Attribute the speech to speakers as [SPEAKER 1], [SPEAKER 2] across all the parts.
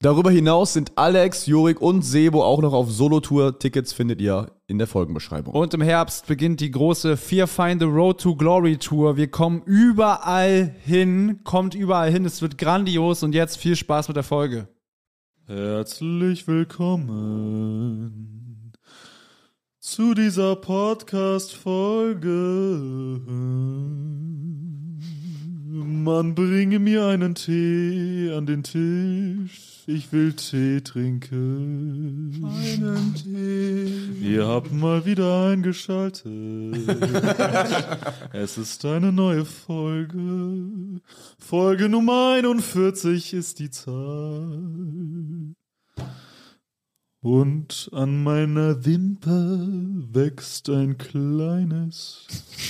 [SPEAKER 1] Darüber hinaus sind Alex, Jurik und Sebo auch noch auf Solo-Tour. Tickets findet ihr in der Folgenbeschreibung.
[SPEAKER 2] Und im Herbst beginnt die große Fear Find the Road to Glory Tour. Wir kommen überall hin, kommt überall hin. Es wird grandios und jetzt viel Spaß mit der Folge.
[SPEAKER 3] Herzlich willkommen zu dieser Podcast-Folge. Man bringe mir einen Tee an den Tisch. Ich will Tee trinken. Einen Tee. Ihr habt mal wieder eingeschaltet. Es ist eine neue Folge. Folge Nummer 41 ist die Zahl. Und an meiner Wimper wächst ein kleines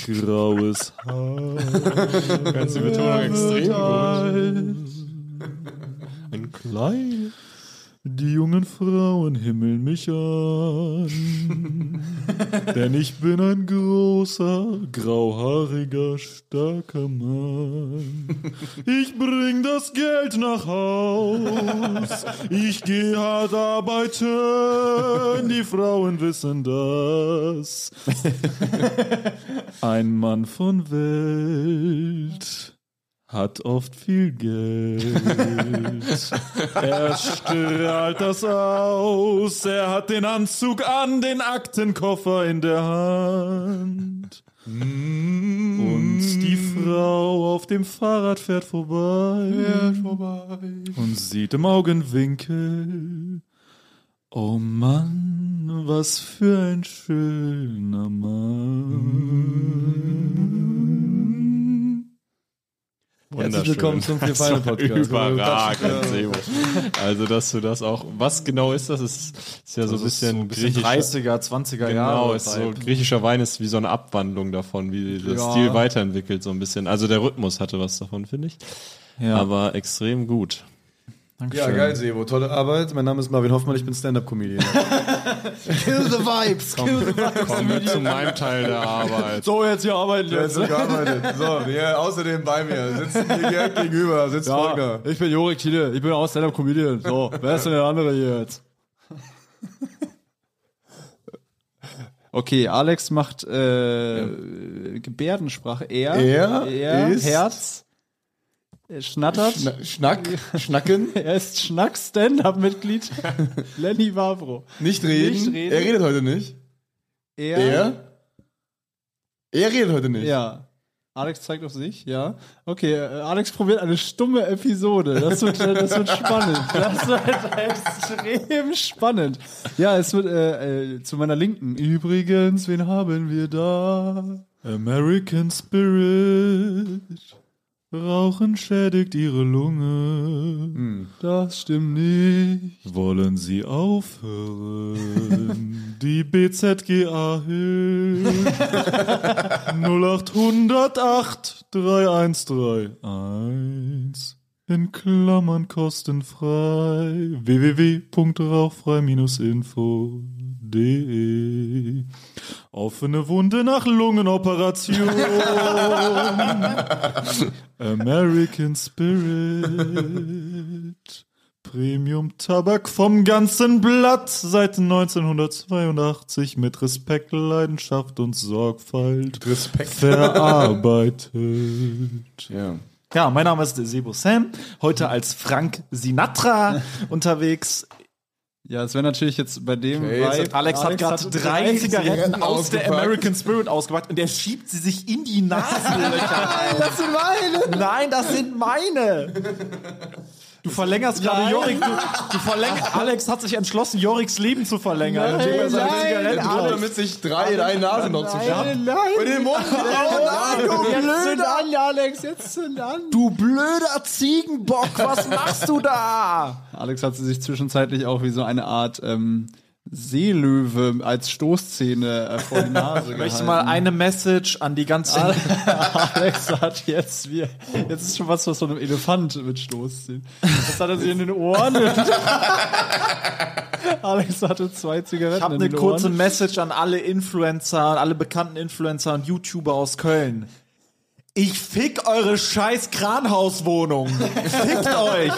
[SPEAKER 3] graues Haar.
[SPEAKER 4] Ganz die Betonung
[SPEAKER 3] Er
[SPEAKER 4] extrem
[SPEAKER 3] wird
[SPEAKER 4] gut.
[SPEAKER 3] alt. Ein klein. Die jungen Frauen himmeln mich an. Denn ich bin ein großer, grauhaariger, starker Mann. Ich bring das Geld nach Haus. Ich gehe hart arbeiten. Die Frauen wissen das. Ein Mann von Welt hat oft viel Geld. er strahlt das aus. Er hat den Anzug an, den Aktenkoffer in der Hand. Und die Frau auf dem Fahrrad fährt vorbei. Und sieht im Augenwinkel. Oh Mann, was für ein schöner Mann.
[SPEAKER 4] Wunderschön.
[SPEAKER 2] willkommen zum Vier
[SPEAKER 4] Das
[SPEAKER 2] Feinde
[SPEAKER 4] war
[SPEAKER 2] Podcast.
[SPEAKER 4] Überragend, Sebo. Also, dass du das auch. Was genau ist das? Es ist ja so ein bisschen, griechischer.
[SPEAKER 5] 30er, 20er
[SPEAKER 4] Genau, ist so, griechischer Wein ist wie so eine Abwandlung davon, wie der
[SPEAKER 2] Ja.
[SPEAKER 4] Stil weiterentwickelt, so ein bisschen. Also, der Rhythmus hatte was davon, finde ich. Aber extrem gut.
[SPEAKER 1] Ja, geil, Sebo. Tolle Arbeit. Mein Name ist Marvin Hoffmann, ich bin Stand-Up-Comedian. Kill the Vibes. Kill the Vibes.
[SPEAKER 4] Kommen wir zu meinem Teil der Arbeit.
[SPEAKER 2] So, jetzt hier arbeiten
[SPEAKER 1] Jetzt wird gearbeitet. So, hier, außerdem bei mir sitzen hier direkt gegenüber, sitzt
[SPEAKER 2] Ja,
[SPEAKER 1] Volker.
[SPEAKER 2] ich bin Jorik Thiele, ich bin auch Stand-Up-Comedian. So, wer ist denn der andere hier jetzt? Okay, Alex macht äh, Gebärdensprache. Er,
[SPEAKER 1] Er ist-
[SPEAKER 2] Herz, äh, schnattert.
[SPEAKER 1] Schnack, schnacken,
[SPEAKER 2] er ist Schnack-Stand-Up-Mitglied. Lenny Wavro.
[SPEAKER 1] nicht
[SPEAKER 2] Nicht reden.
[SPEAKER 1] Er redet heute nicht.
[SPEAKER 2] Er,
[SPEAKER 1] Er? Er redet heute nicht.
[SPEAKER 2] Ja. Alex zeigt auf sich, ja. Okay, äh, Alex probiert eine stumme Episode. Das wird, äh, das wird spannend. Das wird extrem spannend. Ja, es wird äh, äh, zu meiner Linken. Übrigens, wen haben wir da?
[SPEAKER 3] American Spirit. Rauchen schädigt ihre Lunge.
[SPEAKER 2] Das stimmt nicht.
[SPEAKER 3] Wollen Sie aufhören? Die BZGA hilft. 0808 31311. In Klammern kostenfrei. www.rauchfrei-info.de Offene Wunde nach Lungenoperation. American Spirit. Premium Tabak vom ganzen Blatt seit 1982 mit Respekt, Leidenschaft und Sorgfalt
[SPEAKER 1] Respekt.
[SPEAKER 3] verarbeitet.
[SPEAKER 1] Ja.
[SPEAKER 5] Ja, mein Name ist Sebo Sam, heute als Frank Sinatra unterwegs.
[SPEAKER 2] Ja, es wäre natürlich jetzt bei dem.
[SPEAKER 1] Okay, jetzt
[SPEAKER 2] Vibe-
[SPEAKER 5] Alex, hat gerade drei, Zigaretten
[SPEAKER 1] Zigaretten
[SPEAKER 5] aus der
[SPEAKER 1] ausgepackt.
[SPEAKER 5] American Spirit ausgepackt und der schiebt sie sich in die Nasenlöcher. Nein, das sind meine! Nein, das sind meine! Du verlängerst gerade Jorik. Du, du verläng- Alex hat sich entschlossen, Joriks Leben zu verlängern.
[SPEAKER 2] Nein,
[SPEAKER 5] Indem er seine
[SPEAKER 2] nein,
[SPEAKER 5] Zigaretten
[SPEAKER 1] Tut
[SPEAKER 5] raucht.
[SPEAKER 1] damit sich drei in eine Nase noch zu schaffen.
[SPEAKER 2] Nein,
[SPEAKER 1] Und
[SPEAKER 2] nein.
[SPEAKER 1] den Mund.
[SPEAKER 2] Du blöder an, Alex, jetzt zünd an.
[SPEAKER 5] Du blöder Ziegenbock, was machst du da?
[SPEAKER 2] Alex hat sie sich zwischenzeitlich auch wie so eine Art ähm, Seelöwe als Stoßzähne äh, vor die Nase
[SPEAKER 5] Ich möchte
[SPEAKER 2] gehalten.
[SPEAKER 5] mal eine Message an die ganze.
[SPEAKER 2] Alex hat jetzt wie, jetzt ist schon was, was von einem Elefant mit Stoßzähnen. Das hat er sich in den Ohren. Alex hatte zwei Zigaretten
[SPEAKER 5] Ich habe
[SPEAKER 2] in
[SPEAKER 5] eine
[SPEAKER 2] den
[SPEAKER 5] kurze
[SPEAKER 2] Ohren.
[SPEAKER 5] Message an alle Influencer und alle bekannten Influencer und YouTuber aus Köln. Ich fick eure scheiß Kranhauswohnung. Fickt euch.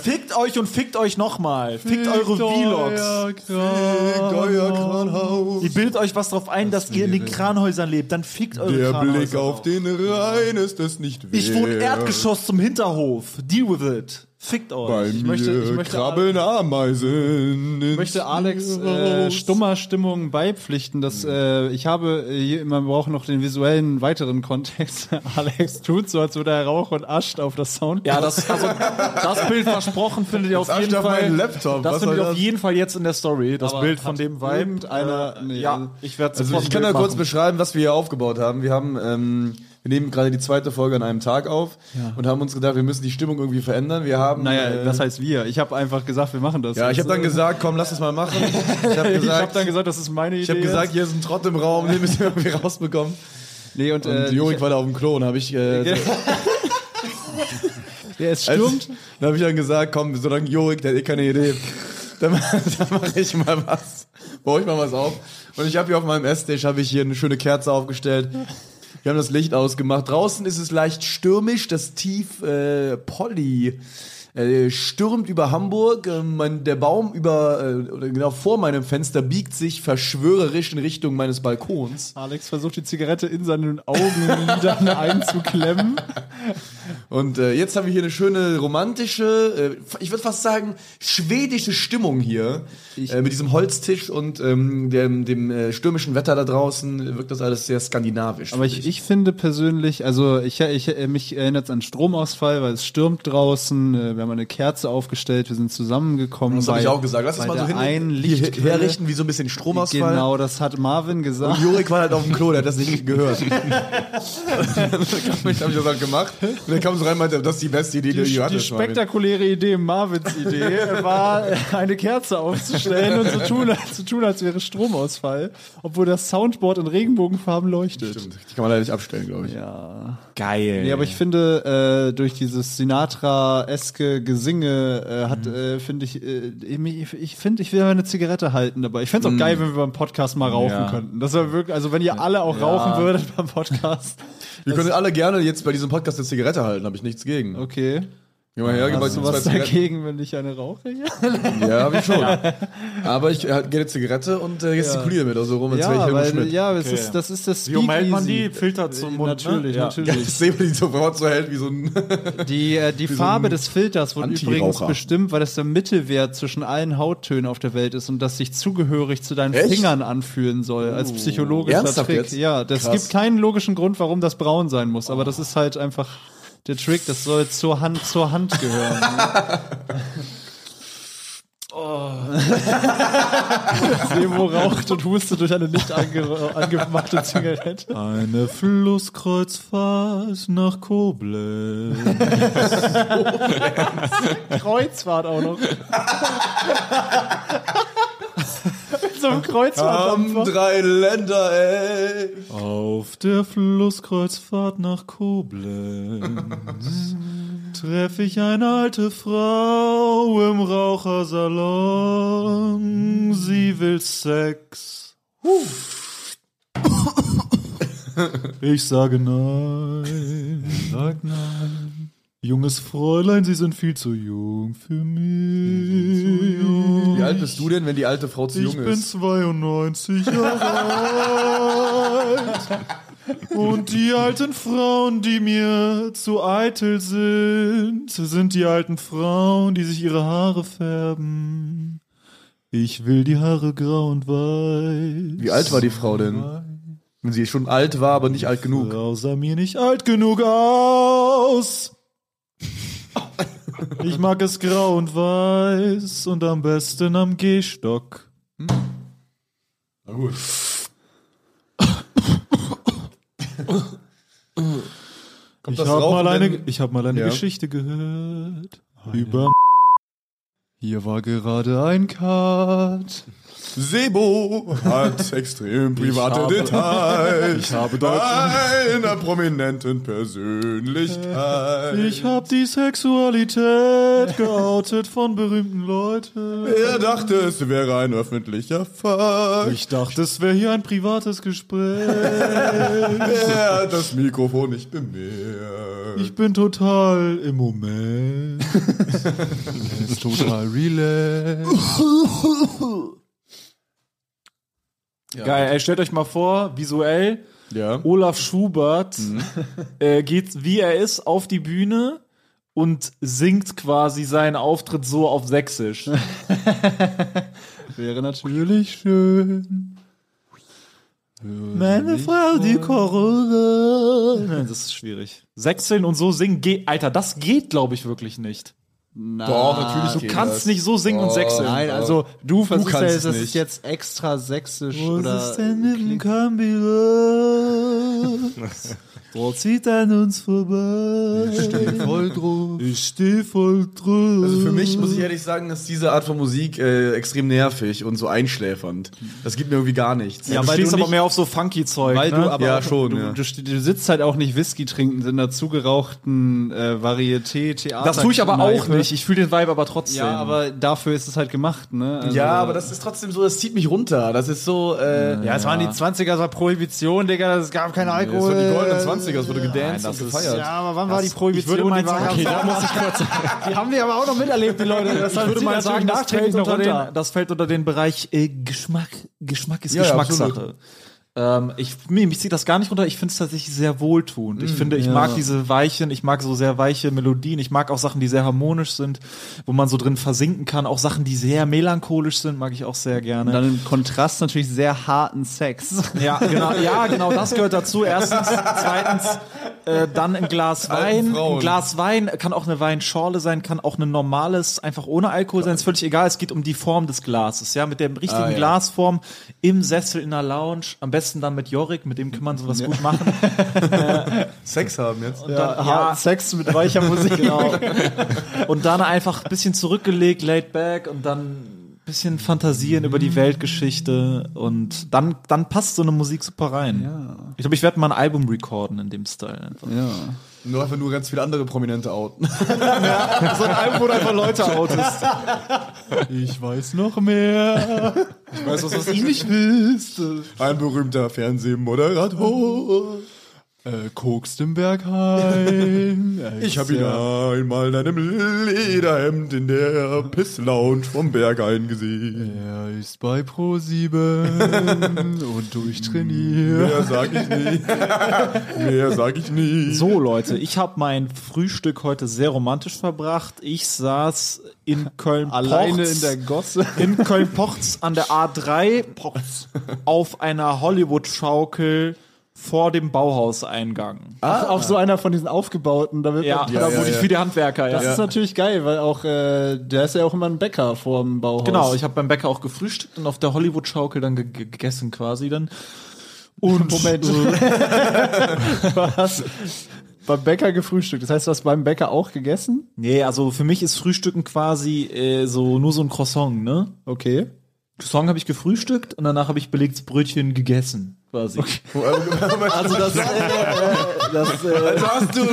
[SPEAKER 5] Fickt euch und fickt euch nochmal. Fickt eure Vlogs.
[SPEAKER 1] Euer Kranhaus.
[SPEAKER 5] Ihr bildet euch was drauf ein, dass ihr in den Kranhäusern lebt. Dann fickt eure
[SPEAKER 1] Der
[SPEAKER 5] Kranhäuser.
[SPEAKER 1] Blick auf den Rhein ist es nicht wert.
[SPEAKER 5] ich wohne Erdgeschoss zum Hinterhof. Deal with it. Fickt euch.
[SPEAKER 1] Bei
[SPEAKER 5] ich
[SPEAKER 1] mir
[SPEAKER 5] möchte, ich möchte
[SPEAKER 1] krabbeln Ameisen. ins
[SPEAKER 2] Ich möchte Alex äh,
[SPEAKER 1] Haus.
[SPEAKER 2] stummer Stimmung beipflichten,
[SPEAKER 1] Hm.
[SPEAKER 2] dass äh, ich habe, äh, hier, man braucht noch den visuellen weiteren Kontext. Alex tut so, als würde er Rauch und Ascht auf das Sound.
[SPEAKER 5] Ja, das, also, das Bild versprochen findet ihr auf
[SPEAKER 1] hab ich
[SPEAKER 5] jeden
[SPEAKER 1] auf
[SPEAKER 5] Fall.
[SPEAKER 1] meinen Laptop.
[SPEAKER 5] Das findet
[SPEAKER 1] Was soll
[SPEAKER 5] ihr auf
[SPEAKER 1] das?
[SPEAKER 5] jeden Fall jetzt in der Story. Das
[SPEAKER 2] Aber
[SPEAKER 5] Bild von
[SPEAKER 2] hat
[SPEAKER 5] dem Vibe.
[SPEAKER 2] irgendeiner-
[SPEAKER 5] Äh,
[SPEAKER 2] nee,
[SPEAKER 5] ja,
[SPEAKER 2] also-
[SPEAKER 5] ich werde
[SPEAKER 1] Also ich kann da kurz beschreiben, was wir hier aufgebaut haben. Wir haben, ähm, wir nehmen gerade die zweite Folge an einem Tag auf und haben uns gedacht, wir müssen die Stimmung irgendwie verändern. Wir haben,
[SPEAKER 2] Naja,
[SPEAKER 1] äh,
[SPEAKER 2] das heißt wir. Ich habe einfach gesagt, wir machen das.
[SPEAKER 1] ja, ich habe dann
[SPEAKER 2] Äh,
[SPEAKER 1] gesagt, komm, lass es mal machen. Ich habe
[SPEAKER 2] ich habe
[SPEAKER 1] gesagt,
[SPEAKER 2] dann gesagt, das ist meine Idee.
[SPEAKER 1] ich hab gesagt,
[SPEAKER 2] jetzt.
[SPEAKER 1] hier ist ein Trott im Raum, den müssen wir irgendwie rausbekommen.
[SPEAKER 2] nee, und,
[SPEAKER 1] Und
[SPEAKER 2] äh,
[SPEAKER 1] Jorik war da auf dem Klo und habe ich, äh,
[SPEAKER 2] der ist
[SPEAKER 1] als,
[SPEAKER 2] stürmt.
[SPEAKER 1] Also, dann habe ich dann gesagt, komm, solange Jorik, der hat eh keine Idee, dann, dann mache ich mal was, baue ich mal was auf. Und ich habe hier auf meinem Esstisch habe ich hier eine schöne Kerze aufgestellt. Wir haben das Licht ausgemacht. Draußen ist es leicht stürmisch, das Tief äh, Polly äh, stürmt über Hamburg. Äh, mein, der Baum über äh, oder genau vor meinem Fenster biegt sich verschwörerisch in Richtung meines Balkons.
[SPEAKER 2] Alex versucht die Zigarette in seinen Augenlidern einzuklemmen.
[SPEAKER 1] Und äh, jetzt haben wir hier eine schöne romantische, äh, ich würde fast sagen schwedische Stimmung hier äh, mit diesem Holztisch und ähm, dem, dem äh, stürmischen Wetter da draußen wirkt das alles sehr skandinavisch.
[SPEAKER 2] Aber
[SPEAKER 1] finde
[SPEAKER 2] ich, ich finde persönlich, also ich, ich äh, mich erinnert es an Stromausfall, weil es stürmt draußen, äh, wir haben eine Kerze aufgestellt, wir sind zusammengekommen.
[SPEAKER 1] das habe
[SPEAKER 2] bei-
[SPEAKER 1] ich auch gesagt. Lass es
[SPEAKER 2] bei
[SPEAKER 1] mal so hin,
[SPEAKER 2] der einen
[SPEAKER 1] hier,
[SPEAKER 2] Lichtquelle.
[SPEAKER 1] herrichten wie so ein bisschen Stromausfall.
[SPEAKER 2] Genau, das hat Marvin gesagt.
[SPEAKER 1] Und Jurik war halt auf dem Klo, der hat das nicht gehört. dann hab ich hab ich das halt gemacht. Und dann kam so rein und meinte, das ist die beste Idee, die,
[SPEAKER 2] Die,
[SPEAKER 1] du
[SPEAKER 2] die
[SPEAKER 1] hattest. Marvin.
[SPEAKER 2] spektakuläre Idee, Marvins Idee, war, äh, eine Kerze aufzustellen und zu tun, als- zu tun, als wäre Stromausfall, obwohl das Soundboard in Regenbogenfarben leuchtet.
[SPEAKER 1] Stimmt, die kann man leider nicht abstellen, glaube ich.
[SPEAKER 5] Geil.
[SPEAKER 2] Nee, aber ich finde, äh, durch dieses Sinatra-eske Gesinge äh, hat,
[SPEAKER 1] Mhm.
[SPEAKER 2] äh, finde ich, äh, ich, ich finde, ich will eine Zigarette halten dabei. Ich fände
[SPEAKER 1] Mhm.
[SPEAKER 2] es auch geil, wenn wir beim Podcast mal rauchen
[SPEAKER 5] Ja.
[SPEAKER 2] könnten. Das wäre wirklich, also wenn ihr alle auch rauchen würdet beim Podcast.
[SPEAKER 1] Wir können alle gerne jetzt bei diesem Podcast eine Zigarette halten, habe ich nichts gegen.
[SPEAKER 2] Okay.
[SPEAKER 1] Geh mal her, gib mal
[SPEAKER 2] Hast du
[SPEAKER 1] zwei
[SPEAKER 2] was
[SPEAKER 1] Zigaretten.
[SPEAKER 2] dagegen, wenn ich eine rauche? Ja,
[SPEAKER 1] Ja, hab ich schon. Aber ich äh, gehe eine Zigarette und äh, gestikuliere mir da so rum, als wäre ich Helmut
[SPEAKER 2] weil,
[SPEAKER 1] Schmidt.
[SPEAKER 2] ja das, ist, das ist das
[SPEAKER 5] Wie um halt umhält man
[SPEAKER 2] Speakeasy.
[SPEAKER 5] die? Filter zum
[SPEAKER 2] Äh,
[SPEAKER 5] Mund,
[SPEAKER 2] Natürlich,
[SPEAKER 5] ne? Ja.
[SPEAKER 1] Ja,
[SPEAKER 2] natürlich.
[SPEAKER 1] ich sehe, wie die sofort so hält wie so ein.
[SPEAKER 2] Die, äh, die Farbe des Filters wurde
[SPEAKER 1] Anti-Raucher.
[SPEAKER 2] übrigens bestimmt, weil das der Mittelwert zwischen allen Hauttönen auf der Welt ist und das sich zugehörig zu deinen
[SPEAKER 1] Echt? Oh.
[SPEAKER 2] Fingern anfühlen soll, als psychologischer
[SPEAKER 1] Ernsthaft
[SPEAKER 2] Trick.
[SPEAKER 1] jetzt?
[SPEAKER 2] Ja, das
[SPEAKER 1] Krass.
[SPEAKER 2] gibt keinen logischen Grund, warum das braun sein muss, aber das ist halt einfach der Trick, das soll zur Hand, zur Hand gehören. oh. Sebo raucht und hustet durch eine nicht ange angemachte Zigarette.
[SPEAKER 3] Eine Flusskreuzfahrt nach Koblenz.
[SPEAKER 2] Kreuzfahrt auch noch. Mit so einem Kreuzfahrt.
[SPEAKER 1] Am Dreiländer, ey.
[SPEAKER 3] Auf der Flusskreuzfahrt nach Koblenz treff ich eine alte Frau im Rauchersalon. Sie will Sex. Ich sage nein. Sag nein. Junges Fräulein, Sie sind viel zu jung für mich.
[SPEAKER 1] Wie alt bist du denn, wenn die alte Frau zu
[SPEAKER 3] Ich
[SPEAKER 1] jung
[SPEAKER 3] bin
[SPEAKER 1] ist?
[SPEAKER 3] 92 Jahre alt. Und die alten Frauen, die mir zu eitel sind, sind die alten Frauen, die sich ihre Haare färben. Ich will die Haare grau und weiß.
[SPEAKER 1] Wie alt war die Frau denn? Wenn sie schon alt war, aber nicht alt genug.
[SPEAKER 3] Frau sah mir nicht alt genug aus. Ich mag es grau und weiß und am besten am Gehstock. Hm?
[SPEAKER 1] Na gut. Kommt
[SPEAKER 3] Ich habe mal,
[SPEAKER 1] Rauchen
[SPEAKER 3] eine,
[SPEAKER 1] denn-
[SPEAKER 3] ich hab mal eine
[SPEAKER 1] Ja.
[SPEAKER 3] Geschichte gehört über Hier war gerade ein Cut.
[SPEAKER 1] Sebo hat extrem private Details. Ich habe einer prominenten Persönlichkeit.
[SPEAKER 3] Ich hab die Sexualität geoutet von berühmten Leuten.
[SPEAKER 1] er dachte, es wäre ein öffentlicher Fall.
[SPEAKER 3] Ich dachte, es wäre hier ein privates Gespräch.
[SPEAKER 1] Er hat das Mikrofon nicht bemerkt.
[SPEAKER 3] Ich bin total im Moment. Er ist total relaxed.
[SPEAKER 2] Geil, ey, stellt euch mal vor, visuell,
[SPEAKER 1] ja.
[SPEAKER 2] Olaf Schubert
[SPEAKER 5] Mhm.
[SPEAKER 2] äh, geht, wie er ist, auf die Bühne und singt quasi seinen Auftritt so auf Sächsisch. Wäre natürlich.
[SPEAKER 3] Natürlich schön.
[SPEAKER 2] Meine Frau, die Corona. Das ist schwierig. Sächseln und so singen, geht, Alter, das geht, glaube ich, wirklich nicht.
[SPEAKER 1] Doch, natürlich.
[SPEAKER 2] Du
[SPEAKER 1] geht
[SPEAKER 2] kannst
[SPEAKER 1] das.
[SPEAKER 2] nicht so singen und sächseln.
[SPEAKER 1] nein,
[SPEAKER 2] Nein,
[SPEAKER 1] also,
[SPEAKER 2] du versuchst
[SPEAKER 1] kannst
[SPEAKER 2] es
[SPEAKER 1] es nicht.
[SPEAKER 2] jetzt extra sächsisch
[SPEAKER 3] Was ist denn mit dem Kambi los? Dort zieht an uns vorbei. Ich steh voll drauf. Ich steh voll drauf.
[SPEAKER 1] Also für mich muss ich ehrlich sagen, dass diese Art von Musik äh, extrem nervig und so einschläfernd. Das gibt mir irgendwie gar nichts.
[SPEAKER 5] Ja,
[SPEAKER 2] du
[SPEAKER 5] weil
[SPEAKER 2] stehst
[SPEAKER 5] du
[SPEAKER 2] aber
[SPEAKER 5] aber mehr auf so funky Zeug.
[SPEAKER 2] Weil du aber
[SPEAKER 1] Ja,
[SPEAKER 2] auch-
[SPEAKER 1] schon,
[SPEAKER 2] du,
[SPEAKER 1] ja.
[SPEAKER 2] du, st- du sitzt halt auch nicht Whisky trinkend in der zugerauchten äh, Varieté Theater.
[SPEAKER 5] das tue ich aber auch
[SPEAKER 1] ne?
[SPEAKER 2] Kneipe.
[SPEAKER 5] nicht. Ich fühle den Vibe aber trotzdem.
[SPEAKER 2] Ja, aber dafür ist es halt gemacht, ne? Also-
[SPEAKER 1] ja, aber das ist trotzdem so, das zieht mich runter. Das ist so, äh,
[SPEAKER 2] Ja, es waren die 20er, es war Prohibition, Digga, es gab keinen
[SPEAKER 1] das
[SPEAKER 2] Alkohol.
[SPEAKER 1] waren die goldenen 20er, das wurde gedanced und gefeiert.
[SPEAKER 2] Ja, aber wann war die Prohibition?
[SPEAKER 5] würde mal
[SPEAKER 2] Die war
[SPEAKER 5] sagen- Okay,
[SPEAKER 2] ganz
[SPEAKER 5] da
[SPEAKER 2] normal. Die haben wir aber auch noch miterlebt, die Leute. Das
[SPEAKER 5] ich würde mal sagen, das fällt, unter
[SPEAKER 2] runter.
[SPEAKER 5] den, das fällt unter den Bereich äh, Geschmack. Geschmack ist
[SPEAKER 1] Ja, ja,
[SPEAKER 5] Geschmackssache. ähm, ich, mir, mich zieht das gar nicht runter. Ich finde es tatsächlich sehr wohltuend.
[SPEAKER 2] Mm,
[SPEAKER 5] Ich finde, ich mag diese weichen, ich mag so sehr weiche Melodien. Ich mag auch Sachen, die sehr harmonisch sind, wo man so drin versinken kann. Auch Sachen, die sehr melancholisch sind, mag ich auch sehr gerne.
[SPEAKER 2] Und dann im Kontrast natürlich sehr harten Sex.
[SPEAKER 5] Ja, genau, ja, genau, das gehört dazu. Erstens, zweitens, äh, dann ein Glas Wein.
[SPEAKER 1] Frauen.
[SPEAKER 5] Ein Glas Wein kann auch eine Weinschorle sein, kann auch ein normales, einfach ohne Alkohol sein. Ist völlig egal. Es geht um die Form des Glases. Ja, mit der richtigen
[SPEAKER 1] Ah, ja.
[SPEAKER 5] Glasform im Sessel in der Lounge. Am besten dann mit Jorik, mit dem kann man sowas gut machen.
[SPEAKER 1] Sex haben jetzt.
[SPEAKER 5] Und dann, ja,
[SPEAKER 2] Sex mit weicher Musik.
[SPEAKER 5] genau. Und dann einfach ein bisschen zurückgelegt, laid back und dann ein bisschen fantasieren über
[SPEAKER 1] Mhm.
[SPEAKER 5] die Weltgeschichte und dann, dann passt so eine Musik super rein. Ich glaube, ich werde mal ein Album recorden in dem Style einfach.
[SPEAKER 2] Ja.
[SPEAKER 1] Nur einfach nur ganz viele andere prominente Outen.
[SPEAKER 5] So ein Album, wo du einfach Leute outest.
[SPEAKER 3] Ich weiß noch mehr,
[SPEAKER 5] Weißt du, was das
[SPEAKER 3] als ich nicht wüsste.
[SPEAKER 1] Ein berühmter Fernsehmoderator.
[SPEAKER 3] Äh, Koks im Bergheim. Äh,
[SPEAKER 1] Ich habe ihn einmal in einem Lederhemd in der Piss-Lounge vom Berg eingesehen.
[SPEAKER 3] Er ist bei Pro7 und durchtrainiert.
[SPEAKER 1] Mehr sag ich nie. Mehr sag ich nie.
[SPEAKER 5] So, Leute, ich habe mein Frühstück heute sehr romantisch verbracht. Ich saß in Köln
[SPEAKER 2] Alleine in der Gosse.
[SPEAKER 5] in Köln-Pochts an der A3 auf einer Hollywood-Schaukel vor dem Bauhauseingang.
[SPEAKER 2] Auf so einer von diesen aufgebauten, damit
[SPEAKER 5] Ja,
[SPEAKER 2] man-
[SPEAKER 5] da
[SPEAKER 1] ja,
[SPEAKER 5] wurde ich
[SPEAKER 1] ja.
[SPEAKER 5] wie der Handwerker, ja.
[SPEAKER 2] Das ist natürlich geil, weil auch, äh, da ist ja auch immer ein Bäcker vorm Bauhaus.
[SPEAKER 5] Genau, ich habe beim Bäcker auch gefrühstückt und auf der Hollywood-Schaukel dann ge- ge- gegessen quasi dann. Und äh,
[SPEAKER 2] Moment. Was? Beim Bäcker gefrühstückt. Das heißt, du hast beim Bäcker auch gegessen?
[SPEAKER 5] nee, also für mich ist Frühstücken quasi äh, so nur so ein Croissant, ne?
[SPEAKER 2] Okay.
[SPEAKER 5] Croissant habe ich gefrühstückt und danach habe ich belegtes Brötchen gegessen quasi.
[SPEAKER 2] Also das, das äh,
[SPEAKER 1] Also hast du,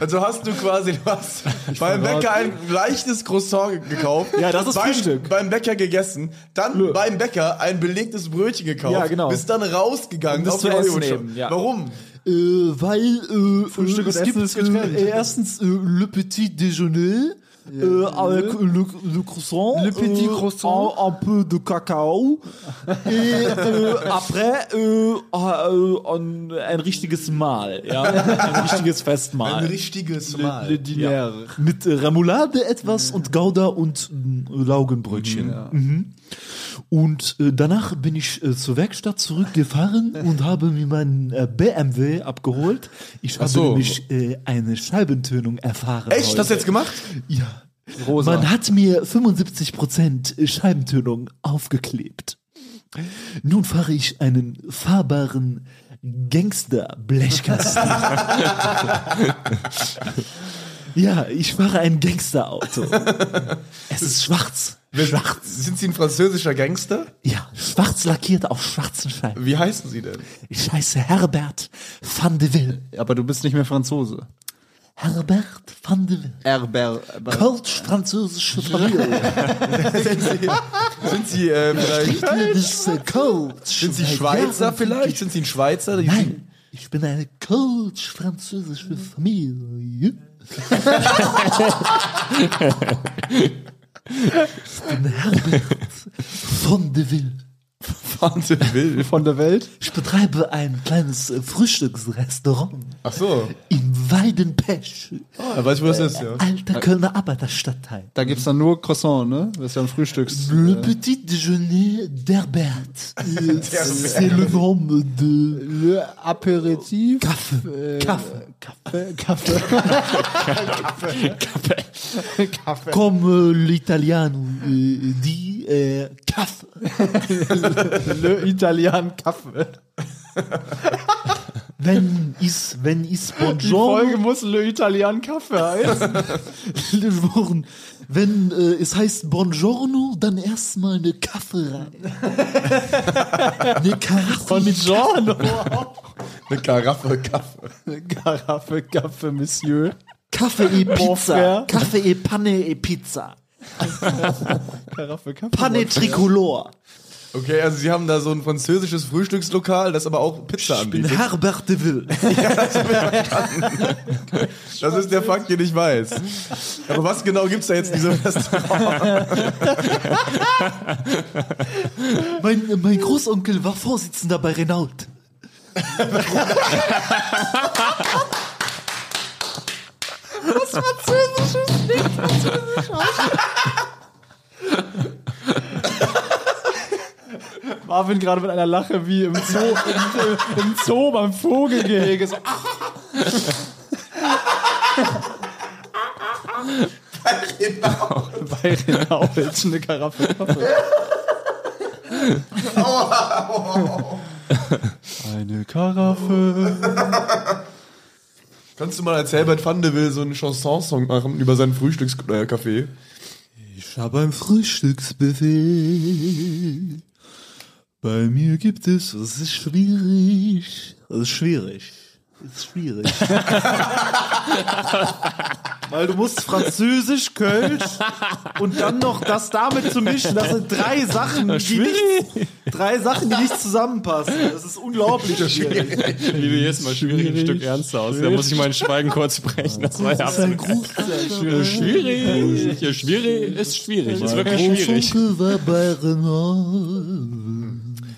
[SPEAKER 1] also hast du quasi, du hast beim Bäcker ein leichtes Croissant ge- gekauft.
[SPEAKER 5] Ja, das ist
[SPEAKER 1] beim,
[SPEAKER 5] Frühstück.
[SPEAKER 1] Beim Bäcker gegessen, dann beim Bäcker ein belegtes Brötchen gekauft.
[SPEAKER 5] Ja, genau.
[SPEAKER 1] Bist dann rausgegangen.
[SPEAKER 5] bist
[SPEAKER 1] auf
[SPEAKER 5] zu
[SPEAKER 1] die
[SPEAKER 5] essen
[SPEAKER 1] Hollywood-Show.
[SPEAKER 5] eben, ja.
[SPEAKER 1] Warum?
[SPEAKER 3] weil äh,
[SPEAKER 2] Frühstück und
[SPEAKER 3] es
[SPEAKER 2] Essen
[SPEAKER 3] gibt,
[SPEAKER 2] ist getrennt.
[SPEAKER 3] Äh, erstens äh, Le Petit Déjeuner.
[SPEAKER 5] Euh, avec le, le croissant,
[SPEAKER 3] Le petit
[SPEAKER 5] euh,
[SPEAKER 3] croissant.
[SPEAKER 5] un, un peu de cacao et euh, après euh, ah, euh, un, ein richtiges Mahl, ja, ein richtiges
[SPEAKER 1] Ein
[SPEAKER 5] Festmahl
[SPEAKER 1] richtiges
[SPEAKER 2] Le,
[SPEAKER 1] Mal.
[SPEAKER 2] le Diner.
[SPEAKER 5] mit äh, Remoulade etwas und Gouda und äh, Laugenbrötchen. Mhm. Und äh, danach bin ich äh, zur Werkstatt zurückgefahren und habe mir meinen äh, BMW abgeholt. Ich habe
[SPEAKER 1] so.
[SPEAKER 5] nämlich äh, eine Scheibentönung erfahren.
[SPEAKER 1] Echt? Hast
[SPEAKER 5] heute.
[SPEAKER 1] du jetzt gemacht?
[SPEAKER 5] Ja. Man hat mir 75% Scheibentönung aufgeklebt. Nun fahre ich einen fahrbaren Gangster-Blechkasten.
[SPEAKER 3] Ja, ich fahre ein Gangsterauto. es ist schwarz. Schwarz.
[SPEAKER 1] Sind Sie ein französischer Gangster?
[SPEAKER 3] Ja, schwarz lackiert auf schwarzen Scheiben.
[SPEAKER 1] Wie heißen Sie denn?
[SPEAKER 3] Ich heiße Herbert van de Ville.
[SPEAKER 2] Aber du bist nicht mehr Franzose.
[SPEAKER 3] Herbert van de Ville.
[SPEAKER 2] Erber.
[SPEAKER 3] Deutsch-französische Familie.
[SPEAKER 1] sind Sie, sind Sie äh, vielleicht.
[SPEAKER 3] Das ist äh, Coach.
[SPEAKER 1] Sind Sie Schweizer vielleicht? Sind Sie ein Schweizer? Die-
[SPEAKER 3] Nein, ich bin eine Coach-französische Familie. ich bin Herbert von de Ville.
[SPEAKER 2] Von der Welt?
[SPEAKER 3] Ich betreibe ein kleines äh, Frühstücksrestaurant
[SPEAKER 1] Ach so.
[SPEAKER 3] in Weidenpesch,
[SPEAKER 1] Da Ah, weiß ich, wo das ist, ja.
[SPEAKER 3] alter Kölner Arbeiterstadtteil.
[SPEAKER 2] Da gibt's dann nur Croissant, ne? Das ist ja ein Frühstücks.
[SPEAKER 3] Le petit déjeuner d'Herbert. Euh, C'est le nom de
[SPEAKER 2] Le Aperitif.
[SPEAKER 3] Kaffee. Kaffee.
[SPEAKER 2] Kaffee. Kaffee.
[SPEAKER 3] Comme euh, l'italien euh, dit, euh, Kaffee.
[SPEAKER 2] Le Italian Kaffee.
[SPEAKER 3] Wenn ist, wenn ist
[SPEAKER 2] Die
[SPEAKER 3] Bonjour,
[SPEAKER 2] Folge muss Le Italian Kaffee heißen.
[SPEAKER 3] Wochen. wenn äh, es heißt Buongiorno, dann erstmal eine Kaffee rein. Eine Karaffe mit
[SPEAKER 2] Giorno.
[SPEAKER 1] Eine Karaffe Kaffee.
[SPEAKER 2] Karaffe, Kaffee, Monsieur.
[SPEAKER 3] Kaffee e Pizza.
[SPEAKER 2] Bonfair.
[SPEAKER 3] Kaffee e Panne e Pizza.
[SPEAKER 2] Karaffe, Kaffee.
[SPEAKER 3] Panne Tricolore.
[SPEAKER 1] Okay, also Sie haben da so ein französisches Frühstückslokal, das aber auch Pizza
[SPEAKER 3] Ich bin
[SPEAKER 1] anbietet.
[SPEAKER 3] Herbert de Ville.
[SPEAKER 1] Das ist der Fakt, den ich weiß. Aber was genau gibt's da jetzt in diesem Restaurant?
[SPEAKER 3] Mein, mein Großonkel war Vorsitzender bei Renault.
[SPEAKER 2] Marvin gerade mit einer Lache wie im Zoo, im, im Zoo beim Vogelgehege. So, ah, bei Renault eine Karaffe Kaffee.
[SPEAKER 6] Eine Karaffe.
[SPEAKER 1] Kannst du mal als Herbert van de Will so einen Chanson-Song machen über seinen Frühstückscafé?
[SPEAKER 3] Ich habe ein Frühstücksbuffet.
[SPEAKER 6] Bei mir gibt es.
[SPEAKER 3] Das ist schwierig. Das ist schwierig. Das ist schwierig.
[SPEAKER 5] Weil du musst Französisch, Kölsch und dann noch das damit zu mischen. Das sind drei Sachen, die nicht, drei Sachen, die nicht zusammenpassen. Das ist unglaublich schwierig.
[SPEAKER 4] Wie du jetzt mal schwierig, ein Stück ernster aus. Da muss ich mein Schweigen kurz brechen. Das war ja
[SPEAKER 3] Das ist ein
[SPEAKER 4] absolut
[SPEAKER 3] Großonkel
[SPEAKER 4] schwierig. Ja, schwierig ist schwierig. Ist wirklich schwierig.
[SPEAKER 3] war bei Renault.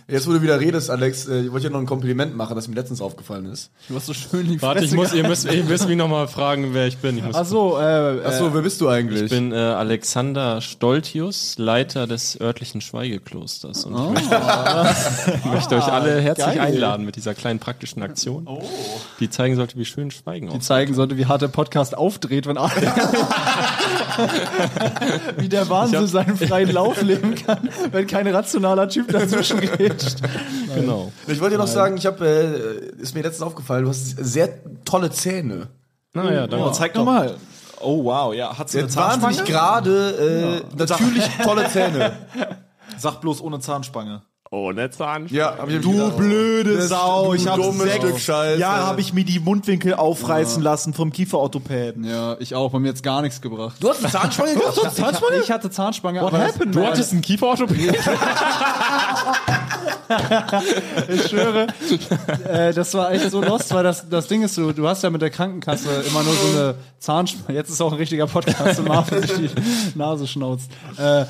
[SPEAKER 1] Jetzt, wo du wieder redest, Alex, äh, ich wollte ja noch ein Kompliment machen, das mir letztens aufgefallen ist.
[SPEAKER 2] Du hast so schön die
[SPEAKER 4] Warte, ich
[SPEAKER 2] Fresse
[SPEAKER 4] muss, ihr müsst, ihr müsst mich nochmal fragen, wer ich bin. Ich muss
[SPEAKER 2] Achso, äh, äh,
[SPEAKER 1] Achso, wer bist du eigentlich?
[SPEAKER 4] Also, Ich bin äh, Alexander Stoltius, Leiter des örtlichen Schweigeklosters. Und ich möchte, ich möchte euch alle herzlich
[SPEAKER 2] geil.
[SPEAKER 4] einladen mit dieser kleinen praktischen Aktion, die zeigen sollte, wie schön Schweigen aussieht.
[SPEAKER 2] zeigen sollte, wie hart der Podcast aufdreht, wenn Alex. wie der Wahnsinn seinen freien Lauf leben kann, wenn kein rationaler Typ dazwischen redet.
[SPEAKER 4] Genau.
[SPEAKER 1] ich wollte dir noch sagen, ich habe, äh, ist mir letztens aufgefallen, du hast sehr tolle Zähne.
[SPEAKER 4] Naja, dann
[SPEAKER 5] Zeig nochmal. Oh wow, ja, hat sie eine
[SPEAKER 1] Jetzt wahnsinnig
[SPEAKER 5] Zahnspange?
[SPEAKER 1] gerade, äh, natürlich tolle Zähne.
[SPEAKER 5] Sag bloß ohne Zahnspange.
[SPEAKER 4] ohne Zahn.
[SPEAKER 1] Ja, hab ich
[SPEAKER 5] Du blöde
[SPEAKER 1] Das-
[SPEAKER 5] Sau,
[SPEAKER 1] du
[SPEAKER 5] ich habe
[SPEAKER 1] dummes Stück
[SPEAKER 5] sechs
[SPEAKER 1] Scheiße.
[SPEAKER 5] Jahre habe ich mir die Mundwinkel aufreißen lassen vom Kieferorthopäden.
[SPEAKER 2] Ja, ich auch. Bei mir jetzt gar nichts gebracht.
[SPEAKER 1] Du hast eine Zahnspange gehabt?
[SPEAKER 2] Zahnspange? Ich hatte Zahnspange. What
[SPEAKER 4] Du hattest einen Kieferorthopäden?
[SPEAKER 2] Ich schwöre, äh, das war echt so lost, weil das, das Ding ist, du, du hast ja mit der Krankenkasse immer nur so eine Zahnspange. Jetzt ist auch ein richtiger Podcast, wenn Marvin sich die Nase schnauzt. Äh,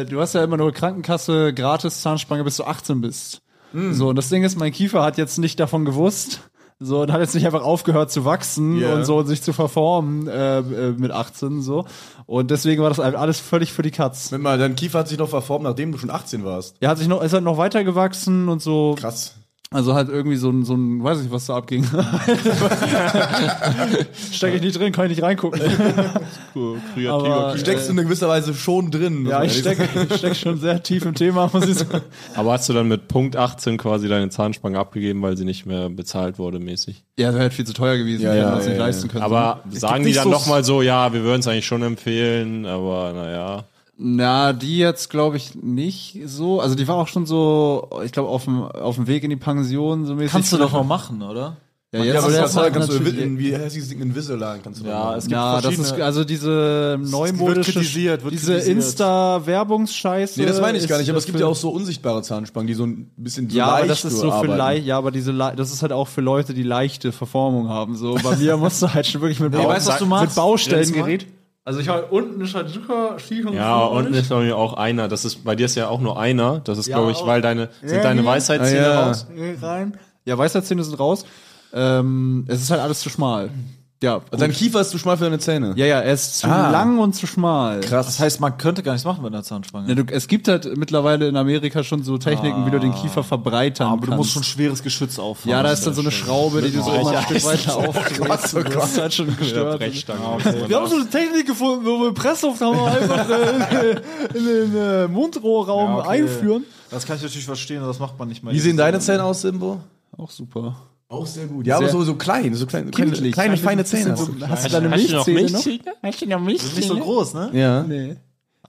[SPEAKER 2] äh, du hast ja immer nur Krankenkasse, gratis Zahnspange, bis du 18 bist.
[SPEAKER 1] Hm.
[SPEAKER 2] So, und das Ding ist, mein Kiefer hat jetzt nicht davon gewusst. So, und hat jetzt nicht einfach aufgehört zu wachsen
[SPEAKER 1] Ja.
[SPEAKER 2] und so und sich zu verformen äh, äh, mit 18 so. Und deswegen war das alles völlig für die Katz.
[SPEAKER 1] Wenn mal, dein Kiefer hat sich noch verformt, nachdem du schon 18 warst.
[SPEAKER 2] Ja, hat sich noch, ist halt noch weiter gewachsen und so.
[SPEAKER 1] Krass.
[SPEAKER 2] Also halt irgendwie so ein, so ein, weiß ich, was da abging. Stecke ich nicht drin, kann ich nicht reingucken.
[SPEAKER 3] Kreativer
[SPEAKER 2] Aber,
[SPEAKER 3] Künstler.
[SPEAKER 1] Steckst du in gewisser Weise schon drin.
[SPEAKER 2] Ja, ich stecke ich steck schon sehr tief im Thema, muss ich sagen.
[SPEAKER 4] Aber hast du dann mit Punkt 18 quasi deine Zahnspange abgegeben, weil sie nicht mehr bezahlt wurde mäßig?
[SPEAKER 2] Ja, das wäre viel zu teuer gewesen, ja,
[SPEAKER 1] ja,
[SPEAKER 2] das
[SPEAKER 1] ja,
[SPEAKER 2] nicht
[SPEAKER 1] ja.
[SPEAKER 2] leisten können.
[SPEAKER 4] Aber sagen die
[SPEAKER 2] nicht
[SPEAKER 4] dann
[SPEAKER 2] so-
[SPEAKER 4] nochmal so, ja, wir würden es eigentlich schon empfehlen, aber naja.
[SPEAKER 2] Na, die jetzt glaube ich nicht so. Also die war auch schon so, ich glaube, auf dem, auf dem Weg in die Pension so mäßig.
[SPEAKER 5] Kannst du doch mal machen, oder?
[SPEAKER 2] Ja,
[SPEAKER 1] Ja,
[SPEAKER 2] jetzt
[SPEAKER 1] aber
[SPEAKER 2] ist
[SPEAKER 1] das
[SPEAKER 2] das
[SPEAKER 1] halt
[SPEAKER 2] halt
[SPEAKER 1] kannst du
[SPEAKER 2] natürlich-
[SPEAKER 1] in, wie heißt dieses Ding in Invisalign kannst du doch machen.
[SPEAKER 5] es gibt
[SPEAKER 2] Na, das ist
[SPEAKER 5] verschiedene-
[SPEAKER 2] also diese neumodische,
[SPEAKER 5] kritisiert, wird
[SPEAKER 2] diese
[SPEAKER 5] kritisiert.
[SPEAKER 2] Insta-Werbungsscheiße.
[SPEAKER 1] Nee, das meine ich
[SPEAKER 2] ist
[SPEAKER 1] gar nicht, aber es gibt ja
[SPEAKER 2] dafür-
[SPEAKER 1] auch so unsichtbare Zahnspangen, die so ein bisschen so
[SPEAKER 2] Ja, aber
[SPEAKER 1] leicht
[SPEAKER 2] das ist so für
[SPEAKER 1] arbeiten.
[SPEAKER 2] leicht, ja, aber diese Le das ist halt auch für Leute, die leichte Verformung haben. So bei mir musst du halt schon wirklich mit, Bau
[SPEAKER 5] weißt du, was du
[SPEAKER 2] mit
[SPEAKER 5] machst?
[SPEAKER 2] Baustellengerät. Also ich habe unten ist halt super Schiebung.
[SPEAKER 4] Ja, unten
[SPEAKER 2] ne?
[SPEAKER 4] ist bei mir auch einer. Das ist bei dir ist ja auch nur einer. Das ist, glaube ich,
[SPEAKER 2] auch-
[SPEAKER 4] weil deine sind deine Weisheitszähne
[SPEAKER 1] Ah, ja.
[SPEAKER 4] raus.
[SPEAKER 2] rein. Ja, Weisheitszähne sind raus. Ähm, es ist halt alles zu schmal. Ja,
[SPEAKER 1] Also dein Kiefer ist zu schmal für deine Zähne.
[SPEAKER 2] ja, ja, er ist zu lang und zu schmal.
[SPEAKER 5] Krass. Das heißt, man könnte gar nichts machen mit einer Zahnspange.
[SPEAKER 2] Ja, du, es gibt halt mittlerweile in Amerika schon so Techniken, wie du den Kiefer verbreitern
[SPEAKER 5] aber
[SPEAKER 2] kannst.
[SPEAKER 5] du musst schon schweres Geschütz auffahren.
[SPEAKER 2] ja, da ist dann so eine Schraube, die du so immer ein Stück weiter aufdrehst.
[SPEAKER 1] oh
[SPEAKER 2] Das ist halt schon gestört.
[SPEAKER 4] Brechstangen.
[SPEAKER 2] Wir haben so eine Technik gefunden, wo wir Pressaufnahme einfach äh, in den äh, Mundrohrraum
[SPEAKER 5] Ja, okay.
[SPEAKER 2] einführen.
[SPEAKER 5] Das kann ich natürlich verstehen, das macht man nicht mal.
[SPEAKER 1] Wie sehen deine Zähne aus, Simbo?
[SPEAKER 2] Auch super.
[SPEAKER 1] Auch sehr gut. Ja, aber
[SPEAKER 2] Sehr-
[SPEAKER 1] so, so klein, so kleine, kleine,
[SPEAKER 2] Kindlich.
[SPEAKER 1] kleine feine Zähne.
[SPEAKER 2] So,
[SPEAKER 1] hast du.
[SPEAKER 2] hast du deine Milchzähne noch?
[SPEAKER 7] Hast du noch
[SPEAKER 5] Das ist nicht so groß, ne?
[SPEAKER 1] Ja.
[SPEAKER 2] Nee.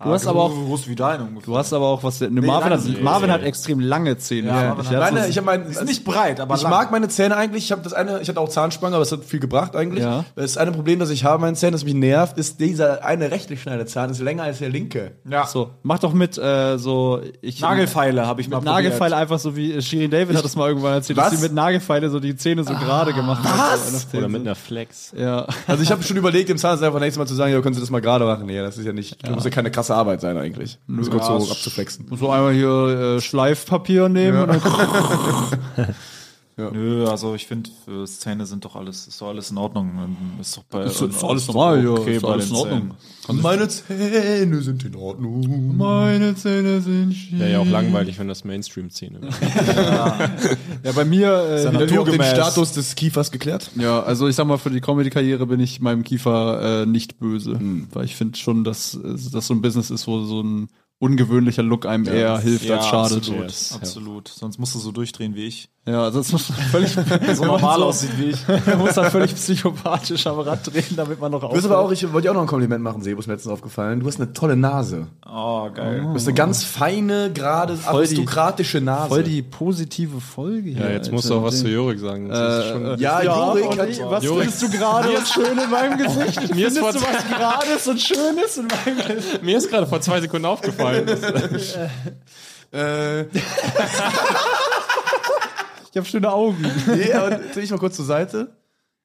[SPEAKER 2] Du hast aber auch,
[SPEAKER 5] groß wie dein ungefähr.
[SPEAKER 2] du hast aber auch was, ne,
[SPEAKER 5] lange
[SPEAKER 2] Marvin, hat,
[SPEAKER 5] nicht.
[SPEAKER 2] Marvin hat extrem lange Zähne.
[SPEAKER 5] Ja,
[SPEAKER 2] Ja,
[SPEAKER 5] Marvin
[SPEAKER 2] ich
[SPEAKER 5] hat-
[SPEAKER 2] hatte
[SPEAKER 1] Meine,
[SPEAKER 2] so-
[SPEAKER 1] ich habe meinen.
[SPEAKER 5] ist nicht breit, aber
[SPEAKER 1] Ich
[SPEAKER 5] lang.
[SPEAKER 1] mag meine Zähne eigentlich. Ich habe das eine, ich hatte auch Zahnspange, aber es hat viel gebracht eigentlich.
[SPEAKER 2] Ja.
[SPEAKER 1] Das eine Problem, das ich habe, meinen Zähnen, das mich nervt, ist dieser eine rechte Schneidezahn ist länger als der linke.
[SPEAKER 5] ja.
[SPEAKER 2] so, mach doch mit, äh, so, ich,
[SPEAKER 5] Nagelfeile habe ich mal
[SPEAKER 2] mit Nagelfeile einfach so wie äh, Shirin David hat das mal irgendwann erzählt, dass
[SPEAKER 1] Was?
[SPEAKER 2] sie mit Nagelfeile so die Zähne so gerade gemacht hat. Was?
[SPEAKER 4] Oder mit einer Flex.
[SPEAKER 2] Ja.
[SPEAKER 1] Also ich habe schon überlegt, dem Zahnarzt einfach nächstes Mal zu sagen, ja, können Sie das mal gerade machen. Ja, das ist ja nicht, das muss ja keine krasse Arbeit sein eigentlich. Um es kurz so abzuflexen.
[SPEAKER 2] So einmal hier äh, Schleifpapier nehmen und dann
[SPEAKER 5] probiert. Nö, also ich finde, äh, Zähne sind doch alles, ist doch alles in Ordnung. Ist doch bei,
[SPEAKER 2] Also Ist- ist alles normal, ja,
[SPEAKER 5] okay,
[SPEAKER 2] ist
[SPEAKER 5] bei
[SPEAKER 2] alles
[SPEAKER 5] den
[SPEAKER 2] in Ordnung.
[SPEAKER 5] Zähnen.
[SPEAKER 1] Meine Zähne sind in Ordnung.
[SPEAKER 2] Meine Zähne sind schief.
[SPEAKER 4] Wäre ja auch langweilig, wenn das Mainstream-Zähne wären.
[SPEAKER 2] Ja, bei mir, äh,
[SPEAKER 1] Wieder Jürgen den
[SPEAKER 5] naturgemäß.
[SPEAKER 1] Status des Kiefers geklärt.
[SPEAKER 2] ja, also ich sag mal, für die Comedy-Karriere bin ich meinem Kiefer äh, nicht böse. Weil ich finde schon, dass äh, das so ein Business ist, wo so ein ungewöhnlicher Look einem eher hilft als schadet.
[SPEAKER 5] Absolut.
[SPEAKER 4] Yes, ja.
[SPEAKER 5] absolut. Sonst musst du so durchdrehen wie ich.
[SPEAKER 2] Ja, also es muss völlig
[SPEAKER 5] So normal aussieht wie ich.
[SPEAKER 2] man muss da völlig psychopathisch am Rad drehen, damit man noch
[SPEAKER 1] Du bist aber auch, ich wollte dir auch noch ein Kompliment machen, Sebo, ist mir letztens aufgefallen. Du hast eine tolle Nase.
[SPEAKER 5] Oh, geil.
[SPEAKER 1] Du hast eine ganz feine, gerade,
[SPEAKER 2] die-
[SPEAKER 1] aristokratische Nase.
[SPEAKER 2] Voll die positive Folge hier. Äh,
[SPEAKER 4] Ja, jetzt musst du auch was zu Jorik sagen. Das ist schon
[SPEAKER 1] ja,
[SPEAKER 2] Ja,
[SPEAKER 1] Jorik
[SPEAKER 2] und
[SPEAKER 1] hat,
[SPEAKER 2] ich, was findest du gerade was schön in meinem Gesicht?
[SPEAKER 4] Mir
[SPEAKER 2] findest
[SPEAKER 4] ist vor
[SPEAKER 2] du was Gerades und Schönes in meinem Gesicht?
[SPEAKER 4] Mir ist gerade vor zwei Sekunden aufgefallen.
[SPEAKER 1] Äh,
[SPEAKER 2] Ich habe schöne Augen.
[SPEAKER 1] nee, aber dreh dich mal kurz zur Seite.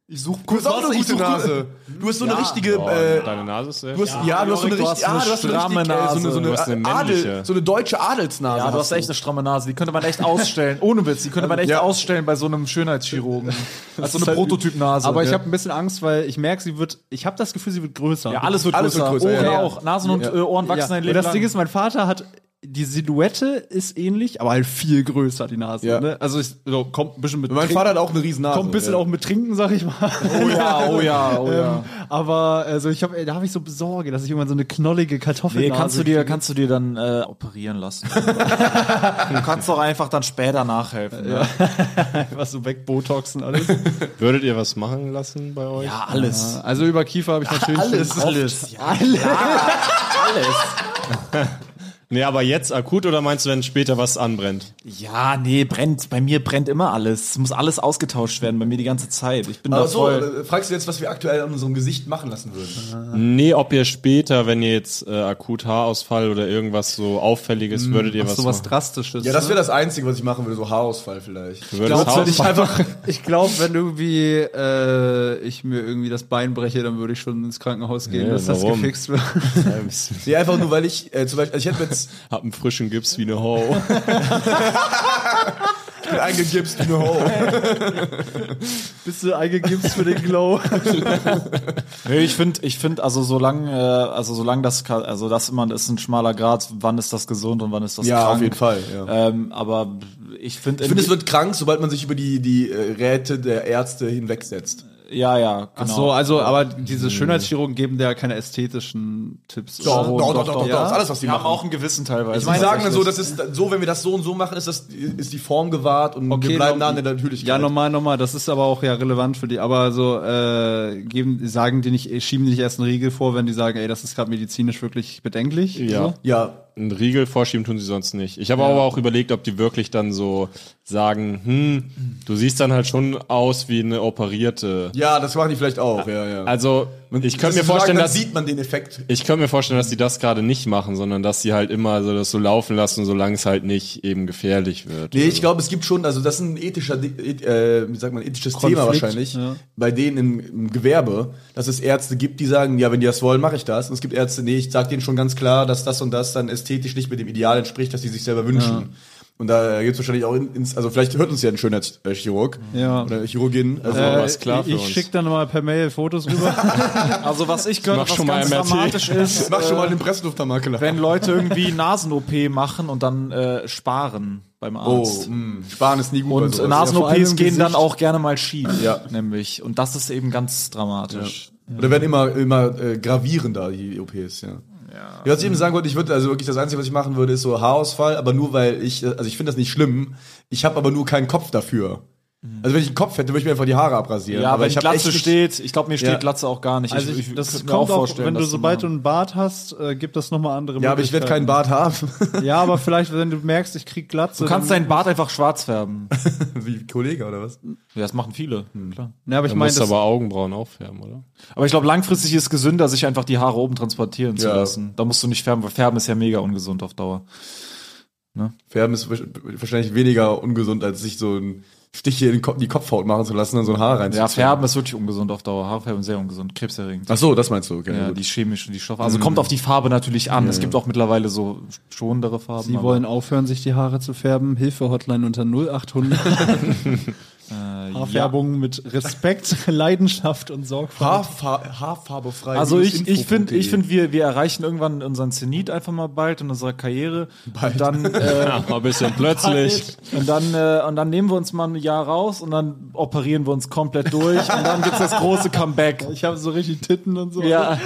[SPEAKER 1] Ich suche kurz. Du hast auch eine gute Nase. Du hast so eine richtige. äh,
[SPEAKER 4] Deine Nase ist sehr.
[SPEAKER 1] du hast, ja, du hast so eine
[SPEAKER 5] Jorik, du
[SPEAKER 1] richtige.
[SPEAKER 5] hast
[SPEAKER 1] Ah,
[SPEAKER 5] eine
[SPEAKER 1] du hast so eine
[SPEAKER 5] stramme
[SPEAKER 1] richtige. äh, So eine,
[SPEAKER 5] Nase.
[SPEAKER 1] so eine,
[SPEAKER 4] Du hast eine männliche.
[SPEAKER 1] Adel, so eine deutsche Adelsnase.
[SPEAKER 5] Ja, du hast echt eine stramme Nase. Die könnte man echt ausstellen. Ohne Witz. Die könnte man echt
[SPEAKER 1] Ja.
[SPEAKER 5] ausstellen bei so einem Schönheitschirurgen. Als so
[SPEAKER 2] ist
[SPEAKER 5] eine
[SPEAKER 2] halt-
[SPEAKER 5] Prototypnase.
[SPEAKER 2] Aber ich
[SPEAKER 5] Ja.
[SPEAKER 2] habe ein bisschen Angst, weil ich merke, sie wird. Ich habe das Gefühl, sie wird größer.
[SPEAKER 5] Ja, alles wird
[SPEAKER 1] Alles wird
[SPEAKER 5] größer.
[SPEAKER 1] größer,
[SPEAKER 5] Ohren
[SPEAKER 1] ja, ja.
[SPEAKER 5] auch. Nasen und äh, Ohren
[SPEAKER 2] Ja,
[SPEAKER 5] wachsen ein
[SPEAKER 2] und
[SPEAKER 5] Leben
[SPEAKER 2] das
[SPEAKER 5] lang.
[SPEAKER 2] Ding ist, mein Vater hat die Silhouette ist ähnlich, aber halt viel größer die Nase.
[SPEAKER 1] Ja.
[SPEAKER 2] Ne? Also ich, so, kommt ein bisschen mit.
[SPEAKER 1] Mein
[SPEAKER 2] Trinken-
[SPEAKER 1] Vater hat auch eine riesen Nase.
[SPEAKER 2] kommt ein bisschen auch mit Trinken, sag ich mal.
[SPEAKER 5] oh ja, oh ja, oh ja.
[SPEAKER 2] aber also ich habe, da habe ich so Sorge, dass ich irgendwann so eine knollige Kartoffel.
[SPEAKER 5] Nee, kannst du dir, kannst du dir dann äh, operieren lassen. du kannst doch einfach dann später nachhelfen. Ja,
[SPEAKER 2] was so wegbotoxen alles.
[SPEAKER 4] Würdet ihr was machen lassen bei euch?
[SPEAKER 5] ja alles.
[SPEAKER 2] also über Kiefer habe ich natürlich
[SPEAKER 5] Alles. Alles. Ja, alles.
[SPEAKER 4] Nee, aber jetzt akut oder meinst du, wenn später was anbrennt?
[SPEAKER 5] Ja, nee, brennt. Bei mir brennt immer alles. Es muss alles ausgetauscht werden, bei mir die ganze Zeit. Ich bin da
[SPEAKER 1] Aber so,
[SPEAKER 5] voll.
[SPEAKER 1] äh, fragst du jetzt, was wir aktuell an unserem Gesicht machen lassen würden?
[SPEAKER 4] Nee, ob ihr später, wenn ihr jetzt äh, akut Haarausfall oder irgendwas so auffälliges, würdet ihr was,
[SPEAKER 2] so was
[SPEAKER 4] machen?
[SPEAKER 2] Drastisches. ne?
[SPEAKER 1] Ja, das wäre das Einzige, was ich machen würde. So Haarausfall vielleicht.
[SPEAKER 4] Du würdest
[SPEAKER 2] glaub, wenn ich
[SPEAKER 4] Haarausfall-
[SPEAKER 1] einfach.
[SPEAKER 2] Ich glaube, wenn irgendwie äh, ich mir irgendwie das Bein breche, dann würde ich schon ins Krankenhaus gehen,
[SPEAKER 4] Nee,
[SPEAKER 2] dass das
[SPEAKER 4] warum?
[SPEAKER 2] gefixt wird.
[SPEAKER 1] Nee, einfach nur, weil ich äh, zum Beispiel, also ich hätte mir jetzt
[SPEAKER 4] Hab einen frischen Gips wie eine Ho.
[SPEAKER 1] ich bin eingegipst wie eine Ho.
[SPEAKER 2] Bist du eingegibst für den Glow?
[SPEAKER 5] Nee, ich finde, ich finde, also solange, äh, also solange das, ka- also das immer ist ein schmaler Grad, wann ist das gesund und wann ist das
[SPEAKER 1] Ja,
[SPEAKER 5] krank.
[SPEAKER 1] auf jeden Fall, ja.
[SPEAKER 5] Ähm, aber ich finde.
[SPEAKER 1] Ich finde, es wird krank, sobald man sich über die, die äh, Räte der Ärzte hinwegsetzt.
[SPEAKER 5] Ja, ja, genau.
[SPEAKER 2] Ach so, also, aber diese Schönheitschirurgen geben dir ja keine ästhetischen Tipps.
[SPEAKER 1] Doch,
[SPEAKER 2] oder so.
[SPEAKER 1] doch, doch, doch, doch,
[SPEAKER 2] ja?
[SPEAKER 1] das ist alles, was die
[SPEAKER 5] Die haben
[SPEAKER 1] machen.
[SPEAKER 5] auch einen Gewissen teilweise.
[SPEAKER 1] Sie sagen dann so, das ist so, wenn wir das so und so machen, ist das ist die Form gewahrt und wir bleiben da
[SPEAKER 2] norm-
[SPEAKER 1] in der Natürlichkeit.
[SPEAKER 2] Ja, normal, normal. Das ist aber auch ja relevant für die. Aber so äh, geben, sagen die nicht, äh, schieben die nicht erst einen Riegel vor, wenn die sagen, ey, das ist gerade medizinisch wirklich bedenklich.
[SPEAKER 4] Ja.
[SPEAKER 2] So?
[SPEAKER 1] Ja,
[SPEAKER 4] Einen Riegel vorschieben tun sie sonst nicht. Ich habe aber auch überlegt, ob die wirklich dann so sagen, hm, du siehst dann halt schon aus wie eine operierte.
[SPEAKER 1] ja, das machen die vielleicht auch. Ja, ja.
[SPEAKER 4] Also, ich könnte mir
[SPEAKER 1] Sozusagen,
[SPEAKER 4] vorstellen,
[SPEAKER 1] dann
[SPEAKER 4] dass
[SPEAKER 1] sieht man den Effekt.
[SPEAKER 4] ich könnte mir vorstellen, dass die das gerade nicht machen, sondern dass sie halt immer so das so laufen lassen, solange es halt nicht eben gefährlich wird.
[SPEAKER 1] Nee, ich glaube, es gibt schon, also das ist ein ethischer, Di- äh, wie sagt man, ethisches Thema
[SPEAKER 2] Konflikt,
[SPEAKER 1] wahrscheinlich,
[SPEAKER 2] ja.
[SPEAKER 1] bei denen im, im Gewerbe, dass es Ärzte gibt, die sagen, ja, wenn die das wollen, mache ich das. Und es gibt Ärzte, nee, ich sag denen schon ganz klar, dass das und das dann ästhetisch nicht mit dem Ideal entspricht, das sie sich selber wünschen. Und da gibt's wahrscheinlich auch, in- ins, also vielleicht hört uns ja ein Schönheitschirurg
[SPEAKER 2] Ja.
[SPEAKER 1] oder Chirurgin. Also,
[SPEAKER 4] Ja, aber ist klar für
[SPEAKER 2] Äh, ich
[SPEAKER 4] uns.
[SPEAKER 2] schick dann mal per Mail Fotos rüber.
[SPEAKER 5] also was ich gehört,
[SPEAKER 4] mach
[SPEAKER 5] was
[SPEAKER 4] schon mal
[SPEAKER 5] ganz
[SPEAKER 4] MRT.
[SPEAKER 5] dramatisch ist, äh,
[SPEAKER 1] mach schon mal den Pressluftvermakler.
[SPEAKER 5] wenn Leute irgendwie Nasen-OP machen und dann äh, sparen beim
[SPEAKER 1] Oh,
[SPEAKER 5] Arzt.
[SPEAKER 1] mh, Sparen ist nie gut. bei
[SPEAKER 5] Und
[SPEAKER 1] sowas.
[SPEAKER 2] vor allem im
[SPEAKER 5] Nasen-OPs gehen
[SPEAKER 2] Gesicht.
[SPEAKER 5] dann auch gerne mal schief,
[SPEAKER 1] Ja.
[SPEAKER 5] nämlich. Und das ist eben ganz dramatisch.
[SPEAKER 1] Oder werden immer, immer äh, gravierender, die OPs, ja. Ja, was ich eben sagen wollte, ich würde, also wirklich das Einzige, was ich machen würde, ist so Haarausfall, aber nur weil ich, also ich finde das nicht schlimm, ich habe aber nur keinen Kopf dafür. Also wenn ich einen Kopf hätte, würde ich mir einfach die Haare abrasieren.
[SPEAKER 5] Mhm. Ja,
[SPEAKER 1] aber
[SPEAKER 5] wenn
[SPEAKER 1] ich hab
[SPEAKER 5] Glatze
[SPEAKER 1] echt-
[SPEAKER 5] steht, ich glaube, mir steht
[SPEAKER 1] Ja.
[SPEAKER 5] Glatze auch gar nicht.
[SPEAKER 2] Also ich, das
[SPEAKER 5] könnte mir
[SPEAKER 2] kommt auch, wenn
[SPEAKER 5] das
[SPEAKER 2] du
[SPEAKER 5] zu
[SPEAKER 2] sobald du
[SPEAKER 5] machen.
[SPEAKER 2] einen Bart hast, äh, gibt das nochmal andere
[SPEAKER 1] Ja, aber ich werde keinen Bart haben.
[SPEAKER 2] Bart. Ja, aber vielleicht, wenn du merkst, ich krieg Glatze.
[SPEAKER 5] Du kannst
[SPEAKER 2] dann-
[SPEAKER 5] deinen Bart einfach schwarz färben.
[SPEAKER 1] Wie Kollege oder was?
[SPEAKER 5] Ja, das machen viele, klar.
[SPEAKER 2] Ja, aber ich
[SPEAKER 4] Du
[SPEAKER 2] meine,
[SPEAKER 4] musst
[SPEAKER 2] das
[SPEAKER 4] aber Augenbrauen auffärben, oder?
[SPEAKER 5] Aber ich glaube, langfristig ist gesünder, sich einfach die Haare oben transportieren zu
[SPEAKER 1] Ja.
[SPEAKER 5] lassen. Da musst du nicht färben, weil färben ist ja mega ungesund auf Dauer.
[SPEAKER 1] Färben ist wahrscheinlich weniger ungesund, als sich so ein Stich hier in den Kopf- die Kopfhaut machen zu lassen und so ein Haar
[SPEAKER 5] Ja,
[SPEAKER 1] reinzuziehen.
[SPEAKER 5] färben ist wirklich ungesund auf Dauer. Haarfärben sehr ungesund, krebserregend.
[SPEAKER 1] Ach so, das meinst du, okay.
[SPEAKER 5] Ja,
[SPEAKER 1] gut.
[SPEAKER 5] die chemischen, die Stoffe.
[SPEAKER 1] Mhm.
[SPEAKER 5] Also kommt auf die Farbe natürlich an. es gibt auch mittlerweile so schonendere Farben.
[SPEAKER 2] Sie
[SPEAKER 5] aber-
[SPEAKER 2] wollen aufhören, sich die Haare zu färben. Hilfe-Hotline unter 0800. Haarfärbung mit Respekt, Leidenschaft und Sorgfalt.
[SPEAKER 1] Haarfa Haarfarbe frei.
[SPEAKER 5] Also ich,
[SPEAKER 1] Info. E.
[SPEAKER 5] ich finde, ich find, wir, wir erreichen irgendwann unseren Zenit einfach mal bald in unserer Karriere.
[SPEAKER 1] Bald.
[SPEAKER 5] Und dann, äh,
[SPEAKER 4] Ja, mal ein bisschen plötzlich.
[SPEAKER 5] und, dann äh, und dann nehmen wir uns mal ein Jahr raus und dann operieren wir uns komplett durch und dann gibt's das große Comeback.
[SPEAKER 2] Ich habe so richtig Titten und so.
[SPEAKER 5] Ja,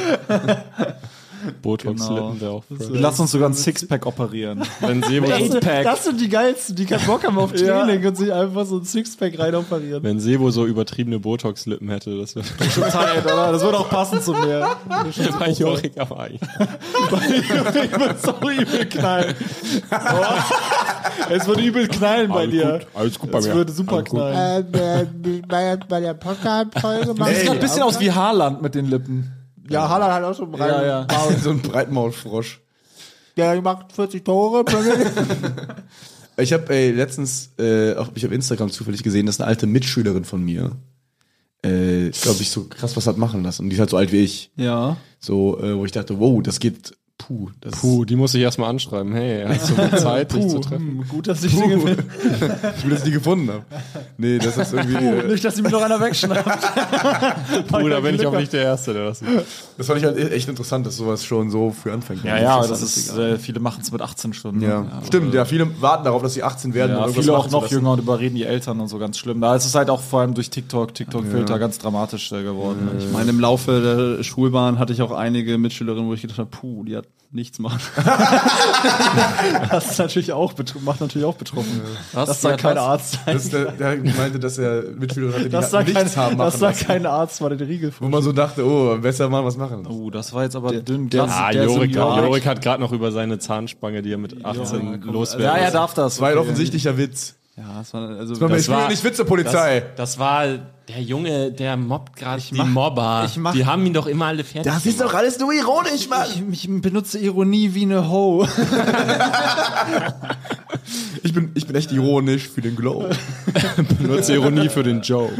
[SPEAKER 4] Botox-Lippen wäre auch
[SPEAKER 5] wir lassen uns sogar ein Sixpack operieren.
[SPEAKER 4] Wenn Sebo,
[SPEAKER 5] Ey.
[SPEAKER 4] so,
[SPEAKER 5] Pack.
[SPEAKER 2] Das sind die geilsten, die keinen Bock haben auf
[SPEAKER 5] Ja.
[SPEAKER 2] Training und sich einfach so ein Sixpack rein operieren.
[SPEAKER 4] wenn Sebo so übertriebene Botox-Lippen hätte, das wäre
[SPEAKER 5] Total, oder? Das würde auch passen zu mir.
[SPEAKER 4] bei Jorik aber eigentlich.
[SPEAKER 5] Sorry, übel knallen. Oh. Es würde übel knallen bei dir.
[SPEAKER 4] Alles gut bei
[SPEAKER 5] Es
[SPEAKER 4] mir.
[SPEAKER 5] würde super knallen.
[SPEAKER 8] Ähm, äh, bei, bei der Podcast-Folge machen
[SPEAKER 5] Sieht
[SPEAKER 8] wir
[SPEAKER 5] ein bisschen aus wie Haarland mit den Lippen.
[SPEAKER 8] Ja, Haaland hat auch schon rein.
[SPEAKER 5] Ja, ja.
[SPEAKER 1] so ein Breitmaulfrosch.
[SPEAKER 8] Der macht 40 Tore.
[SPEAKER 1] Ich habe ey, letztens äh, auf, ich auf Instagram zufällig gesehen, dass eine alte Mitschülerin von mir, äh, glaube ich, so krass was hat machen lassen. Und die ist halt so alt wie ich.
[SPEAKER 2] Ja.
[SPEAKER 1] So, äh, wo ich dachte, wow, das geht, puh. Das
[SPEAKER 4] Puh, die muss ich erstmal anschreiben. Hey, hast du mal Zeit, dich zu treffen?
[SPEAKER 2] Hm, gut, dass ich sie gefunden
[SPEAKER 1] Ich will, dass ich die gefunden habe. Nee, das ist irgendwie, äh,
[SPEAKER 2] Nicht, dass sie mir noch einer wegschnappt.
[SPEAKER 4] Puh, da bin ich auch nicht der Erste, der das
[SPEAKER 1] das fand ich halt e- echt interessant, dass sowas schon so früh anfängt.
[SPEAKER 5] Ja, ja,
[SPEAKER 1] Das
[SPEAKER 5] das ist, äh, viele machen es mit 18 Stunden.
[SPEAKER 1] ja. Stimmt, ja, viele warten darauf, dass sie 18 werden.
[SPEAKER 5] Ja,
[SPEAKER 1] um irgendwas
[SPEAKER 5] viele auch
[SPEAKER 1] machen zu
[SPEAKER 5] noch
[SPEAKER 1] lassen.
[SPEAKER 5] jünger und überreden die Eltern und so ganz schlimm. Da ist es halt auch vor allem durch TikTok, TikTok-Filter ganz dramatisch äh, geworden.
[SPEAKER 2] Ich meine, im Laufe der Schulbahn hatte ich auch einige Mitschülerinnen, wo ich gedacht habe, puh, die hat nichts machen. das ist natürlich auch betro- macht natürlich auch betroffen.
[SPEAKER 5] Was?
[SPEAKER 2] Das soll kein
[SPEAKER 5] was?
[SPEAKER 2] Arzt sein.
[SPEAKER 1] Das, der, der meinte, dass er Mitschülerin hatte, die das
[SPEAKER 2] Das sah,
[SPEAKER 1] nichts
[SPEAKER 2] kein,
[SPEAKER 1] haben machen
[SPEAKER 2] das sah
[SPEAKER 1] lassen.
[SPEAKER 2] kein Arzt, war der Riegel
[SPEAKER 1] Wo man so dachte, oh, besser mal was machen.
[SPEAKER 5] Oh, das war jetzt aber dünn.
[SPEAKER 2] der-
[SPEAKER 5] Glas.
[SPEAKER 4] Ah,
[SPEAKER 2] der
[SPEAKER 4] Jorik,
[SPEAKER 2] Senior.
[SPEAKER 4] Jorik hat gerade noch über seine Zahnspange, die er mit 18 loswerden
[SPEAKER 5] ja, er darf das.
[SPEAKER 1] Das war ein offensichtlicher Witz.
[SPEAKER 2] Ja, das war also
[SPEAKER 1] Das ich
[SPEAKER 4] war-
[SPEAKER 1] war nicht Witzepolizei.
[SPEAKER 4] Das war der Junge, der mobbt gerade die Mobber.
[SPEAKER 2] mach-
[SPEAKER 4] die haben ihn doch immer alle fertig
[SPEAKER 1] Das ist doch alles nur ironisch, Mann.
[SPEAKER 2] ich benutze Ironie wie eine Ho.
[SPEAKER 1] Ich bin, ich bin echt ironisch für den Glow.
[SPEAKER 4] Benutze Ironie für den Joke.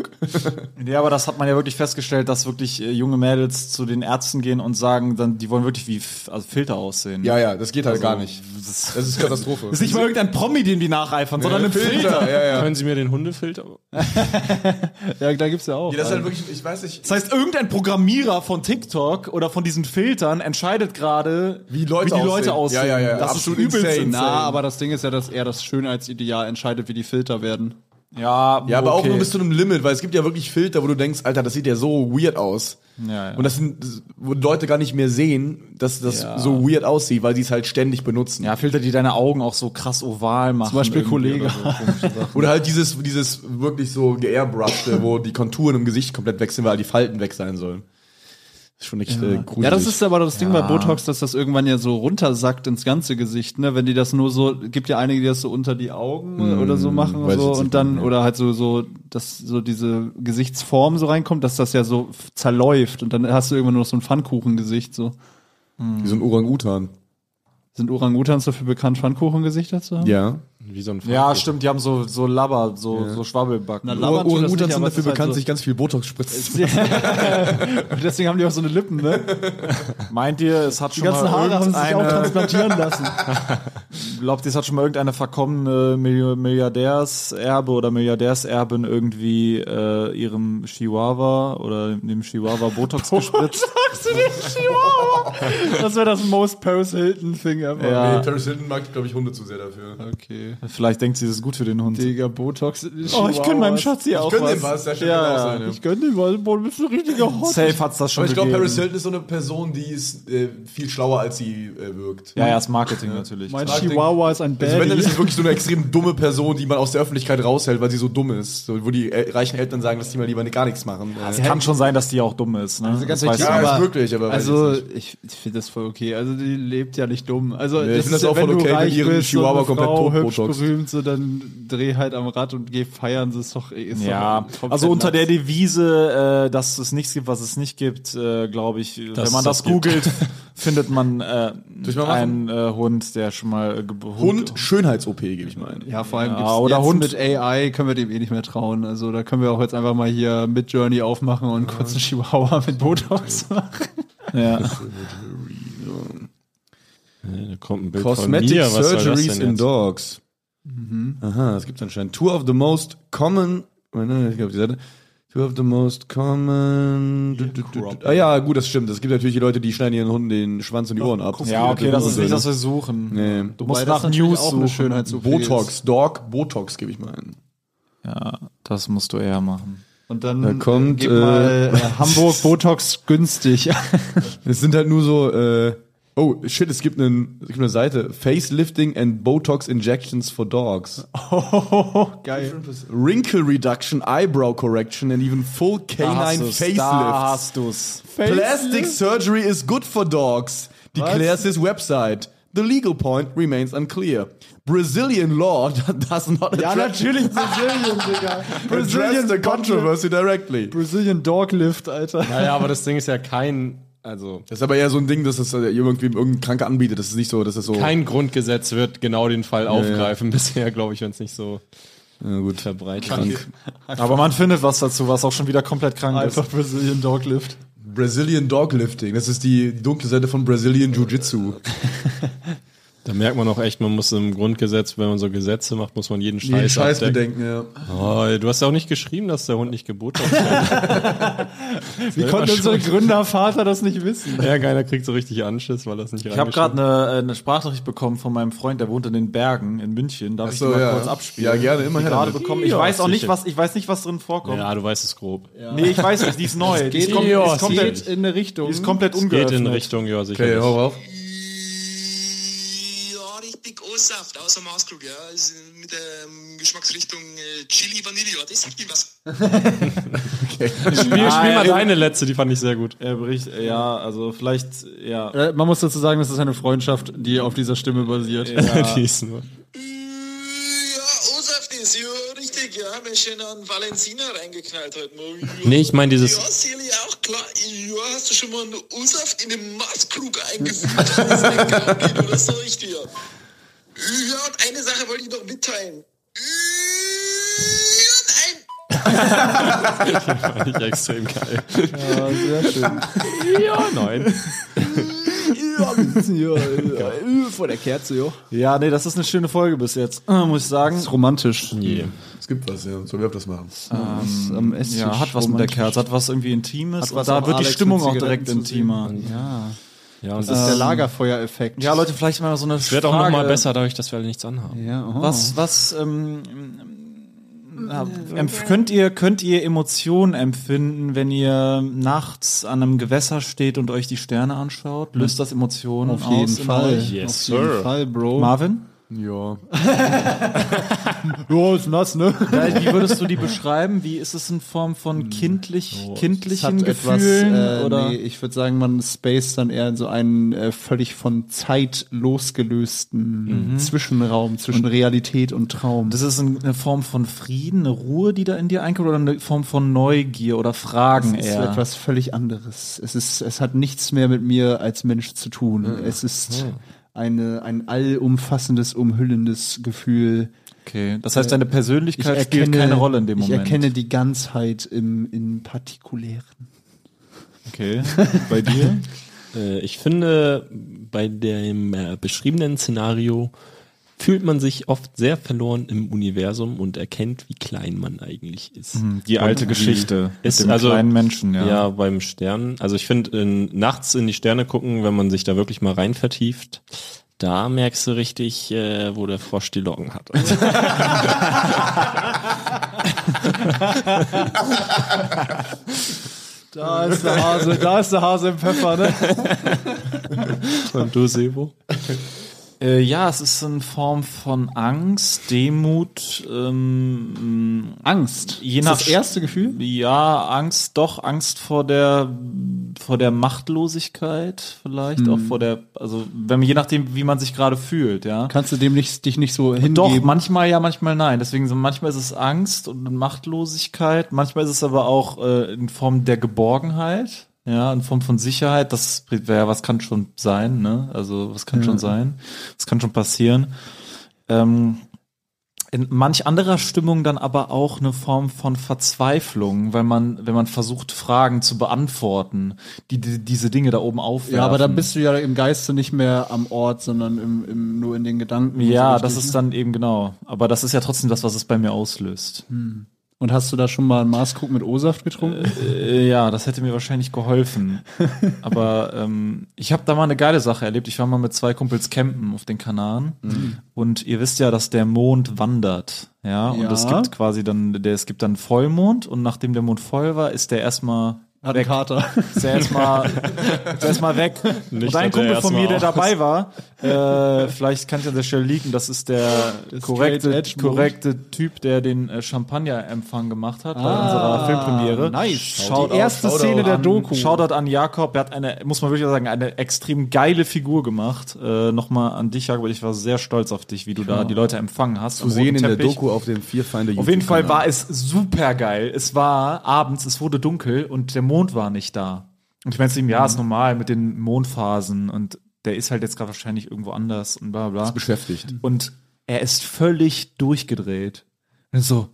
[SPEAKER 5] Ja, aber das hat man ja wirklich festgestellt, dass wirklich äh, junge Mädels zu den Ärzten gehen und sagen, dann die wollen wirklich wie F also Filter aussehen.
[SPEAKER 1] Ja, ja, das geht halt gar nicht.
[SPEAKER 5] Das
[SPEAKER 1] Das ist Katastrophe.
[SPEAKER 5] ist nicht mal irgendein Promi, den die nacheifern, sondern ein Filter.
[SPEAKER 1] Ja, ja.
[SPEAKER 4] Können Sie mir den Hundefilter?
[SPEAKER 2] Ja, da gibt's ja auch.
[SPEAKER 1] Das ist halt wirklich, ich weiß nicht,
[SPEAKER 5] Das heißt, irgendein Programmierer von TikTok oder von diesen Filtern entscheidet gerade,
[SPEAKER 1] Wie Leute
[SPEAKER 5] die Leute
[SPEAKER 1] aussehen.
[SPEAKER 5] aussehen.
[SPEAKER 1] Ja, ja, ja,
[SPEAKER 5] Das
[SPEAKER 1] absolut
[SPEAKER 5] ist übelst
[SPEAKER 1] insane.
[SPEAKER 5] insane.
[SPEAKER 2] Na, aber das Ding ist ja, dass eher das Schönheitsideal entscheidet, wie die Filter werden.
[SPEAKER 5] Ja,
[SPEAKER 1] Ja, aber auch nur bis zu einem Limit, weil es gibt ja wirklich Filter, wo du denkst, Alter, das sieht ja so weird aus.
[SPEAKER 2] Ja, ja.
[SPEAKER 1] Und das sind, wo Leute gar nicht mehr sehen, dass das so weird aussieht, weil sie es halt ständig benutzen.
[SPEAKER 5] Ja, Filter, die deine Augen auch so krass oval machen. Zum
[SPEAKER 2] Beispiel Kollege.
[SPEAKER 1] Oder halt dieses, dieses wirklich so geairbrushte, wo die Konturen im Gesicht komplett weg sind, weil die Falten weg sein sollen. Das ist schon echt äh, gruselig.
[SPEAKER 2] Ja, das ist aber das Ding bei Botox, dass das irgendwann ja so runtersackt ins ganze Gesicht, ne? Wenn die das nur so, gibt ja einige, die das so unter die Augen oder so machen und
[SPEAKER 1] weiß
[SPEAKER 2] so
[SPEAKER 1] ich
[SPEAKER 2] und
[SPEAKER 1] nicht,
[SPEAKER 2] dann, oder halt so, so, dass so diese Gesichtsform so reinkommt, dass das ja so f- zerläuft und dann hast du irgendwann nur noch so ein Pfannkuchengesicht, so.
[SPEAKER 1] wie so ein Orang-Utan.
[SPEAKER 2] Sind Orang-Utans dafür bekannt, Pfannkuchengesichter zu haben?
[SPEAKER 1] Ja.
[SPEAKER 4] Wie so ein
[SPEAKER 5] Ja, stimmt, die haben so, so Labber, so, so Schwabbelbacken.
[SPEAKER 2] Na, labern tut das
[SPEAKER 1] Orang-Utans
[SPEAKER 2] nicht,
[SPEAKER 1] sind
[SPEAKER 2] aber es
[SPEAKER 1] dafür
[SPEAKER 2] ist halt
[SPEAKER 1] bekannt,
[SPEAKER 2] so-
[SPEAKER 1] sich ganz viel Botox spritzen.
[SPEAKER 2] Und deswegen haben die auch so eine Lippen, ne?
[SPEAKER 5] Meint ihr, es hat
[SPEAKER 2] Die
[SPEAKER 5] schon
[SPEAKER 2] ganzen
[SPEAKER 5] mal
[SPEAKER 2] Haare haben sie sich auch
[SPEAKER 5] irgendeine,
[SPEAKER 2] transplantieren lassen.
[SPEAKER 5] glaubt ihr, es hat schon mal irgendeine verkommene Milli- Milliardärserbe oder Milliardärserbin irgendwie äh, ihrem Chihuahua oder dem Chihuahua Botox gespritzt?
[SPEAKER 2] Das wäre das Most Paris Hilton Thing ever.
[SPEAKER 5] Ja,
[SPEAKER 1] Paris Hilton mag, glaube ich, Hunde zu sehr dafür.
[SPEAKER 2] Okay.
[SPEAKER 5] vielleicht denkt sie, das ist gut für den Hund.
[SPEAKER 2] Digga, Botox.
[SPEAKER 5] Oh, ich könnte meinem Schatz hier auch
[SPEAKER 1] Ich gönn
[SPEAKER 5] was.
[SPEAKER 1] dem was, der schon
[SPEAKER 5] Ja,
[SPEAKER 1] ja,
[SPEAKER 5] ja.
[SPEAKER 1] auch sein.
[SPEAKER 2] Ich gönn dir mal, Boah, du bist ein richtiger Hot.
[SPEAKER 5] Safe hat's das schon
[SPEAKER 1] Aber ich glaube,
[SPEAKER 5] gegeben.
[SPEAKER 1] Paris Hilton ist so eine Person, die ist äh, viel schlauer, als sie äh, wirkt.
[SPEAKER 5] Ja, ja, das Marketing natürlich.
[SPEAKER 2] Mein
[SPEAKER 5] Klar.
[SPEAKER 2] Chihuahua ist ein
[SPEAKER 1] Also wenn, dann
[SPEAKER 2] Baddie.
[SPEAKER 1] ist es wirklich so eine extrem dumme Person, die man aus der Öffentlichkeit raushält, weil sie so dumm ist. So, wo die äh, reichen Eltern sagen, dass die mal lieber gar nichts machen. Äh,
[SPEAKER 5] Es kann schon sein, dass die auch dumm ist. Ne?
[SPEAKER 1] ganz
[SPEAKER 5] Das weiß
[SPEAKER 1] richtig,
[SPEAKER 5] man.
[SPEAKER 1] aber- ist möglich, aber weiß
[SPEAKER 2] also
[SPEAKER 1] ich
[SPEAKER 2] ich, ich finde das voll okay. Also die lebt ja nicht dumm. Also
[SPEAKER 1] Nee, ich find das
[SPEAKER 2] ist ja,
[SPEAKER 1] auch voll
[SPEAKER 2] wenn du
[SPEAKER 1] okay, wenn
[SPEAKER 2] reich
[SPEAKER 1] ihre
[SPEAKER 2] bist, so
[SPEAKER 1] Chihuahua
[SPEAKER 2] eine
[SPEAKER 1] komplett
[SPEAKER 2] Frau,
[SPEAKER 1] tot
[SPEAKER 2] hübsch
[SPEAKER 1] Botox.
[SPEAKER 2] berühmt, so dann dreh halt am Rad und geh feiern. Das ist doch eh, ist
[SPEAKER 5] Ja,
[SPEAKER 2] doch komplett
[SPEAKER 5] also unter der
[SPEAKER 2] nuts.
[SPEAKER 5] Devise, äh, dass es nichts gibt, was es nicht gibt, äh, glaube ich, wenn man
[SPEAKER 4] es
[SPEAKER 5] das
[SPEAKER 4] das gibt.
[SPEAKER 5] googelt, findet man äh,
[SPEAKER 1] ich mal
[SPEAKER 5] einen äh, Hund, der schon mal äh, gebo-
[SPEAKER 1] Hund Schönheits-OP, gebe ich mal ein.
[SPEAKER 2] Ja, vor allem
[SPEAKER 5] Ja,
[SPEAKER 2] gibt's
[SPEAKER 5] oder
[SPEAKER 2] jetzt
[SPEAKER 5] Hund.
[SPEAKER 2] mit AI können wir dem eh nicht mehr trauen. Also da können wir auch jetzt einfach mal hier mit Journey aufmachen und kurz einen Chihuahua mit Botox machen.
[SPEAKER 5] Ja.
[SPEAKER 4] Da kommt ein Bild
[SPEAKER 1] Cosmetic
[SPEAKER 4] von mir. Was soll das
[SPEAKER 1] Surgeries
[SPEAKER 4] denn
[SPEAKER 1] in
[SPEAKER 4] jetzt?
[SPEAKER 1] Dogs.
[SPEAKER 2] Mhm.
[SPEAKER 1] Aha, es gibt anscheinend Two of the most common. Oh nein, ich glaube, die Seite. Two of the most common. Du, du, du, du. Ah ja, gut, das stimmt. Es gibt natürlich die Leute, die schneiden ihren Hunden den Schwanz und die Ohren ab.
[SPEAKER 5] ja, okay, das ist nicht das,
[SPEAKER 1] das.
[SPEAKER 5] was wir suchen.
[SPEAKER 1] Nee.
[SPEAKER 5] Du
[SPEAKER 2] Wobei
[SPEAKER 5] musst
[SPEAKER 2] das
[SPEAKER 5] nach
[SPEAKER 2] natürlich
[SPEAKER 5] News
[SPEAKER 2] auch
[SPEAKER 5] suchen.
[SPEAKER 2] eine Schönheits-OP ist.
[SPEAKER 1] Botox, Dog, Botox gebe ich mal ein.
[SPEAKER 5] Ja, das musst du eher machen.
[SPEAKER 2] Und dann
[SPEAKER 1] Da kommt,
[SPEAKER 2] äh, gib
[SPEAKER 1] äh,
[SPEAKER 2] mal äh, Hamburg Botox günstig.
[SPEAKER 1] Es sind halt nur so, äh, oh shit, es gibt, einen, es gibt eine Seite. Facelifting and Botox Injections for Dogs.
[SPEAKER 2] Geil.
[SPEAKER 1] Wrinkle Reduction, Eyebrow Correction and even full canine
[SPEAKER 5] Da
[SPEAKER 1] facelift.
[SPEAKER 5] hast du's.
[SPEAKER 1] Plastic surgery is good for dogs, declares his website. The legal point remains unclear. Brazilian law does not address,
[SPEAKER 2] natürlich Brasilien, Digga.
[SPEAKER 1] address the controversy directly.
[SPEAKER 2] Brazilian Doglift, Alter.
[SPEAKER 4] Naja, aber das Ding ist ja kein, also
[SPEAKER 1] Das ist aber eher so ein Ding, dass das äh, irgendwie irgendein Kranker anbietet. Das ist nicht so, dass das so.
[SPEAKER 4] kein Grundgesetz wird genau den Fall aufgreifen. Bisher glaube ich, wenn es nicht so
[SPEAKER 1] ja, gut.
[SPEAKER 4] verbreitet ist.
[SPEAKER 1] Krank.
[SPEAKER 5] Aber man findet was dazu, was auch schon wieder komplett krank ist.
[SPEAKER 2] Einfach Brazilian Doglift.
[SPEAKER 1] Brazilian Doglifting. Das ist die dunkle Seite von Brazilian Jiu-Jitsu.
[SPEAKER 4] Da merkt man auch echt, man muss im Grundgesetz, wenn man so Gesetze macht, muss man jeden Scheiß,
[SPEAKER 1] Jeden Scheiß
[SPEAKER 4] abdecken.
[SPEAKER 1] bedenken, ja.
[SPEAKER 4] Oh, du hast ja auch nicht geschrieben, dass der Hund nicht gebotoxt hat.
[SPEAKER 2] Wie konnte unser Gründervater das nicht wissen?
[SPEAKER 4] Ja, keiner kriegt so richtig Anschiss, weil das nicht
[SPEAKER 5] Ich habe gerade eine, eine Sprachnachricht bekommen von meinem Freund, der wohnt in den Bergen in München. Darf ich die
[SPEAKER 1] so,
[SPEAKER 5] mal
[SPEAKER 1] ja.
[SPEAKER 5] kurz abspielen?
[SPEAKER 1] Ja, gerne, immer
[SPEAKER 5] Die
[SPEAKER 1] her
[SPEAKER 5] gerade
[SPEAKER 1] damit.
[SPEAKER 5] bekommen. Ich weiß auch
[SPEAKER 4] sicher.
[SPEAKER 5] nicht, was, ich weiß nicht, was drin vorkommt.
[SPEAKER 4] Ja, du weißt es grob. Ja.
[SPEAKER 5] Nee, ich weiß nicht, die ist neu. Die ist, kom die
[SPEAKER 4] Ja,
[SPEAKER 5] ist
[SPEAKER 4] es
[SPEAKER 5] komplett,
[SPEAKER 2] in eine Richtung.
[SPEAKER 5] die ist komplett
[SPEAKER 4] Geht in
[SPEAKER 5] ungeöffnet.
[SPEAKER 4] Richtung, ja, sicher.
[SPEAKER 1] Okay, hau auf.
[SPEAKER 9] Ja, richtig O-Saft aus dem Auskrug, ja. Ist, äh, Mit der ähm, Geschmacksrichtung äh, Chili Vanille, ja, das gibt ihm was.
[SPEAKER 4] Spiel, oh, spiel mal deine letzte, die fand ich sehr gut.
[SPEAKER 5] Er bricht, ja, also vielleicht, ja.
[SPEAKER 2] Äh, Man muss dazu sagen, das ist eine Freundschaft, die auf dieser Stimme basiert.
[SPEAKER 4] Die ist nur.
[SPEAKER 9] Ja, O-Saft ist, ja, richtig, ja. Hab mir schön an Valenzina reingeknallt heute Morgen. Ja.
[SPEAKER 4] Nee, ich meine dieses.
[SPEAKER 9] Ja, Seli, auch klar. Ja, hast du schon mal einen O-Saft in den Maßkrug eingeführt, dass der kaum geht, oder soll ich dir? Ja, und eine Sache wollte ich noch mitteilen. Ja, nein.
[SPEAKER 4] Fand ich extrem geil.
[SPEAKER 2] sehr schön.
[SPEAKER 4] Ja, nein.
[SPEAKER 2] Äh, Vor der Kerze, jo.
[SPEAKER 5] Ja, nee, das ist eine schöne Folge bis jetzt, äh, muss ich sagen.
[SPEAKER 2] Ist romantisch.
[SPEAKER 1] Es gibt was, ja. Sollen wir auch das machen?
[SPEAKER 2] Ist am Esstisch
[SPEAKER 5] Ja, hat was mit der
[SPEAKER 2] romantisch.
[SPEAKER 5] Kerze, hat was irgendwie Intimes. und
[SPEAKER 2] was
[SPEAKER 5] da
[SPEAKER 2] auch
[SPEAKER 5] wird die
[SPEAKER 2] Alex
[SPEAKER 5] Stimmung
[SPEAKER 2] mit
[SPEAKER 5] auch direkt
[SPEAKER 2] Zigaretten zu
[SPEAKER 5] intimer.
[SPEAKER 2] Ja.
[SPEAKER 4] Ja, und
[SPEAKER 2] Das ist der Lagerfeuereffekt.
[SPEAKER 5] Ja, Leute, vielleicht mal so eine
[SPEAKER 4] wird auch nochmal besser, dadurch, dass wir alle nichts anhaben.
[SPEAKER 2] Ja, oh.
[SPEAKER 5] Was, was, ähm, ja, empf- könnt ihr, könnt ihr Emotionen empfinden, wenn ihr nachts an einem Gewässer steht und euch die Sterne anschaut? Löst das Emotionen
[SPEAKER 2] Auf jeden
[SPEAKER 5] aus in
[SPEAKER 2] Fall.
[SPEAKER 5] euch?
[SPEAKER 4] Yes,
[SPEAKER 2] Auf jeden Fall, Bro.
[SPEAKER 5] Marvin?
[SPEAKER 1] Ja.
[SPEAKER 2] Ja, ist nass, ne?
[SPEAKER 5] Weil, Äh, wie würdest du die beschreiben? Wie ist es in Form von kindlich,
[SPEAKER 2] Es hat
[SPEAKER 5] kindlichen
[SPEAKER 2] etwas,
[SPEAKER 5] Gefühlen?
[SPEAKER 2] äh,
[SPEAKER 5] oder?
[SPEAKER 2] Nee, ich würde sagen, man space dann eher in so einen äh, völlig von Zeit losgelösten Zwischenraum zwischen Realität und Traum.
[SPEAKER 5] Das ist ein- eine Form von Frieden, eine Ruhe, die da in dir einkommt, oder eine Form von Neugier oder Fragen
[SPEAKER 2] Es ist
[SPEAKER 5] eher?
[SPEAKER 2] etwas völlig anderes. Es ist, es hat nichts mehr mit mir als Mensch zu tun. Es ist eine, ein allumfassendes, umhüllendes Gefühl. Äh,
[SPEAKER 5] okay. Das heißt, deine
[SPEAKER 2] Ich
[SPEAKER 5] Persönlichkeit spielt
[SPEAKER 2] erkenne-
[SPEAKER 5] keine Rolle in dem
[SPEAKER 2] Ich
[SPEAKER 5] Moment.
[SPEAKER 2] erkenne die Ganzheit im, im Partikulären.
[SPEAKER 3] Okay. Bei dir?
[SPEAKER 10] Äh, Ich finde, bei dem äh, beschriebenen Szenario fühlt man sich oft sehr verloren im Universum und erkennt, wie klein man eigentlich ist.
[SPEAKER 4] Mhm,
[SPEAKER 3] Die alte Geschichte.
[SPEAKER 10] Ist also
[SPEAKER 5] dem kleinen Menschen, ja.
[SPEAKER 10] Ja, beim Stern. Also ich finde, in- nachts in die Sterne gucken, wenn man sich da wirklich mal rein vertieft, da merkst du richtig, äh, wo der Frosch die Locken hat.
[SPEAKER 2] Da ist der Hase, da ist der Hase im Pfeffer, ne?
[SPEAKER 10] Und du, Sebo?
[SPEAKER 5] Äh, ja, es ist in Form von Angst, Demut, ähm,
[SPEAKER 2] Angst.
[SPEAKER 5] je
[SPEAKER 2] ist
[SPEAKER 5] nach
[SPEAKER 2] das erste Gefühl?
[SPEAKER 5] Ja, Angst, doch Angst vor der vor der Machtlosigkeit vielleicht,
[SPEAKER 2] Hm.
[SPEAKER 5] auch vor der, also wenn je nachdem, wie man sich gerade fühlt, ja.
[SPEAKER 2] Kannst du dem nicht, dich nicht so hingeben?
[SPEAKER 5] Doch, manchmal ja, manchmal nein. Deswegen so, manchmal ist es Angst und Machtlosigkeit, manchmal ist es aber auch äh, in Form der Geborgenheit, ja, in Form von Sicherheit. Das wäre, was kann schon sein, ne? Also was kann schon sein, was kann schon passieren. Ähm, in manch anderer Stimmung dann aber auch eine Form von Verzweiflung, weil man, wenn man versucht, Fragen zu beantworten, die, die diese Dinge da oben aufwerfen.
[SPEAKER 2] Ja, aber dann bist du ja im Geiste nicht mehr am Ort, sondern im, im, nur in den Gedanken.
[SPEAKER 5] ja,
[SPEAKER 2] So
[SPEAKER 5] das
[SPEAKER 2] richtig,
[SPEAKER 5] ist
[SPEAKER 2] ne?
[SPEAKER 5] dann eben genau. Aber das ist ja trotzdem das, was es bei mir auslöst.
[SPEAKER 2] Und hast du da schon mal einen Maßkrug mit O-Saft getrunken?
[SPEAKER 5] Äh, ja, das hätte mir wahrscheinlich geholfen. Aber ähm, ich habe da mal eine geile Sache erlebt. Ich war mal mit zwei Kumpels campen auf den Kanaren. Und ihr wisst ja, dass der Mond wandert. Ja, und
[SPEAKER 2] Ja.
[SPEAKER 5] es gibt quasi dann, der, es gibt dann Vollmond. Und nachdem der Mond voll war, ist der erstmal
[SPEAKER 2] Hat einen Kater.
[SPEAKER 5] ist er erstmal ist er erstmal weg. und ein
[SPEAKER 4] hat er
[SPEAKER 5] Kumpel von mir, der
[SPEAKER 4] erstmal
[SPEAKER 5] dabei war, äh, vielleicht kann ich an der Stelle liegen, das ist der korrekte,
[SPEAKER 2] Edge Move.
[SPEAKER 5] korrekte Typ, der den äh, Champagner-Empfang gemacht hat bei unserer Filmpremiere.
[SPEAKER 2] nice.
[SPEAKER 5] Shoutout,
[SPEAKER 2] Die erste
[SPEAKER 5] Shoutout
[SPEAKER 2] Szene der
[SPEAKER 5] an-
[SPEAKER 2] Doku.
[SPEAKER 5] Shoutout an Jakob, der hat eine, muss man wirklich sagen, eine extrem geile Figur gemacht. Äh, Nochmal an dich, Jakob, ich war sehr stolz auf dich, wie du da die Leute empfangen hast.
[SPEAKER 1] Zu sehen in der Doku auf dem Vierfeinde
[SPEAKER 5] Auf jeden Fall war es super geil. Es war abends, es wurde dunkel und der Mond war nicht da. Und ich meine zu ihm, ja, ist normal mit den Mondphasen und der ist halt jetzt gerade wahrscheinlich irgendwo anders und bla bla.
[SPEAKER 1] beschäftigt.
[SPEAKER 5] Und er ist völlig durchgedreht. Und so,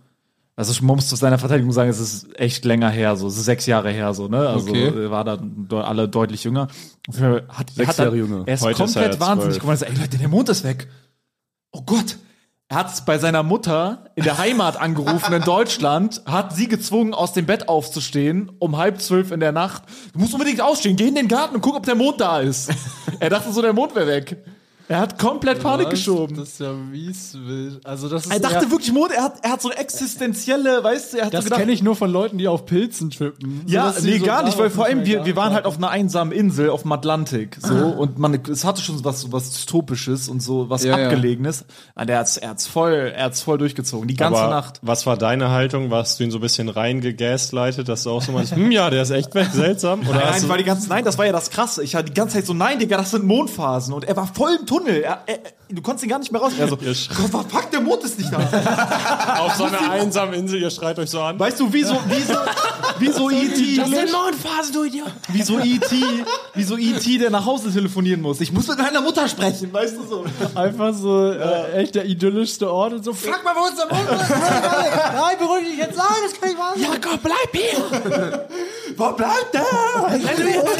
[SPEAKER 5] also ich muss zu seiner Verteidigung sagen, es ist echt länger her, so es ist sechs Jahre her, so, ne? Also
[SPEAKER 2] Okay.
[SPEAKER 5] äh, war da de alle deutlich jünger. Auf jeden Fall Hat,
[SPEAKER 1] Sechs
[SPEAKER 5] hat dann-
[SPEAKER 1] Jahre jünger.
[SPEAKER 5] Er ist
[SPEAKER 4] Heute ist er
[SPEAKER 5] komplett
[SPEAKER 4] ja
[SPEAKER 5] wahnsinnig
[SPEAKER 4] zwölf.
[SPEAKER 5] geworden. Er sagt, Ey Leute, der Mond ist weg. Oh Gott. Er hat es bei seiner Mutter in der Heimat angerufen in Deutschland, hat sie gezwungen, aus dem Bett aufzustehen um halb zwölf in der Nacht. Du musst unbedingt aufstehen, geh in den Garten und guck, ob der Mond da ist. Er dachte so, der Mond wäre weg. Er hat komplett Panik geschoben.
[SPEAKER 2] Das ist ja mies wild. Also das ist
[SPEAKER 5] Er dachte
[SPEAKER 2] eher-
[SPEAKER 5] wirklich, Mond, er hat, er hat so eine existenzielle, weißt du, er hat
[SPEAKER 2] das
[SPEAKER 5] so gedacht,
[SPEAKER 2] kenne ich nur von Leuten, die auf Pilzen trippen.
[SPEAKER 5] ja,
[SPEAKER 2] Sodass sie
[SPEAKER 5] nee,
[SPEAKER 2] so Ah,
[SPEAKER 5] gar nicht, weil
[SPEAKER 2] darauf
[SPEAKER 5] vor allem
[SPEAKER 2] nicht Ah. mehr
[SPEAKER 5] wir, wir waren halt auf einer einsamen Insel auf dem Atlantik, so und man es hatte schon was so was dystopisches und so was
[SPEAKER 2] Ja, ja.
[SPEAKER 5] abgelegenes. Aber der hat's er hat's voll, er hat's voll durchgezogen, die ganze
[SPEAKER 4] Aber
[SPEAKER 5] Nacht.
[SPEAKER 4] was war deine Haltung? Warst du ihn so ein bisschen reingegaslightet, dass du auch so meinst, hm, ja, der ist echt weg, seltsam? Oder
[SPEAKER 5] Nein,
[SPEAKER 4] hast
[SPEAKER 2] also
[SPEAKER 4] du,
[SPEAKER 5] war die ganze, nein, das war ja das Krasse. Ich hatte die ganze Zeit so, nein, Digga, das sind Mondphasen. Und er war voll im Tunnel. Er, er, du konntest ihn gar nicht mehr raus. Er so,
[SPEAKER 4] Ihr Sch-
[SPEAKER 5] Gott, fuck, der Mond ist nicht da.
[SPEAKER 4] auf so einer einsamen Insel, ihr schreit euch so an?
[SPEAKER 5] Weißt du, wie so, wie so, wie so E.T. Das ist Neunphase, du Idiot. Wie so E.T., wie so E.T., E der nach Hause telefonieren muss. Ich muss mit meiner Mutter sprechen, weißt du so.
[SPEAKER 2] Einfach so äh, echt der idyllischste Ort und so. Fuck mal, wo ist der Mond? Nein, beruhig dich jetzt. Nein, das kann ich machen.
[SPEAKER 5] Jakob, bleib hier. Wo bleibt der?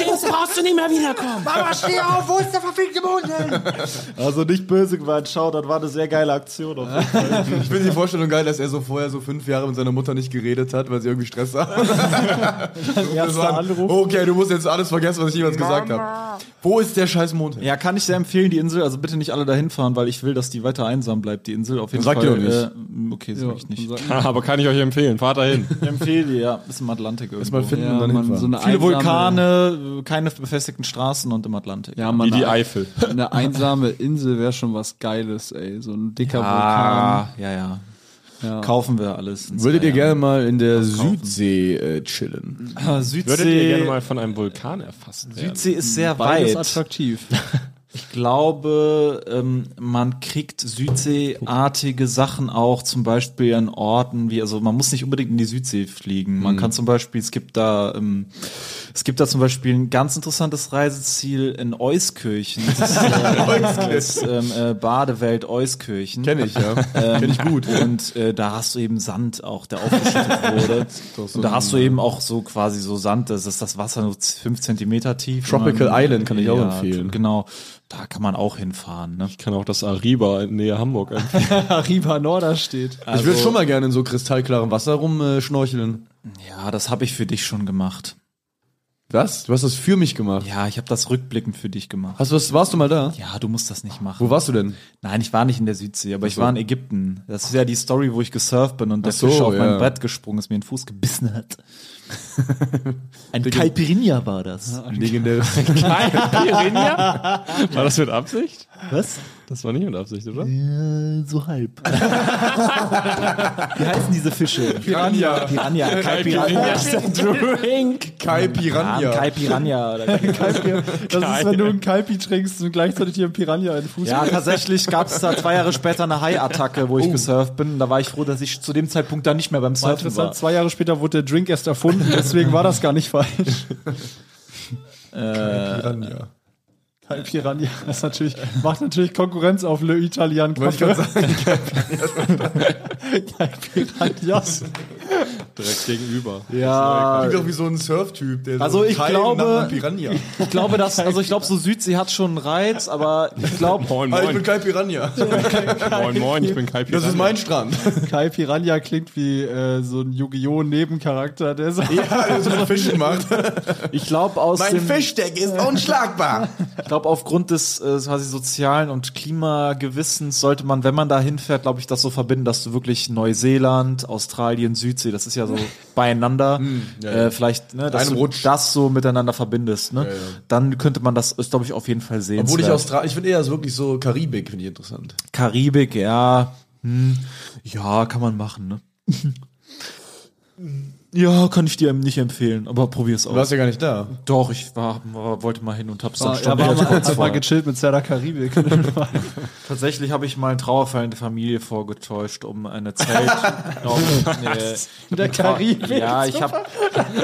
[SPEAKER 11] Sonst brauchst du nicht mehr wiederkommen.
[SPEAKER 12] Mama, steh auf, wo ist der verfickte Mond hin?
[SPEAKER 5] Also nicht böse gemeint, schau, das war eine sehr geile Aktion. Auf jeden Fall.
[SPEAKER 1] Ich finde die Vorstellung geil, dass er so vorher so fünf Jahre mit seiner Mutter nicht geredet hat, weil sie irgendwie Stress haben.
[SPEAKER 5] Erster Anruf.
[SPEAKER 1] Okay, du musst jetzt alles vergessen, was ich jemals gesagt habe. Wo ist der scheiß Mond hin?
[SPEAKER 5] Ja, kann ich sehr empfehlen, die Insel. Also bitte nicht alle dahin fahren, weil ich will, dass die weiter einsam bleibt, die Insel. Auf jeden
[SPEAKER 1] Sag
[SPEAKER 5] Fall.
[SPEAKER 1] dir
[SPEAKER 5] Äh,
[SPEAKER 1] doch
[SPEAKER 5] okay, das sag ich nicht.
[SPEAKER 4] Aber kann ich euch empfehlen, fahrt da hin.
[SPEAKER 5] Ich empfehle dir, ja. Ist im Atlantik irgendwo.
[SPEAKER 1] Mal finden und dann
[SPEAKER 5] Mann,
[SPEAKER 1] hinfahren.
[SPEAKER 5] so eine Viele Vulkane, äh, keine befestigten Straßen und im Atlantik.
[SPEAKER 4] Ja, Wie die Eifel.
[SPEAKER 5] eine einsame Insel wäre schon was Geiles, ey. So ein dicker Vulkan. Ja, Ah, ja. Kaufen wir alles. in
[SPEAKER 1] Würdet
[SPEAKER 5] zwei
[SPEAKER 1] ihr
[SPEAKER 5] Jahren.
[SPEAKER 1] gerne mal in der Südsee äh, chillen?
[SPEAKER 5] Ah,
[SPEAKER 4] Würdet ihr gerne
[SPEAKER 5] Südsee,
[SPEAKER 4] mal von einem Vulkan erfasst werden?
[SPEAKER 5] Südsee ist sehr Beides
[SPEAKER 2] weit.
[SPEAKER 5] attraktiv. Ich glaube, ähm, man kriegt Südseeartige Sachen auch zum Beispiel an Orten wie, also man muss nicht unbedingt in die Südsee fliegen.
[SPEAKER 1] Mhm.
[SPEAKER 5] Man kann zum Beispiel, es gibt da, ähm, es gibt da zum Beispiel ein ganz interessantes Reiseziel in Euskirchen. Das ist, äh, das ist ähm, äh, Badewelt Euskirchen.
[SPEAKER 1] Kenn ich, ja.
[SPEAKER 5] Ähm,
[SPEAKER 1] Kenn ich gut.
[SPEAKER 5] Und äh, da hast du eben Sand auch, der aufgeschüttet wurde. und da hast du
[SPEAKER 1] äh,
[SPEAKER 5] eben auch so quasi so Sand, das ist das Wasser nur z- fünf Zentimeter tief.
[SPEAKER 1] Tropical
[SPEAKER 5] Und dann-
[SPEAKER 1] Island kann ich auch empfehlen.
[SPEAKER 5] Genau, da kann man auch hinfahren. Ne?
[SPEAKER 4] Ich kann auch das Ariba in Nähe Hamburg empfehlen.
[SPEAKER 5] Arriba Norda steht.
[SPEAKER 1] ich würde schon mal gerne in so kristallklarem Wasser äh, rumschnorcheln.
[SPEAKER 5] Ja, das habe ich für dich schon gemacht.
[SPEAKER 1] Was? Du hast das für mich gemacht.
[SPEAKER 5] Ja, ich habe das rückblickend für dich gemacht.
[SPEAKER 1] Hast du Also, was, warst du mal da?
[SPEAKER 5] Ja, du musst das nicht machen.
[SPEAKER 1] Wo warst du denn?
[SPEAKER 5] Nein, ich war nicht in der Südsee, aber ich war in Ägypten. Das ist ja die Story, wo ich gesurft bin und der
[SPEAKER 1] Ach so,
[SPEAKER 5] Fisch auf
[SPEAKER 1] ja.
[SPEAKER 5] mein Brett gesprungen ist, mir den Fuß gebissen hat.
[SPEAKER 13] Ein Caipirinha war das.
[SPEAKER 1] Legendäres.
[SPEAKER 4] War das mit Absicht?
[SPEAKER 13] Was?
[SPEAKER 4] Das war nicht mit Absicht, oder?
[SPEAKER 13] Ja, so halb.
[SPEAKER 5] Wie heißen diese Fische?
[SPEAKER 1] Piranha.
[SPEAKER 5] Piranha, Kai Piranha.
[SPEAKER 1] Kai Piranha. Äh,
[SPEAKER 5] Kai Piranha. Oder Das ist, wenn du einen Kalpi trinkst und gleichzeitig hier einen Piranha in den Fuß Ja, tatsächlich gab es da zwei Jahre später eine Hai-Attacke, wo ich gesurft bin. Da war ich froh, dass ich zu dem Zeitpunkt da nicht mehr beim Surfen war.
[SPEAKER 2] Interessant, halt zwei Jahre später wurde der Drink erst erfunden, deswegen war das gar nicht falsch.
[SPEAKER 1] Piranha.
[SPEAKER 2] Kai Piranha, das ist natürlich, macht natürlich Konkurrenz auf Le Italien
[SPEAKER 1] Wollte ich grad
[SPEAKER 2] Kaffee. Kai Piranhas.
[SPEAKER 4] Direkt gegenüber.
[SPEAKER 1] äh, Klingt doch wie so ein Surftyp, der
[SPEAKER 5] Also
[SPEAKER 1] so
[SPEAKER 5] ich
[SPEAKER 1] Kai
[SPEAKER 5] glaube-
[SPEAKER 1] nach einem Piranha.
[SPEAKER 5] Ich glaube, dass, also ich glaube, so Südsee hat schon einen Reiz, aber ich glaube,
[SPEAKER 4] Moin,
[SPEAKER 1] Ah, ich bin
[SPEAKER 4] moin.
[SPEAKER 1] Kai Piranha.
[SPEAKER 4] Moin, moin, ich bin Kai
[SPEAKER 1] Das ist mein Strand.
[SPEAKER 2] Kai Piranha klingt wie äh, so ein Yu-Gi-Oh! Nebencharakter, der so
[SPEAKER 1] Ja, der so einen Fischen macht.
[SPEAKER 5] ich glaube aus
[SPEAKER 1] Mein
[SPEAKER 5] dem,
[SPEAKER 1] Fischdeck ist unschlagbar.
[SPEAKER 5] ich glaube aufgrund des äh, quasi sozialen und Klimagewissens sollte man, wenn man da hinfährt, glaube ich, das so verbinden, dass du wirklich Neuseeland, Australien, Südsee, das ist ja so beieinander,
[SPEAKER 1] Hm,
[SPEAKER 5] äh, vielleicht, ne, dass
[SPEAKER 1] Einem
[SPEAKER 5] du
[SPEAKER 1] Rutsch.
[SPEAKER 5] das so miteinander verbindest, ne? Dann könnte man das, ist glaube ich auf jeden Fall sehen.
[SPEAKER 1] Obwohl ich Australien, ich finde eher so wirklich so Karibik, finde ich interessant.
[SPEAKER 5] Karibik, ja, hm, ja, kann man machen, ne? Ja, kann ich dir nicht empfehlen, aber probier's
[SPEAKER 1] Du warst
[SPEAKER 5] aus.
[SPEAKER 1] ja gar nicht da.
[SPEAKER 5] Doch, ich war, war, wollte mal hin und hab's dann
[SPEAKER 2] Er war mal, hat mal gechillt mit Serra Karibik.
[SPEAKER 5] Tatsächlich habe ich mal einen Trauerfall in der Familie vorgetäuscht, um eine Zelt auf in
[SPEAKER 2] der Karibik
[SPEAKER 5] Ja, ich habe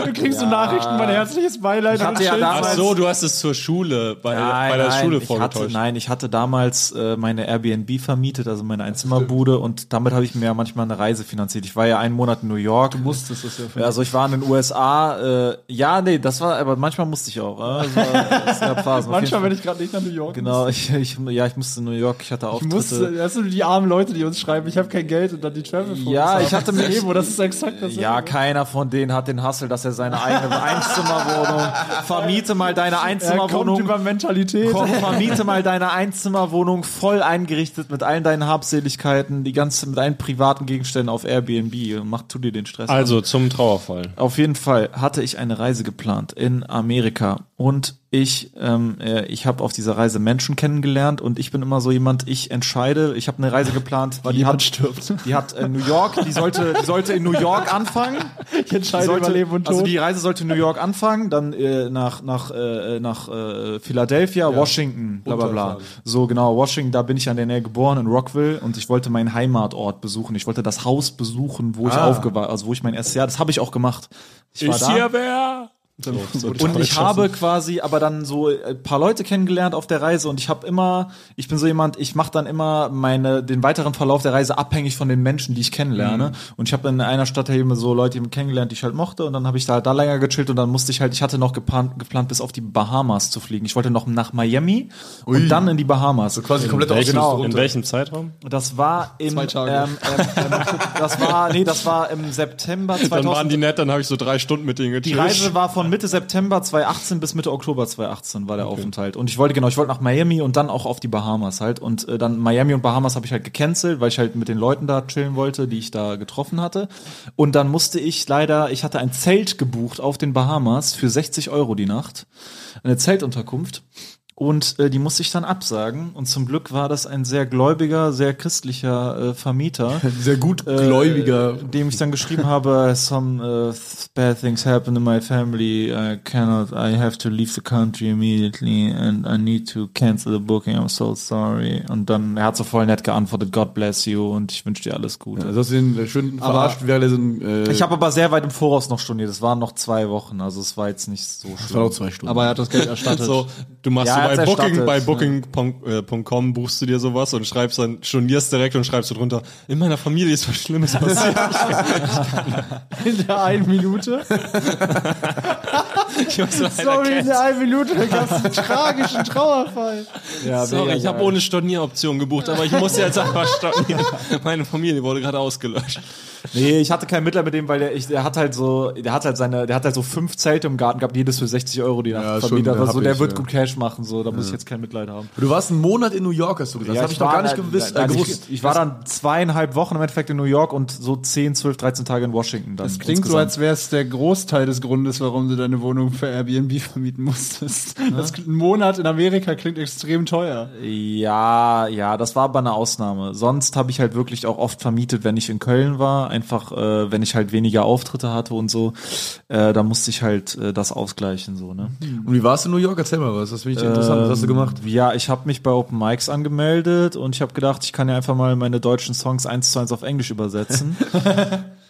[SPEAKER 2] Du kriegst so Nachrichten, mein herzliches Beileid.
[SPEAKER 5] Ich hatte ja
[SPEAKER 2] Schild.
[SPEAKER 5] damals-
[SPEAKER 4] Ach so, du hast es zur Schule, bei, bei der Schule
[SPEAKER 5] ich hatte,
[SPEAKER 4] vorgetäuscht.
[SPEAKER 5] nein, ich hatte damals äh, meine Airbnb vermietet, also meine Einzimmerbude und damit habe ich mir ja manchmal eine Reise finanziert. Ich war ja einen Monat in New York. Du musstest das ja. Also ich war in den USA. Äh, ja, nee, das war, aber manchmal musste ich auch. Äh, das war, das gab Phasen, auf jeden
[SPEAKER 2] Manchmal,
[SPEAKER 5] Fall.
[SPEAKER 2] wenn ich gerade nicht nach New York
[SPEAKER 5] Genau, ich, ich, ja, ich musste in New York, ich hatte Auftritte.
[SPEAKER 2] muss, äh, das sind die armen Leute, die uns schreiben, ich habe kein Geld und dann die travel
[SPEAKER 5] Ja, ich hatte mich-
[SPEAKER 2] Eben, und das ist exakt das.
[SPEAKER 5] Ja, keiner von denen hat den Hassel, dass er seine eigene Einzimmerwohnung vermiete mal deine
[SPEAKER 2] er kommt
[SPEAKER 5] Einzimmerwohnung.
[SPEAKER 2] über Mentalität.
[SPEAKER 5] Komm, vermiete mal deine Einzimmerwohnung voll eingerichtet mit allen deinen Habseligkeiten, die ganze mit allen privaten Gegenständen auf Airbnb. Mach tu dir den Stress. an.
[SPEAKER 4] Also zum Trauerfall.
[SPEAKER 5] Auf jeden Fall hatte ich eine Reise geplant in Amerika und ich, ähm, äh, ich habe auf dieser Reise Menschen kennengelernt und ich bin immer so jemand, ich entscheide, ich habe eine Reise geplant, weil die hat, stirbt. Die hat äh, New York, die sollte, die sollte in New York anfangen. Ich
[SPEAKER 2] entscheide über Leben und
[SPEAKER 5] Also
[SPEAKER 2] Tod.
[SPEAKER 5] die Reise sollte in New York anfangen, dann äh, nach, nach, äh, nach äh, Philadelphia, Washington, bla bla bla. So genau, Washington, da bin ich an der Nähe geboren, in Rockville und ich wollte meinen Heimatort besuchen. Ich wollte das Haus besuchen, wo ich aufgewachsen, also wo ich mein erstes Jahr, das habe ich auch gemacht. Ich war da.
[SPEAKER 4] wer?
[SPEAKER 5] Und ich habe quasi aber dann so ein paar Leute kennengelernt auf der Reise und ich habe immer, ich bin so jemand, ich mache dann immer meine den weiteren Verlauf der Reise abhängig von den Menschen, die ich kennenlerne. Und ich habe in einer Stadt ja eben so Leute kennengelernt, die ich halt mochte und dann habe ich da, da länger gechillt und dann musste ich halt, ich hatte noch geplant, geplant bis auf die Bahamas zu fliegen. Ich wollte noch nach Miami und dann in die Bahamas.
[SPEAKER 1] Quasi komplett
[SPEAKER 4] Welchen,
[SPEAKER 1] ausgenutzt.
[SPEAKER 4] In welchem Zeitraum?
[SPEAKER 5] Das war im,
[SPEAKER 2] Zwei Tage.
[SPEAKER 5] Ähm, ähm, ähm, das war, nee, das war im September 2000.
[SPEAKER 4] Dann waren die nett, dann habe ich so drei Stunden mit denen
[SPEAKER 5] Die
[SPEAKER 4] gechillt.
[SPEAKER 5] Reise war von Mitte September 2018 bis Mitte Oktober 2018 war der Aufenthalt. Und ich wollte genau, ich wollte nach Miami und dann auch auf die Bahamas halt. Und äh, dann Miami und Bahamas habe ich halt gecancelt, weil ich halt mit den Leuten da chillen wollte, die ich da getroffen hatte. Und dann musste ich leider, ich hatte ein Zelt gebucht auf den Bahamas für 60 Euro die Nacht. Eine Zeltunterkunft. Und äh, die musste ich dann absagen. Und zum Glück war das ein sehr gläubiger, sehr christlicher äh, Vermieter.
[SPEAKER 1] Sehr gut gläubiger.
[SPEAKER 5] Äh, dem ich dann geschrieben habe, some uh, bad things happen in my family, I cannot, I have to leave the country immediately and I need to cancel the booking, I'm so sorry. Und dann, er hat so voll nett geantwortet, God bless you und ich wünsche dir alles Gute.
[SPEAKER 1] Also hast du den schön verarscht, wäre der so ein. Äh,
[SPEAKER 5] ich habe aber sehr weit im Voraus noch storniert, es waren noch zwei Wochen, also es war jetzt nicht so
[SPEAKER 1] das
[SPEAKER 5] schlimm.
[SPEAKER 1] waren auch zwei Stunden.
[SPEAKER 2] Aber er hat das Geld erstattet.
[SPEAKER 4] So, du machst
[SPEAKER 5] Ja, hat's
[SPEAKER 4] so bei Booking,
[SPEAKER 5] erstattet,
[SPEAKER 4] bei
[SPEAKER 5] ne?
[SPEAKER 4] Booking.com buchst du dir sowas und schreibst dann, stornierst direkt und schreibst so drunter, in meiner Familie ist was Schlimmes passiert.
[SPEAKER 2] in der einen Minute.
[SPEAKER 4] Ich weiß, leider
[SPEAKER 2] Sorry, in
[SPEAKER 4] kein-
[SPEAKER 2] der einen Minute gab es einen tragischen Trauerfall.
[SPEAKER 4] Sorry, ich habe ohne Stornieroption gebucht, aber ich muss jetzt einfach stornieren. Meine Familie wurde gerade ausgelöscht.
[SPEAKER 5] Nee, ich hatte kein Mitleid mit dem, weil der, ich, der hat halt so, der hat halt seine, der hat halt so fünf Zelte im Garten gehabt, jedes für 60 Euro die Nacht
[SPEAKER 1] Ja, schon,
[SPEAKER 5] vermietet. Also
[SPEAKER 1] hab
[SPEAKER 5] der
[SPEAKER 1] ich,
[SPEAKER 5] wird
[SPEAKER 1] ja.
[SPEAKER 5] gut Cash machen, so, da muss ich jetzt kein Mitleid haben.
[SPEAKER 1] du warst einen Monat in New York, hast du gesagt. das habe ich noch gar
[SPEAKER 5] war
[SPEAKER 1] nicht
[SPEAKER 5] dann-
[SPEAKER 1] gewiss, äh,
[SPEAKER 5] also
[SPEAKER 1] gewusst.
[SPEAKER 5] Ich, ich war dann zweieinhalb Wochen im Endeffekt in New York und so 10, 12, 13 Tage in Washington dann.
[SPEAKER 2] Das klingt so, als wäre es der Großteil des Grundes, warum du deine Wohnung für Airbnb vermieten musstest. Das, ein Monat in Amerika klingt extrem teuer.
[SPEAKER 5] Ja, ja, das war aber eine Ausnahme. Sonst habe ich halt wirklich auch oft vermietet, wenn ich in Köln war. Einfach, äh, wenn ich halt weniger Auftritte hatte und so. Äh, da musste ich halt äh, das ausgleichen, so, ne?
[SPEAKER 1] Und wie warst du in New York? Erzähl mal was. Das finde ich interessant. Was
[SPEAKER 5] Ähm,
[SPEAKER 1] hast du gemacht?
[SPEAKER 5] Ja, ich habe mich bei Open Mics angemeldet und ich habe gedacht, ich kann ja einfach mal meine deutschen Songs eins zu eins auf Englisch übersetzen.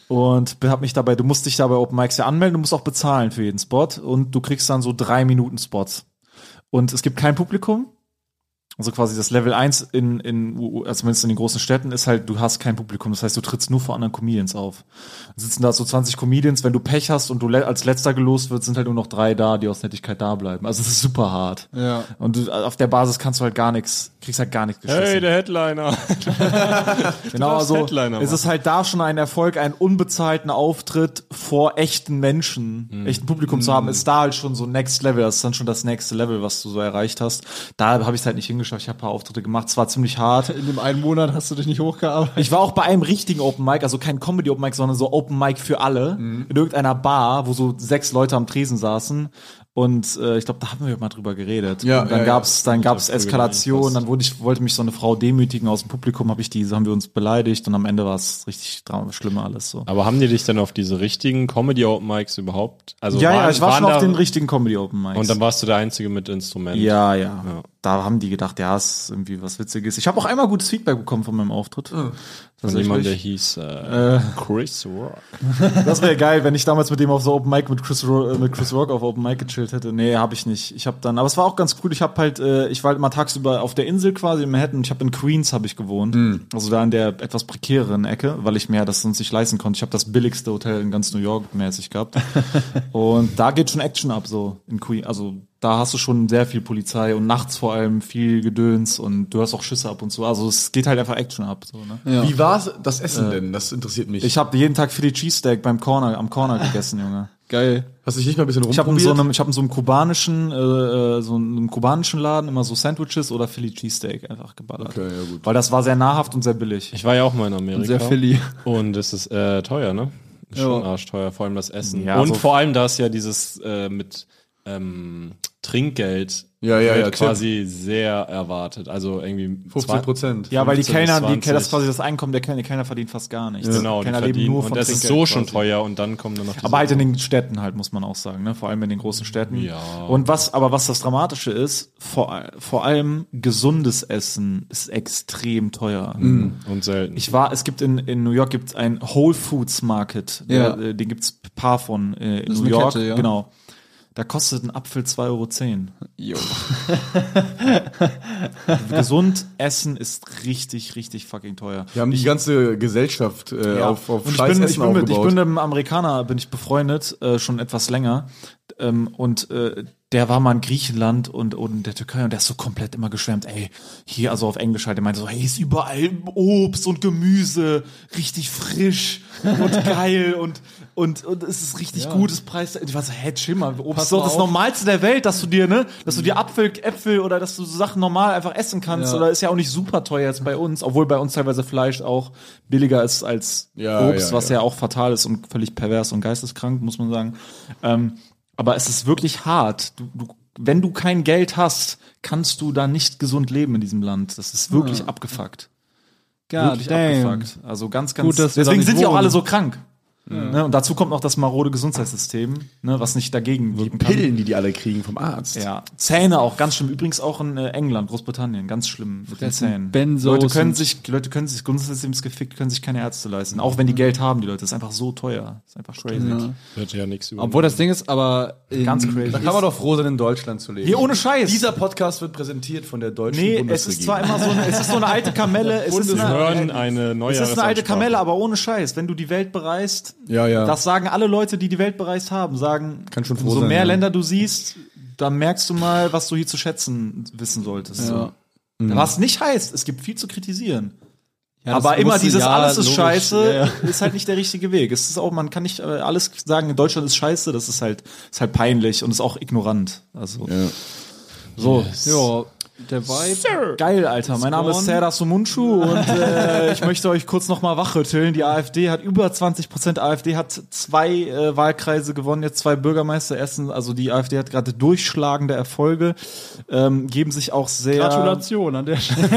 [SPEAKER 5] und habe mich dabei, du musst dich dabei Open Mics ja anmelden, du musst auch bezahlen für jeden Spot und du kriegst dann so drei Minuten Spots. Und es gibt kein Publikum. Also quasi das Level 1 in, in U- also zumindest in den großen Städten ist halt, du hast kein Publikum. Das heißt, du trittst nur vor anderen Comedians auf. Dann sitzen da so 20 Comedians, wenn du Pech hast und du le als letzter gelost wird, sind halt nur noch drei da, die aus Nettigkeit da bleiben. Also es ist super hart.
[SPEAKER 2] Ja.
[SPEAKER 5] Und du, auf der Basis kannst du halt gar nichts, kriegst halt gar nichts geschissen.
[SPEAKER 4] der Headliner.
[SPEAKER 5] genau,
[SPEAKER 4] darfst
[SPEAKER 5] also
[SPEAKER 4] Headliner
[SPEAKER 5] es ist halt da schon ein Erfolg, einen unbezahlten Auftritt vor echten Menschen,
[SPEAKER 4] Hm.
[SPEAKER 5] echten Publikum zu haben, ist da halt schon so Next Level. Das ist dann schon das nächste Level, was du so erreicht hast. Da habe ich es halt nicht hingeschafft. Ich habe ein paar Auftritte gemacht, es war ziemlich hart.
[SPEAKER 2] In dem einen Monat hast du dich nicht hochgearbeitet.
[SPEAKER 5] Ich war auch bei einem richtigen Open Mic, also kein Comedy Open Mic, sondern so Open Mic für alle. In irgendeiner Bar, wo so sechs Leute am Tresen saßen. Und äh, ich glaube, da haben wir mal drüber geredet.
[SPEAKER 1] Ja,
[SPEAKER 5] und dann
[SPEAKER 1] ja, ja.
[SPEAKER 5] gab's, dann gab's Eskalation, dann wurde ich, wollte mich so eine Frau demütigen aus dem Publikum, habe ich die, haben wir uns beleidigt und am Ende war es richtig dra- schlimm alles so.
[SPEAKER 4] Aber haben die dich dann auf diese richtigen Comedy Open Mics überhaupt? Also
[SPEAKER 5] ja, ja,
[SPEAKER 4] waren-
[SPEAKER 5] ich war
[SPEAKER 4] waren
[SPEAKER 5] schon auf
[SPEAKER 4] da-
[SPEAKER 5] den richtigen Comedy Open Mics.
[SPEAKER 4] Und dann warst du der Einzige mit Instrument.
[SPEAKER 5] ja, ja, Da haben die gedacht, ja, ist irgendwie was Witziges. Ich habe auch einmal gutes Feedback bekommen von meinem Auftritt.
[SPEAKER 4] Von jemand, der hieß äh, Chris Rock.
[SPEAKER 5] Das wäre geil, wenn ich damals mit dem auf so Open Mic mit Chris, Ro äh, mit Chris Rock auf Open Mic gechillt hätte. Nee, habe ich nicht. Ich habe dann, aber es war auch ganz cool. Ich habe halt, äh, ich war halt immer tagsüber auf der Insel quasi in Manhattan. und Ich habe in Queens habe ich gewohnt, also da in der etwas prekäreren Ecke, weil ich mir das sonst nicht leisten konnte. Ich habe das billigste Hotel in ganz New York mäßig gehabt. und da geht schon Action ab so in Queens. Also da hast du schon sehr viel Polizei und nachts vor allem viel Gedöns und du hörst auch Schüsse ab und so. Also es geht halt einfach Action ab. So, ne?
[SPEAKER 1] Wie war das Essen denn? Das interessiert mich.
[SPEAKER 5] Äh. Ich habe jeden Tag Philly Cheesesteak beim Corner, am Corner gegessen, Junge.
[SPEAKER 2] Geil.
[SPEAKER 1] hast du dich nicht mal ein bisschen
[SPEAKER 5] Ich habe in
[SPEAKER 1] rumprobiert?
[SPEAKER 5] so einem, ich habe in so einem kubanischen, äh, äh, so einem kubanischen Laden immer so Sandwiches oder Philly Cheesesteak einfach geballert.
[SPEAKER 1] Okay, ja, gut.
[SPEAKER 5] Weil das war sehr nahrhaft und sehr billig.
[SPEAKER 4] Ich war ja auch mal in Amerika.
[SPEAKER 2] Sehr Philly.
[SPEAKER 4] Und es ist äh, teuer, ne? Ist Schon arschteuer, vor allem das Essen.
[SPEAKER 5] Ja, also
[SPEAKER 4] und
[SPEAKER 5] so-
[SPEAKER 4] vor allem, da es ja dieses äh, mit ähm, Trinkgeld
[SPEAKER 1] Ja, ja,
[SPEAKER 4] wird
[SPEAKER 1] ja,
[SPEAKER 4] quasi sehr erwartet. Also irgendwie
[SPEAKER 1] 50 Prozent.
[SPEAKER 5] ja, weil die
[SPEAKER 4] 15 bis
[SPEAKER 5] Kellner, die,
[SPEAKER 4] 20.
[SPEAKER 5] das ist quasi das Einkommen der Kellner, die Kellner verdienen fast gar nichts.
[SPEAKER 4] Genau, die
[SPEAKER 5] Kellner leben
[SPEAKER 4] verdienen.
[SPEAKER 5] nur von
[SPEAKER 4] und es ist so
[SPEAKER 5] Trinkgeld
[SPEAKER 4] schon
[SPEAKER 5] quasi.
[SPEAKER 4] teuer und dann kommen dann noch diese
[SPEAKER 5] Aber halt in den Städten halt, muss man auch sagen, ne? Vor allem in den großen Städten.
[SPEAKER 4] Ja.
[SPEAKER 5] Und was, aber was das Dramatische ist, vor, all- vor allem gesundes Essen ist extrem teuer.
[SPEAKER 1] Mhm.
[SPEAKER 4] und selten.
[SPEAKER 5] Ich war, es gibt in, in New York gibt's ein Whole Foods Market. Der, äh, den gibt's ein paar von äh, in
[SPEAKER 2] ist
[SPEAKER 5] New
[SPEAKER 2] eine
[SPEAKER 5] York.
[SPEAKER 2] Kette, ja.
[SPEAKER 5] Genau. Da kostet ein Apfel 2,10 Euro. Gesund essen ist richtig, richtig fucking teuer.
[SPEAKER 1] Wir haben die ganze Gesellschaft äh,
[SPEAKER 5] Ja.
[SPEAKER 1] auf, auf
[SPEAKER 5] und ich bin, ich,
[SPEAKER 1] Scheißessen
[SPEAKER 5] bin mit, ich
[SPEAKER 1] aufgebaut.
[SPEAKER 5] bin mit einem ähm, Amerikaner, bin ich befreundet, äh, schon etwas länger. Ähm, und äh, der war mal in Griechenland und, und in der Türkei und der ist so komplett immer geschwärmt, ey, hier, also auf Englisch halt, der meinte so, hey, ist überall Obst und Gemüse, richtig frisch und geil und, und, und es ist richtig gutes Preis. Ich war so, hey, chill mal, Obst ist doch das Normalste der Welt, dass du dir, ne, dass
[SPEAKER 1] Mhm.
[SPEAKER 5] du dir Apfel, Äpfel oder dass du so Sachen normal einfach essen kannst oder ist ja auch nicht super teuer jetzt bei uns, obwohl bei uns teilweise Fleisch auch billiger ist als
[SPEAKER 1] Ja,
[SPEAKER 5] Obst,
[SPEAKER 1] ja,
[SPEAKER 5] was ja auch fatal ist und völlig pervers und geisteskrank, muss man sagen. Ähm, aber es ist wirklich hart. Du, du, wenn du kein Geld hast, kannst du da nicht gesund leben in diesem Land. Das ist wirklich
[SPEAKER 2] Ah.
[SPEAKER 5] abgefuckt. wirklich abgefuckt. Also ganz, ganz.
[SPEAKER 2] Gut, dass wir da
[SPEAKER 5] deswegen
[SPEAKER 2] nicht
[SPEAKER 5] sind die auch
[SPEAKER 2] wohnen.
[SPEAKER 5] alle so krank. Ne? Und dazu kommt noch das marode Gesundheitssystem, ne? was nicht dagegen wirken kann.
[SPEAKER 1] Pillen, die die alle kriegen vom Arzt.
[SPEAKER 5] Ja, Zähne auch ganz schlimm. Übrigens auch in äh, England, Großbritannien, ganz schlimm mit den
[SPEAKER 2] Fressen
[SPEAKER 5] Zähnen.
[SPEAKER 2] Benzos
[SPEAKER 5] Leute können
[SPEAKER 2] und-
[SPEAKER 5] sich, die Leute können sich Grundsystems gefickt, können sich keine Ärzte leisten, auch wenn die Geld haben. Die Leute Das ist einfach so teuer, Das ist einfach crazy.
[SPEAKER 4] Hört ja nichts über.
[SPEAKER 2] Obwohl das Ding ist, aber in-
[SPEAKER 5] Ganz crazy.
[SPEAKER 1] Mhm. Da kann man doch froh sein, in Deutschland zu leben.
[SPEAKER 5] Hier ohne Scheiß.
[SPEAKER 1] Dieser Podcast wird präsentiert von der deutschen
[SPEAKER 5] nee, es ist zwar
[SPEAKER 1] Bundesregierung.
[SPEAKER 5] immer so eine, es ist so eine alte Kamelle. Es ist
[SPEAKER 4] Wir hören
[SPEAKER 5] eine,
[SPEAKER 4] eine neue
[SPEAKER 5] es ist eine alte Kamelle, aber ohne Scheiß. Wenn du die Welt bereist,
[SPEAKER 1] Ja, ja.
[SPEAKER 5] das sagen alle Leute, die die Welt bereist haben, sagen,
[SPEAKER 1] Kann schon froh
[SPEAKER 5] umso
[SPEAKER 1] sein,
[SPEAKER 5] mehr
[SPEAKER 1] ja.
[SPEAKER 5] Länder du siehst, dann merkst du mal, was du hier zu schätzen wissen solltest. So.
[SPEAKER 1] Mhm.
[SPEAKER 5] Was nicht heißt, es gibt viel zu kritisieren.
[SPEAKER 2] Ja, das
[SPEAKER 5] Aber immer
[SPEAKER 2] wusste-
[SPEAKER 5] dieses
[SPEAKER 2] ja,
[SPEAKER 5] alles ist
[SPEAKER 2] logisch.
[SPEAKER 5] scheiße,
[SPEAKER 2] Ja, ja.
[SPEAKER 5] ist halt nicht der richtige Weg. Es ist auch, man kann nicht äh, alles sagen, Deutschland ist scheiße, das ist halt, ist halt peinlich und ist auch ignorant. Also so.
[SPEAKER 2] Ja, der Vibe.
[SPEAKER 5] Geil, Alter. Mein Name ist
[SPEAKER 2] Spawn.
[SPEAKER 5] Serdar Sumunchu und äh, ich möchte euch kurz nochmal wachrütteln. Die AfD hat über 20 Prozent. AfD hat zwei äh, Wahlkreise gewonnen, jetzt zwei Bürgermeister. Erstens, also die AfD hat gerade durchschlagende Erfolge, ähm, geben sich auch sehr
[SPEAKER 2] Gratulation an der Stelle.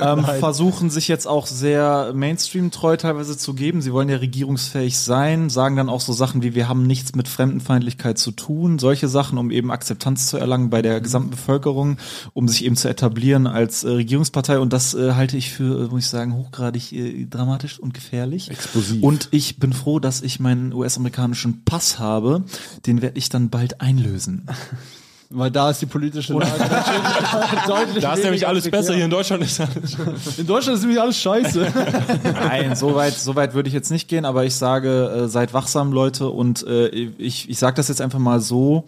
[SPEAKER 5] ähm, versuchen sich jetzt auch sehr Mainstream-treu teilweise zu geben. Sie wollen ja regierungsfähig sein, sagen dann auch so Sachen wie, wir haben nichts mit Fremdenfeindlichkeit zu tun, solche Sachen, um eben Akzeptanz zu erlangen bei der gesamten Bevölkerung, um sich eben zu etablieren als äh, Regierungspartei. Und das äh, halte ich für, äh, muss ich sagen, hochgradig äh, dramatisch und gefährlich. Explosiv. Und ich bin froh, dass ich meinen US-amerikanischen Pass habe. Den werde ich dann bald einlösen.
[SPEAKER 2] Weil da ist die politische Lage deutlich
[SPEAKER 4] da ist nämlich
[SPEAKER 2] weniger
[SPEAKER 4] alles
[SPEAKER 2] prekär.
[SPEAKER 4] besser. Hier in Deutschland ist alles.
[SPEAKER 2] In Deutschland ist nämlich alles scheiße.
[SPEAKER 5] Nein, so weit, so weit würde ich jetzt nicht gehen, aber ich sage, äh, seid wachsam, Leute. Und äh, ich, ich sage das jetzt einfach mal so.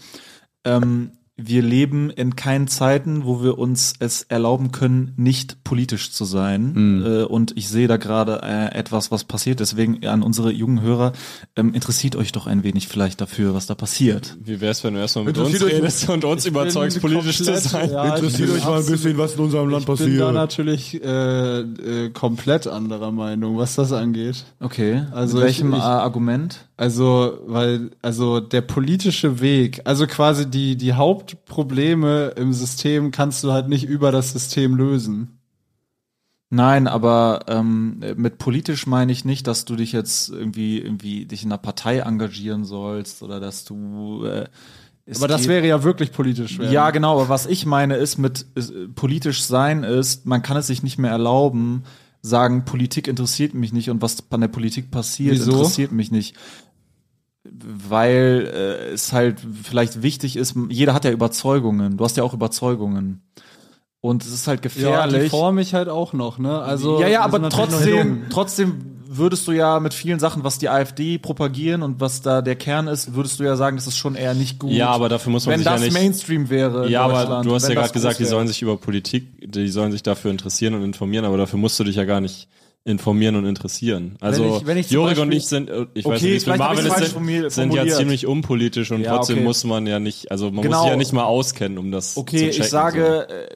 [SPEAKER 5] Ähm, wir leben in keinen Zeiten, wo wir uns es erlauben können, nicht politisch zu sein.
[SPEAKER 1] Hm.
[SPEAKER 5] Äh, und ich sehe da gerade äh, etwas, was passiert. Deswegen an unsere jungen Hörer, ähm, interessiert euch doch ein wenig vielleicht dafür, was da passiert.
[SPEAKER 4] Wie wär's, wenn du erstmal mit uns
[SPEAKER 1] Interessiert euch-
[SPEAKER 4] redest und uns überzeugst, politisch zu sein?
[SPEAKER 1] Interessiert euch mal ein bisschen, was in unserem Land
[SPEAKER 2] Ich bin da
[SPEAKER 1] passiert.
[SPEAKER 2] natürlich äh, äh, komplett anderer Meinung, was das angeht.
[SPEAKER 5] Okay. Also
[SPEAKER 2] Also
[SPEAKER 5] Mit welchem
[SPEAKER 2] ich-
[SPEAKER 5] äh,
[SPEAKER 2] ich-
[SPEAKER 5] Argument?
[SPEAKER 2] Also, weil, also der politische Weg, also quasi die, die Hauptprobleme im System kannst du halt nicht über das System lösen.
[SPEAKER 5] Nein, aber ähm, mit politisch meine ich nicht, dass du dich jetzt irgendwie irgendwie dich in einer Partei engagieren sollst oder dass du. Äh, es
[SPEAKER 2] Aber das
[SPEAKER 5] geht-
[SPEAKER 2] wäre ja wirklich politisch. werden.
[SPEAKER 5] ja, genau, aber was ich meine ist mit ist, äh, politisch sein ist, man kann es sich nicht mehr erlauben, sagen, Politik interessiert mich nicht und was an der Politik passiert,
[SPEAKER 2] Wieso?
[SPEAKER 5] interessiert mich nicht. Weil äh, es halt vielleicht wichtig ist, jeder hat ja Überzeugungen, du hast ja auch Überzeugungen. Und es ist halt
[SPEAKER 2] ja, die
[SPEAKER 5] gefährlich.
[SPEAKER 2] forme ich halt auch noch, ne? Also,
[SPEAKER 5] Ja, ja,
[SPEAKER 2] wir sind
[SPEAKER 5] aber
[SPEAKER 2] natürlich noch jung.
[SPEAKER 5] trotzdem, trotzdem würdest du ja mit vielen Sachen, was die AfD propagieren und was da der Kern ist, würdest du ja sagen, das ist schon eher nicht gut.
[SPEAKER 4] Ja, aber dafür muss man
[SPEAKER 5] wenn
[SPEAKER 4] sich ja
[SPEAKER 5] das
[SPEAKER 4] nicht.
[SPEAKER 5] Mainstream wäre. in
[SPEAKER 4] Ja, aber
[SPEAKER 5] Deutschland,
[SPEAKER 4] du hast
[SPEAKER 5] wenn
[SPEAKER 4] ja
[SPEAKER 5] das
[SPEAKER 4] gerade gesagt,
[SPEAKER 5] groß
[SPEAKER 4] die
[SPEAKER 5] wäre.
[SPEAKER 4] sollen sich über Politik, die sollen sich dafür interessieren und informieren, aber dafür musst du dich ja gar nicht informieren und interessieren. Also
[SPEAKER 2] ich- wenn ich zum
[SPEAKER 4] Jorik und
[SPEAKER 2] Beispiel-
[SPEAKER 4] ich sind, äh, ich
[SPEAKER 5] Okay,
[SPEAKER 4] weiß nicht, wie es mit
[SPEAKER 5] vielleicht hab
[SPEAKER 4] Marvin
[SPEAKER 5] ich's falsch
[SPEAKER 4] ist,
[SPEAKER 5] formulier-
[SPEAKER 4] sind, sind ja
[SPEAKER 5] formuliert.
[SPEAKER 4] ziemlich unpolitisch und
[SPEAKER 5] Ja,
[SPEAKER 4] trotzdem
[SPEAKER 5] okay.
[SPEAKER 4] muss man ja nicht, also man muss
[SPEAKER 5] Genau.
[SPEAKER 4] sich ja nicht mal auskennen, um das zu
[SPEAKER 5] Okay,
[SPEAKER 4] checken.
[SPEAKER 5] ich sage, äh,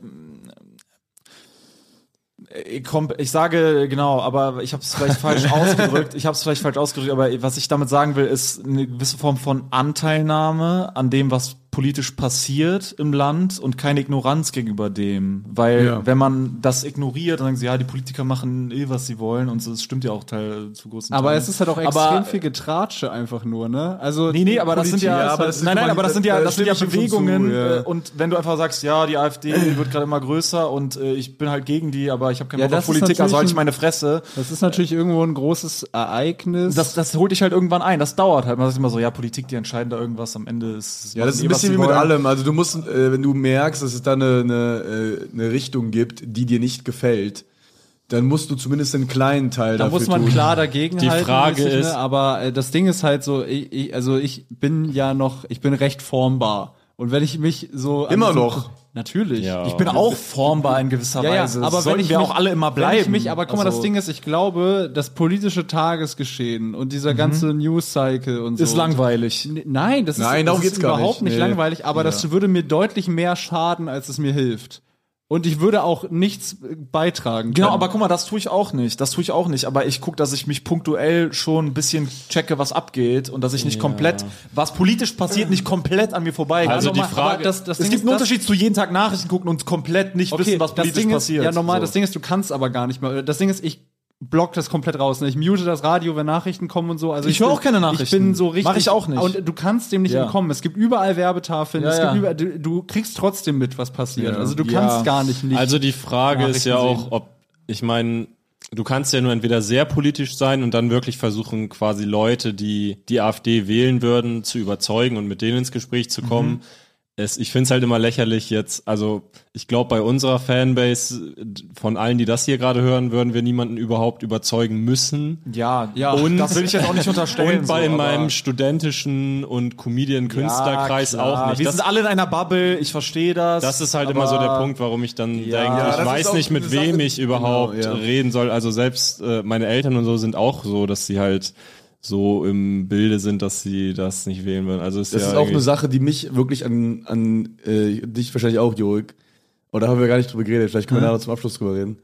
[SPEAKER 5] Ich, komm, ich sage genau, aber ich habe es vielleicht falsch ausgedrückt. Ich habe es vielleicht falsch ausgedrückt, aber was ich damit sagen will, ist eine gewisse Form von Anteilnahme an dem, was politisch passiert im Land und keine Ignoranz gegenüber dem. Weil
[SPEAKER 1] Ja.
[SPEAKER 5] wenn man das ignoriert, dann sagen sie, ja, die Politiker machen eh, was sie wollen und so, das stimmt ja auch teil, zu großen
[SPEAKER 2] Aber
[SPEAKER 5] Teilen.
[SPEAKER 2] es ist halt auch extrem
[SPEAKER 5] aber,
[SPEAKER 2] viel Getratsche einfach nur, ne? Also
[SPEAKER 5] Nee, nee, aber das sind ja,
[SPEAKER 1] Ja, aber das sind
[SPEAKER 5] nein, nein,
[SPEAKER 1] immer-
[SPEAKER 5] aber das sind ja,
[SPEAKER 1] da
[SPEAKER 5] das sind ja
[SPEAKER 1] stimme ich ihm schon
[SPEAKER 5] Bewegungen
[SPEAKER 1] zu, ja.
[SPEAKER 5] äh, und wenn du einfach sagst, ja, die AfD die wird gerade immer größer und äh, ich bin halt gegen die, aber ich habe keinen
[SPEAKER 2] Ja,
[SPEAKER 5] Bock auf
[SPEAKER 2] das ist
[SPEAKER 5] Politik, also
[SPEAKER 2] natürlich
[SPEAKER 5] halte ich
[SPEAKER 2] ein-
[SPEAKER 5] meine Fresse.
[SPEAKER 2] Das ist natürlich irgendwo ein großes Ereignis.
[SPEAKER 5] Das, das holt dich halt irgendwann ein. Das dauert halt. Man sagt immer so, ja, Politik, die entscheiden da irgendwas am Ende ist. eh,
[SPEAKER 1] Ja, das ist ein bisschen wie mit allem. Also du musst, äh, wenn du merkst, dass es da eine, eine, äh, eine Richtung gibt, die dir nicht gefällt, dann musst du zumindest einen kleinen Teil
[SPEAKER 2] da
[SPEAKER 1] dafür
[SPEAKER 2] muss man
[SPEAKER 1] tun.
[SPEAKER 2] klar dagegen
[SPEAKER 10] Die
[SPEAKER 2] halten.
[SPEAKER 10] Frage
[SPEAKER 2] mäßig,
[SPEAKER 10] ist-
[SPEAKER 2] ne? aber äh, das Ding ist halt so, ich, ich, also ich bin ja noch, ich bin recht formbar. Und wenn ich mich so an
[SPEAKER 1] Immer
[SPEAKER 2] diesem-
[SPEAKER 1] noch.
[SPEAKER 2] natürlich.
[SPEAKER 10] Ja.
[SPEAKER 5] Ich bin auch formbar in gewisser
[SPEAKER 2] Ja, ja,
[SPEAKER 5] Weise.
[SPEAKER 2] aber
[SPEAKER 5] Sollten
[SPEAKER 2] wenn ich
[SPEAKER 5] wir
[SPEAKER 2] mich-
[SPEAKER 5] auch alle immer bleiben.
[SPEAKER 2] Wenn ich mich, aber guck mal, das Ding ist, ich glaube, das politische Tagesgeschehen und dieser ganze News-Cycle und so.
[SPEAKER 5] ist langweilig.
[SPEAKER 2] N- Nein, das ist,
[SPEAKER 1] Nein,
[SPEAKER 2] das
[SPEAKER 1] darum
[SPEAKER 2] ist
[SPEAKER 1] geht's gar
[SPEAKER 2] überhaupt nicht,
[SPEAKER 1] nicht. Nee.
[SPEAKER 2] langweilig, aber das würde mir deutlich mehr schaden, als es mir hilft. Und ich würde auch nichts äh, beitragen.
[SPEAKER 5] Genau,
[SPEAKER 2] können.
[SPEAKER 5] aber guck mal, das tue ich auch nicht. Das tue ich auch nicht. Aber ich gucke, dass ich mich punktuell schon ein bisschen checke, was abgeht und dass ich nicht komplett, was politisch passiert, nicht komplett an mir vorbei.
[SPEAKER 10] Also die
[SPEAKER 2] Aber
[SPEAKER 10] Frage-
[SPEAKER 2] das, das
[SPEAKER 5] es
[SPEAKER 2] Ding
[SPEAKER 5] gibt
[SPEAKER 2] ist,
[SPEAKER 5] einen
[SPEAKER 2] das-
[SPEAKER 5] Unterschied zu jeden Tag Nachrichten gucken und komplett nicht wissen, was
[SPEAKER 2] das
[SPEAKER 5] politisch
[SPEAKER 2] Ding
[SPEAKER 5] passiert.
[SPEAKER 2] Ist, ja, normal,
[SPEAKER 5] So.
[SPEAKER 2] das Ding ist, du kannst aber gar nicht mehr. äh, Das Ding ist, ich block das komplett raus. Ne? Ich mute das Radio, wenn Nachrichten kommen und so. Also
[SPEAKER 5] Ich höre
[SPEAKER 2] bin-
[SPEAKER 5] auch keine
[SPEAKER 2] Ich
[SPEAKER 5] Nachrichten.
[SPEAKER 2] bin so richtig.
[SPEAKER 5] Mach ich auch nicht.
[SPEAKER 2] Und du kannst dem nicht
[SPEAKER 5] Ja.
[SPEAKER 2] entkommen. Es gibt überall Werbetafeln.
[SPEAKER 5] Ja,
[SPEAKER 2] es
[SPEAKER 5] ja.
[SPEAKER 2] Gibt überall, du, du kriegst trotzdem mit, was passiert. Also du
[SPEAKER 5] Ja.
[SPEAKER 2] kannst gar nicht nicht.
[SPEAKER 10] Also die Frage ist ja
[SPEAKER 2] Nachrichten
[SPEAKER 10] auch, ob, ich meine, du kannst ja nur entweder sehr politisch sein und dann wirklich versuchen, quasi Leute, die die AfD wählen würden, zu überzeugen und mit denen ins Gespräch zu kommen.
[SPEAKER 5] Mhm.
[SPEAKER 10] Es, ich finde es halt immer lächerlich jetzt, also ich glaube, bei unserer Fanbase, äh, von allen, die das hier gerade hören, würden wir niemanden überhaupt überzeugen müssen.
[SPEAKER 5] ja, ja, und das will ich jetzt auch nicht unterstellen.
[SPEAKER 10] Und bei
[SPEAKER 5] so,
[SPEAKER 10] in
[SPEAKER 5] aber-
[SPEAKER 10] meinem studentischen und Comedian-Künstlerkreis
[SPEAKER 5] Ja, klar.
[SPEAKER 10] auch nicht.
[SPEAKER 5] Wir
[SPEAKER 10] Das-
[SPEAKER 5] sind alle in einer Bubble, ich verstehe das.
[SPEAKER 10] das ist halt
[SPEAKER 5] aber-
[SPEAKER 10] immer so der Punkt, warum ich dann
[SPEAKER 1] Ja,
[SPEAKER 10] denke,
[SPEAKER 1] das
[SPEAKER 10] ich
[SPEAKER 1] ist
[SPEAKER 10] weiß
[SPEAKER 1] auch
[SPEAKER 10] nicht,
[SPEAKER 1] eine
[SPEAKER 10] mit
[SPEAKER 1] Sache-
[SPEAKER 10] wem ich überhaupt
[SPEAKER 1] Genau, ja.
[SPEAKER 10] reden soll. Also selbst äh, meine Eltern und so sind auch so, dass sie halt so im Bilde sind, dass sie das nicht wählen würden. Also ist
[SPEAKER 1] Das
[SPEAKER 10] ja
[SPEAKER 1] ist auch eine
[SPEAKER 10] irgendwie-
[SPEAKER 1] Sache, die mich wirklich an, an äh, dich wahrscheinlich auch, Jorik, aber da haben wir gar nicht drüber geredet, vielleicht können wir nachher zum Abschluss drüber reden,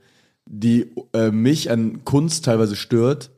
[SPEAKER 1] die äh, mich an Kunst teilweise stört,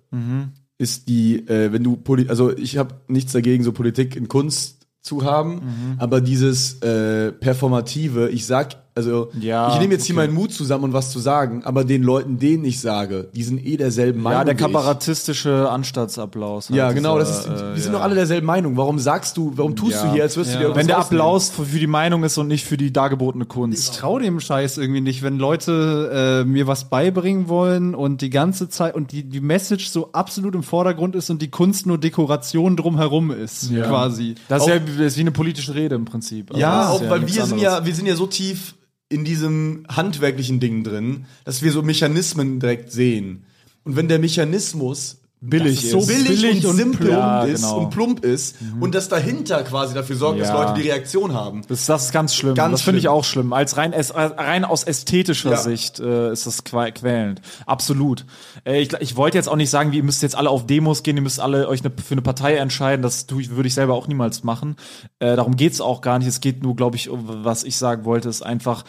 [SPEAKER 1] ist die, äh, wenn du, Poli also ich habe nichts dagegen, so Politik in Kunst zu haben, aber dieses äh, Performative, ich sag, also
[SPEAKER 5] Ja,
[SPEAKER 1] ich nehme jetzt hier meinen Mut zusammen, um was zu sagen, aber den Leuten, denen ich sage, die sind eh derselben Meinung.
[SPEAKER 5] Ja, der
[SPEAKER 1] wie ich.
[SPEAKER 5] kabarettistische Anstandsapplaus. halt,
[SPEAKER 1] Ja,
[SPEAKER 2] also
[SPEAKER 1] genau, das
[SPEAKER 5] dieser,
[SPEAKER 1] ist, wir
[SPEAKER 5] äh,
[SPEAKER 1] sind doch alle derselben Meinung. Warum sagst du, warum tust du hier, als würdest du dir irgendwas
[SPEAKER 5] Wenn der
[SPEAKER 1] ausdenken?
[SPEAKER 5] Applaus für für die Meinung ist und nicht für die dargebotene
[SPEAKER 2] Ich
[SPEAKER 5] Kunst.
[SPEAKER 2] trau dem Scheiß irgendwie nicht, wenn Leute äh, mir was beibringen wollen und die ganze Zeit und die, die Message so absolut im Vordergrund ist und die Kunst nur Dekoration drumherum ist, quasi.
[SPEAKER 5] Das ist ja das ist wie eine politische Rede im Prinzip. Also
[SPEAKER 1] Ja,
[SPEAKER 5] das ist
[SPEAKER 1] auch, weil
[SPEAKER 5] nichts
[SPEAKER 1] wir sind
[SPEAKER 5] anderes.
[SPEAKER 1] ja, wir sind ja so tief in diesem handwerklichen Ding drin, dass wir so Mechanismen direkt sehen. Und wenn der Mechanismus billig
[SPEAKER 5] ist
[SPEAKER 1] ist,
[SPEAKER 5] so
[SPEAKER 1] billig,
[SPEAKER 5] billig
[SPEAKER 1] und,
[SPEAKER 5] und
[SPEAKER 1] simpel
[SPEAKER 5] plump. Ja,
[SPEAKER 1] ist
[SPEAKER 5] genau.
[SPEAKER 1] und plump ist und das dahinter quasi dafür sorgt, dass
[SPEAKER 5] Ja.
[SPEAKER 1] Leute die Reaktion haben.
[SPEAKER 5] Das, das ist ganz schlimm.
[SPEAKER 1] Ganz
[SPEAKER 5] das finde ich
[SPEAKER 1] schlimm.
[SPEAKER 5] auch schlimm. Als rein, es- rein aus ästhetischer
[SPEAKER 1] Ja.
[SPEAKER 5] Sicht äh, ist das qua- quälend. Absolut. Äh, ich ich wollte jetzt auch nicht sagen, wie, ihr müsst jetzt alle auf Demos gehen, ihr müsst alle euch ne, für eine Partei entscheiden. Das tue ich, würde ich selber auch niemals machen. Äh, darum geht's auch gar nicht. Es geht nur, glaube ich, um, was ich sagen wollte, ist einfach.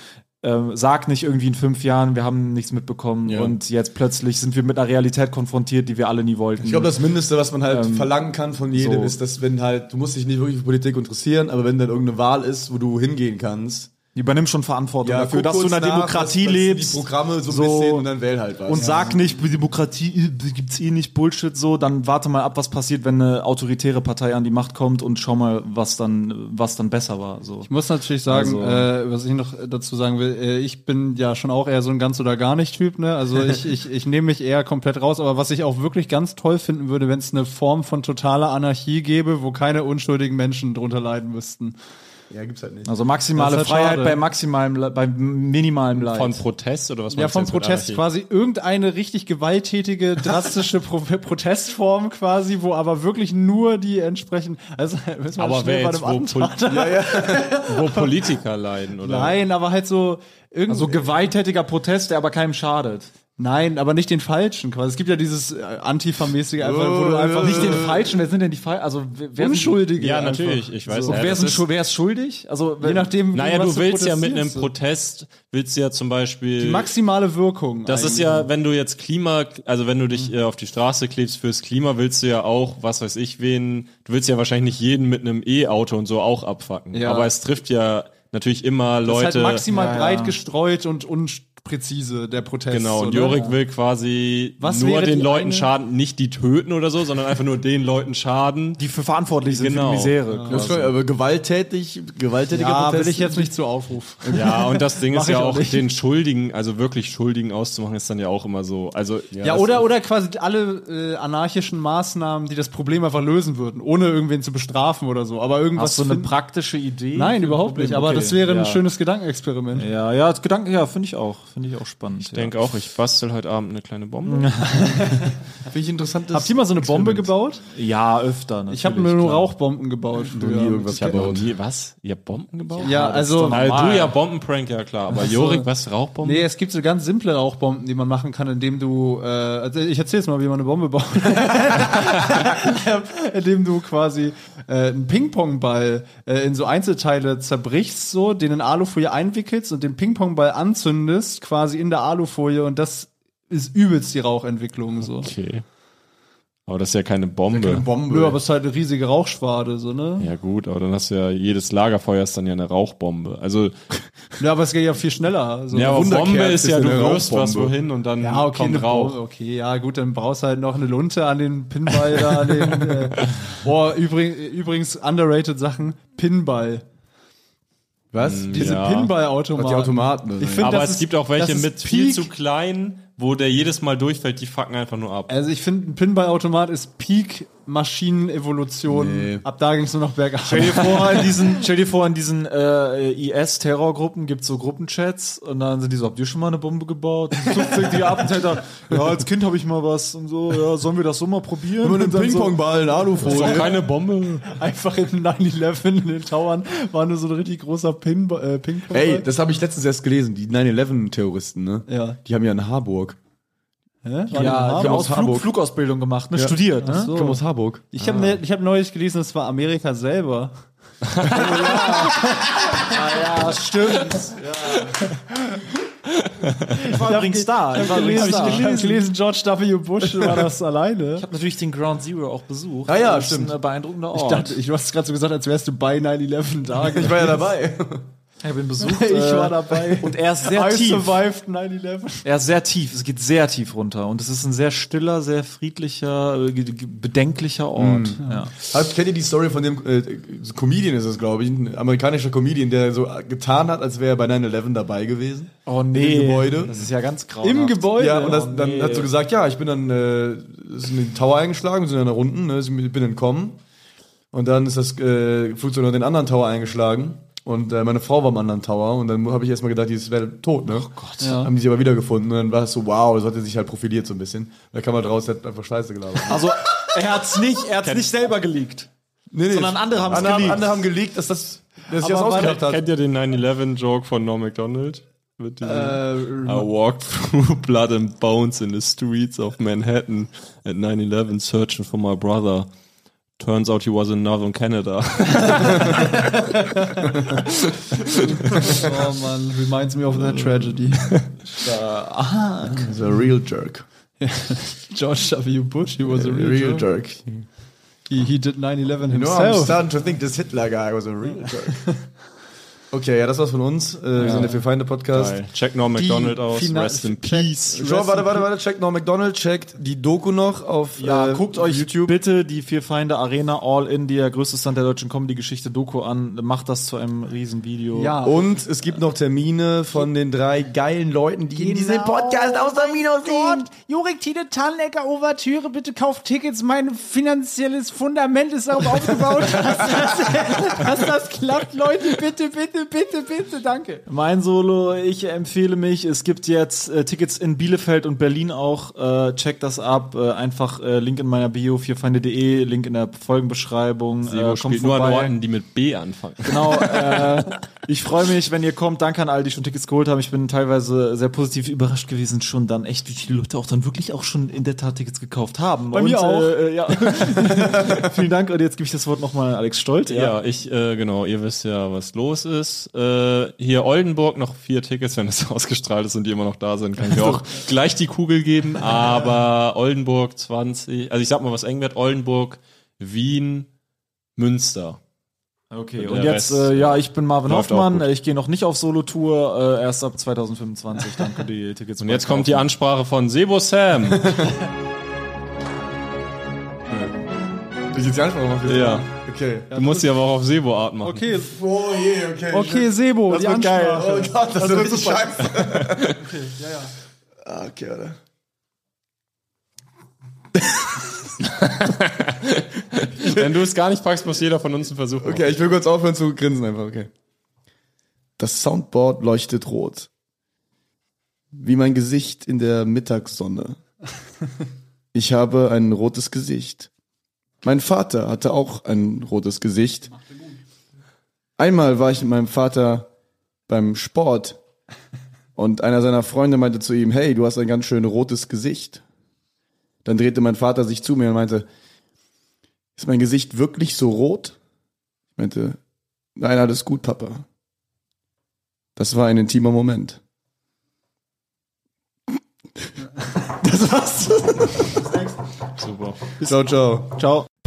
[SPEAKER 5] ähm, Sag nicht irgendwie in fünf Jahren, wir haben nichts mitbekommen und jetzt plötzlich sind wir mit einer Realität konfrontiert, die wir alle nie wollten.
[SPEAKER 1] Ich glaube, das Mindeste, was man halt verlangen kann von jedem,
[SPEAKER 5] Mhm. Ähm, so.
[SPEAKER 1] ist, dass wenn halt, du musst dich nicht wirklich für Politik interessieren, aber wenn dann irgendeine Wahl ist, wo du hingehen kannst,
[SPEAKER 5] Übernimm schon Verantwortung dafür,
[SPEAKER 1] guck
[SPEAKER 5] dass du in
[SPEAKER 1] kurz
[SPEAKER 5] einer
[SPEAKER 1] nach,
[SPEAKER 5] Demokratie
[SPEAKER 1] dass- dass
[SPEAKER 5] lebst.
[SPEAKER 1] Die Programme so, ein bisschen und dann wähl halt was.
[SPEAKER 5] Und sag nicht, Demokratie äh, gibt's eh nicht Bullshit so, dann warte mal ab, was passiert, wenn eine autoritäre Partei an die Macht kommt und schau mal, was dann, was dann besser war. So.
[SPEAKER 2] Ich muss natürlich sagen,
[SPEAKER 5] Also-
[SPEAKER 2] äh, was ich noch dazu sagen will, äh, ich bin ja schon auch eher so ein ganz oder gar nicht Typ, ne? Also ich, ich, ich nehme mich eher komplett raus, aber was ich auch wirklich ganz toll finden würde, wenn es eine Form von totaler Anarchie gäbe, wo keine unschuldigen Menschen drunter leiden müssten.
[SPEAKER 1] Ja, gibt's halt nicht.
[SPEAKER 5] Also maximale
[SPEAKER 2] Das ist halt
[SPEAKER 5] Freiheit
[SPEAKER 2] schade.
[SPEAKER 5] bei maximalem, Le- bei minimalem Leid.
[SPEAKER 10] von Protest oder was
[SPEAKER 2] Ja,
[SPEAKER 10] meinst du
[SPEAKER 2] vom
[SPEAKER 10] jetzt mit
[SPEAKER 2] Protest
[SPEAKER 10] Anarchie?
[SPEAKER 2] quasi irgendeine richtig gewalttätige, drastische Pro Protestform quasi, wo aber wirklich nur die entsprechend. Also müssen wir
[SPEAKER 10] Aber wer
[SPEAKER 2] schnell bei
[SPEAKER 10] jetzt,
[SPEAKER 2] einem
[SPEAKER 10] wo,
[SPEAKER 2] Antrag-
[SPEAKER 10] Poli- wo Politiker leiden, oder?
[SPEAKER 2] Nein, aber halt so irgendwie.
[SPEAKER 5] so gewalttätiger Protest, der aber keinem schadet.
[SPEAKER 2] Nein, aber nicht den falschen quasi. Es gibt ja dieses äh, Antifa-mäßige einfach, wo du einfach
[SPEAKER 1] Nicht den
[SPEAKER 2] falschen, wer sind denn die falschen? Also wer Unschuldige.
[SPEAKER 4] Ja,
[SPEAKER 2] einfach.
[SPEAKER 4] natürlich. Ich weiß
[SPEAKER 2] So.
[SPEAKER 4] ja,
[SPEAKER 2] wer,
[SPEAKER 4] das
[SPEAKER 2] ist, ein
[SPEAKER 4] ist-
[SPEAKER 2] Schu- wer ist schuldig? Also je nachdem.
[SPEAKER 4] Naja,
[SPEAKER 2] was
[SPEAKER 4] du willst ja mit einem
[SPEAKER 2] protestierst.
[SPEAKER 4] Protest, willst du ja zum Beispiel.
[SPEAKER 2] Die maximale Wirkung.
[SPEAKER 4] Das ist ja, wenn du jetzt Klima, also wenn du dich
[SPEAKER 2] Mhm.
[SPEAKER 4] äh, auf die Straße klebst fürs Klima, willst du ja auch, was weiß ich, wen, du willst ja wahrscheinlich nicht jeden mit einem E-Auto und so auch abfacken.
[SPEAKER 2] Ja.
[SPEAKER 4] Aber es trifft ja natürlich immer Leute.
[SPEAKER 2] Leute, ist halt maximal breit gestreut und unpräzise der Protest.
[SPEAKER 4] genau, und
[SPEAKER 2] oder?
[SPEAKER 4] Jorik will quasi
[SPEAKER 2] Was
[SPEAKER 4] nur
[SPEAKER 2] wäre
[SPEAKER 4] den
[SPEAKER 2] die
[SPEAKER 4] Leuten
[SPEAKER 2] eine-
[SPEAKER 4] schaden, nicht die töten oder so, sondern einfach nur den Leuten schaden.
[SPEAKER 5] Die für verantwortlich sind
[SPEAKER 4] Genau.
[SPEAKER 5] für die Misere.
[SPEAKER 1] Das ist schon, aber gewalttätig, gewalttätige
[SPEAKER 2] Ja, will
[SPEAKER 1] Proteste.
[SPEAKER 2] ich jetzt nicht zu Aufruf.
[SPEAKER 4] Ja, und das Ding
[SPEAKER 2] Mach
[SPEAKER 4] ist ja
[SPEAKER 2] ich auch
[SPEAKER 4] auch,
[SPEAKER 2] nicht.
[SPEAKER 4] den Schuldigen, also wirklich Schuldigen auszumachen, ist dann ja auch immer so. Also,
[SPEAKER 2] Ja,
[SPEAKER 4] das-
[SPEAKER 2] oder, oder quasi alle äh, anarchischen Maßnahmen, die das Problem einfach lösen würden, ohne irgendwen zu bestrafen oder so. Aber irgendwas.
[SPEAKER 5] Hast du eine
[SPEAKER 2] finden-
[SPEAKER 5] praktische Idee?
[SPEAKER 2] Nein, überhaupt nicht. Aber
[SPEAKER 5] Okay,
[SPEAKER 2] das wäre ein
[SPEAKER 5] ja.
[SPEAKER 2] schönes Gedankenexperiment.
[SPEAKER 5] Ja, ja, das Gedanken, ja, finde ich auch. Finde ich auch spannend.
[SPEAKER 4] Ich denke auch, ich bastel heute Abend eine kleine Bombe.
[SPEAKER 1] Finde ich interessant.
[SPEAKER 2] Habt ihr mal so eine Bombe gebaut?
[SPEAKER 5] Ja, öfter. Natürlich,
[SPEAKER 2] Ich habe nur
[SPEAKER 5] klar.
[SPEAKER 2] Rauchbomben gebaut. früher.
[SPEAKER 1] irgendwas gebaut.
[SPEAKER 4] nie, was? Ihr habt Bomben gebaut?
[SPEAKER 2] Ja, also.
[SPEAKER 4] Also du ja Bombenprank, ja klar. Aber Jorik, was? Rauchbomben?
[SPEAKER 2] Nee, es gibt so ganz simple Rauchbomben, die man machen kann, indem du, äh, also ich erzähl jetzt mal, wie man eine Bombe baut. indem du quasi äh, einen Ping-Pong-Ball äh, in so Einzelteile zerbrichst, so, den in Alufolie einwickelst und den Ping-Pong-Ball anzündest, quasi in der Alufolie und das ist übelst die Rauchentwicklung, so.
[SPEAKER 4] Okay. Aber das ist ja keine Bombe.
[SPEAKER 1] Bombe.
[SPEAKER 2] Nö, aber es ist halt eine riesige Rauchschwade, so, ne?
[SPEAKER 4] ja gut, aber dann hast du ja jedes Lagerfeuer ist dann ja eine Rauchbombe. Also
[SPEAKER 2] Ja, aber es geht ja viel schneller. So.
[SPEAKER 4] ja, aber
[SPEAKER 1] Wunderkerl
[SPEAKER 4] Bombe ist
[SPEAKER 1] ist
[SPEAKER 4] ja, du
[SPEAKER 1] eine
[SPEAKER 4] wirst was
[SPEAKER 1] Rauchbombe.
[SPEAKER 4] wohin und dann
[SPEAKER 2] Ja, Ah, okay,
[SPEAKER 4] kommt
[SPEAKER 2] eine
[SPEAKER 4] Rauch.
[SPEAKER 2] Bombe, okay, ja, gut, dann brauchst du halt noch eine Lunte an den Pinball da, an den, äh, oh, übrig, übrigens underrated Sachen, Pinball.
[SPEAKER 1] Was?
[SPEAKER 2] Diese
[SPEAKER 4] Ja.
[SPEAKER 1] Die
[SPEAKER 2] Pinball-Automaten.
[SPEAKER 1] Automaten.
[SPEAKER 2] Ich finde,
[SPEAKER 4] Aber
[SPEAKER 2] das
[SPEAKER 4] es
[SPEAKER 2] ist-
[SPEAKER 4] gibt auch welche
[SPEAKER 2] das ist
[SPEAKER 4] mit viel
[SPEAKER 2] Peak.
[SPEAKER 4] zu klein, wo der jedes Mal durchfällt, die fucken einfach nur ab.
[SPEAKER 2] Also ich finde, ein Pinball-Automat ist Peak Maschinenevolution.
[SPEAKER 1] Nee.
[SPEAKER 2] Ab da ging es nur noch bergab.
[SPEAKER 5] Stell dir vor, in diesen, stell dir vor, in diesen äh, IS-Terrorgruppen gibt's so Gruppenchats und dann sind die so, habt ihr schon mal eine Bombe gebaut? Und so sind die Attentäter, ja, als Kind habe ich mal was und so, ja, sollen wir das so mal probieren?
[SPEAKER 1] Immer einen
[SPEAKER 5] Und dann so,
[SPEAKER 1] Ping-Pong-Ball, eine Alufolie.
[SPEAKER 4] Keine Bombe.
[SPEAKER 2] Einfach in 9-11 in den Towern war nur so ein richtig großer Pinball, äh, Ping-Pong.
[SPEAKER 1] Ey, das habe ich letztens erst gelesen. Die 9-11-Terroristen, ne?
[SPEAKER 2] Ja.
[SPEAKER 1] Die haben ja in Harburg.
[SPEAKER 2] ja,
[SPEAKER 5] ja, die haben
[SPEAKER 1] aus
[SPEAKER 5] Flug,
[SPEAKER 1] Hamburg.
[SPEAKER 5] Flugausbildung gemacht, ne? studiert. Ne?
[SPEAKER 1] Ich komme aus Harburg.
[SPEAKER 2] Ich habe ne, ich hab neulich gelesen, das war Amerika selber. Ah, ja. ja, stimmt.
[SPEAKER 5] Ich war übrigens da. Ich war übrigens
[SPEAKER 2] Gelesen,
[SPEAKER 5] da.
[SPEAKER 2] hab ich
[SPEAKER 5] Ich
[SPEAKER 2] gelesen. gelesen, George W. Bush war das alleine.
[SPEAKER 5] habe natürlich den Ground Zero auch besucht.
[SPEAKER 1] Ah ja,
[SPEAKER 5] Das ist
[SPEAKER 1] stimmt.
[SPEAKER 5] Ein äh, beeindruckender Ort.
[SPEAKER 2] Ich
[SPEAKER 5] Ich,
[SPEAKER 2] dachte, ich, du hast es gerade so gesagt, als wärst du bei 9-11 da.
[SPEAKER 1] Ich war ja dabei.
[SPEAKER 5] habe ihn besucht.
[SPEAKER 2] Ich
[SPEAKER 5] äh,
[SPEAKER 2] war dabei.
[SPEAKER 5] Und er ist sehr
[SPEAKER 2] I
[SPEAKER 5] tief.
[SPEAKER 2] survived 9-11.
[SPEAKER 5] Er ist sehr tief. Es geht sehr tief runter. Und es ist ein sehr stiller, sehr friedlicher, äh, ge- ge- bedenklicher Ort. Ja.
[SPEAKER 1] Habt- Kennt ihr die Story von dem äh, Comedian ist es, glaube ich, ein amerikanischer Comedian, der so getan hat, als wäre er bei 9-11 dabei gewesen?
[SPEAKER 5] Oh
[SPEAKER 1] Im
[SPEAKER 5] nee.
[SPEAKER 1] Gebäude.
[SPEAKER 5] Das ist ja ganz grau.
[SPEAKER 2] Im Gebäude.
[SPEAKER 1] Ja, und
[SPEAKER 5] Oh,
[SPEAKER 1] das, dann hat so gesagt, ja, ich bin dann äh, ist in den Tower eingeschlagen, sind dann nach unten, ne, sind- ich bin entkommen. Und dann ist das äh, Flugzeug noch in den anderen Tower eingeschlagen. Und äh, meine Frau war im anderen Tower und dann habe ich erstmal gedacht, die ist- wäre tot, ne? Oh Gott. Haben die sie aber wiedergefunden und dann war es so, wow, so hat er sich halt profiliert so ein bisschen. Da kam halt raus, der hat einfach Scheiße gelabert.
[SPEAKER 5] Also er hat's nicht, er hat's nicht selber geleakt.
[SPEAKER 1] nee, nee,
[SPEAKER 5] Sondern andere haben's
[SPEAKER 1] andere, haben-
[SPEAKER 5] geleakt.
[SPEAKER 1] andere haben gelegt, dass das dass sich das
[SPEAKER 2] Aber war-
[SPEAKER 1] ausgedacht hat.
[SPEAKER 4] Kennt ihr den 9-11-Joke von Norm MacDonald? Mit diesem,
[SPEAKER 2] Äh,
[SPEAKER 4] I walked through blood and bones in the streets of Manhattan at 9-11 searching for my brother. Turns out he was in Northern Canada.
[SPEAKER 2] oh man, reminds me of that tragedy.
[SPEAKER 1] The real jerk.
[SPEAKER 2] George W. Bush, he was a real,
[SPEAKER 1] real
[SPEAKER 2] jerk.
[SPEAKER 1] jerk.
[SPEAKER 2] He, he did 9-11
[SPEAKER 1] You know, I'm
[SPEAKER 2] himself.
[SPEAKER 1] starting to think this Hitler guy was a real jerk. Okay, ja, das war's von uns. Äh, Wir sind der Vier Feinde Podcast.
[SPEAKER 4] Check Norm MacDonald
[SPEAKER 2] Die
[SPEAKER 4] aus.
[SPEAKER 2] Fina-
[SPEAKER 4] Rest in
[SPEAKER 2] Check-
[SPEAKER 4] Peace.
[SPEAKER 2] Rest
[SPEAKER 1] Joe,
[SPEAKER 2] in
[SPEAKER 1] warte, warte, warte, checkt noch McDonald, checkt die Doku noch auf
[SPEAKER 5] Ja,
[SPEAKER 1] äh,
[SPEAKER 5] Ah, guckt euch
[SPEAKER 1] YouTube.
[SPEAKER 5] bitte die Vier Feinde Arena All India, größtes Land der deutschen Comedy-Geschichte, Doku an. Macht das zu einem Riesenvideo.
[SPEAKER 2] Ja,
[SPEAKER 1] Und es gibt noch Termine von den drei geilen Leuten, die in diesem Podcast aus der Minus sind.
[SPEAKER 14] Jurik Tide Tannlecker Overtüre, bitte kauft Tickets. Mein finanzielles Fundament ist darauf aufgebaut, dass das, dass das klappt. Leute, bitte, bitte, bitte, bitte, danke.
[SPEAKER 5] Mein Solo, ich empfehle mich. Es gibt jetzt äh, Tickets in Bielefeld und Berlin auch. Äh, checkt das ab. Äh, einfach äh, Link in meiner Bio, vierfeinde.de, Link in der Folgenbeschreibung.
[SPEAKER 2] äh,
[SPEAKER 4] Sebo
[SPEAKER 5] kommt
[SPEAKER 4] spielt nur an
[SPEAKER 5] vorbei.
[SPEAKER 4] Orten, die mit B anfangen.
[SPEAKER 5] Genau, äh,
[SPEAKER 2] Ich freue mich, wenn ihr kommt. Danke an all die schon Tickets geholt haben. Ich bin teilweise sehr positiv überrascht gewesen, schon dann echt, wie viele Leute auch dann wirklich auch schon in der Tat Tickets gekauft haben. Bei
[SPEAKER 15] mir auch.
[SPEAKER 2] Äh, äh, ja. Vielen Dank. Und jetzt gebe ich das Wort nochmal an Alex Stolt.
[SPEAKER 4] Ja, ich, äh, genau, ihr wisst ja, was los ist. Äh, hier Oldenburg noch vier Tickets, wenn es ausgestrahlt ist und die immer noch da sind, kann ich
[SPEAKER 2] Also
[SPEAKER 4] auch gleich die Kugel geben. Aber Oldenburg 20, also ich sag mal, was eng wird, Oldenburg, Wien, Münster.
[SPEAKER 2] Okay,
[SPEAKER 4] Und
[SPEAKER 2] und
[SPEAKER 4] der
[SPEAKER 2] jetzt,
[SPEAKER 4] Rest,
[SPEAKER 2] äh, ja, ich bin Marvin
[SPEAKER 4] läuft auch
[SPEAKER 2] Hoffmann.
[SPEAKER 4] gut.
[SPEAKER 2] Ich gehe noch nicht auf Solo-Tour. Äh, erst ab 2025. Danke, die Tickets.
[SPEAKER 4] Und jetzt kommt die Ansprache von Sebo Sam.
[SPEAKER 1] Ich jetzt die Ansprache machen.
[SPEAKER 4] Ja.
[SPEAKER 1] Okay.
[SPEAKER 4] Du musst sie aber auch auf Sebo-Art machen.
[SPEAKER 15] Okay,
[SPEAKER 1] Oh je, okay.
[SPEAKER 15] okay, Sebo, die
[SPEAKER 1] wird
[SPEAKER 15] Ansprache.
[SPEAKER 1] Oh Gott, das, wird richtig scheiße. okay, ja, ja. Okay, oder?
[SPEAKER 4] Wenn du es gar nicht packst, muss jeder von uns einen Versuch machen.
[SPEAKER 1] Okay, ich will kurz aufhören zu grinsen einfach, okay. Das Soundboard leuchtet rot. Wie mein Gesicht in der Mittagssonne. Ich habe ein rotes Gesicht. Mein Vater hatte auch ein rotes Gesicht. Einmal war ich mit meinem Vater beim Sport und einer seiner Freunde meinte zu ihm, hey, du hast ein ganz schön rotes Gesicht. Dann drehte mein Vater sich zu mir und meinte, ist mein Gesicht wirklich so rot? meinte, nein, alles gut, Papa. Das war ein intimer Moment. Das war's. Super. Ciao, ciao.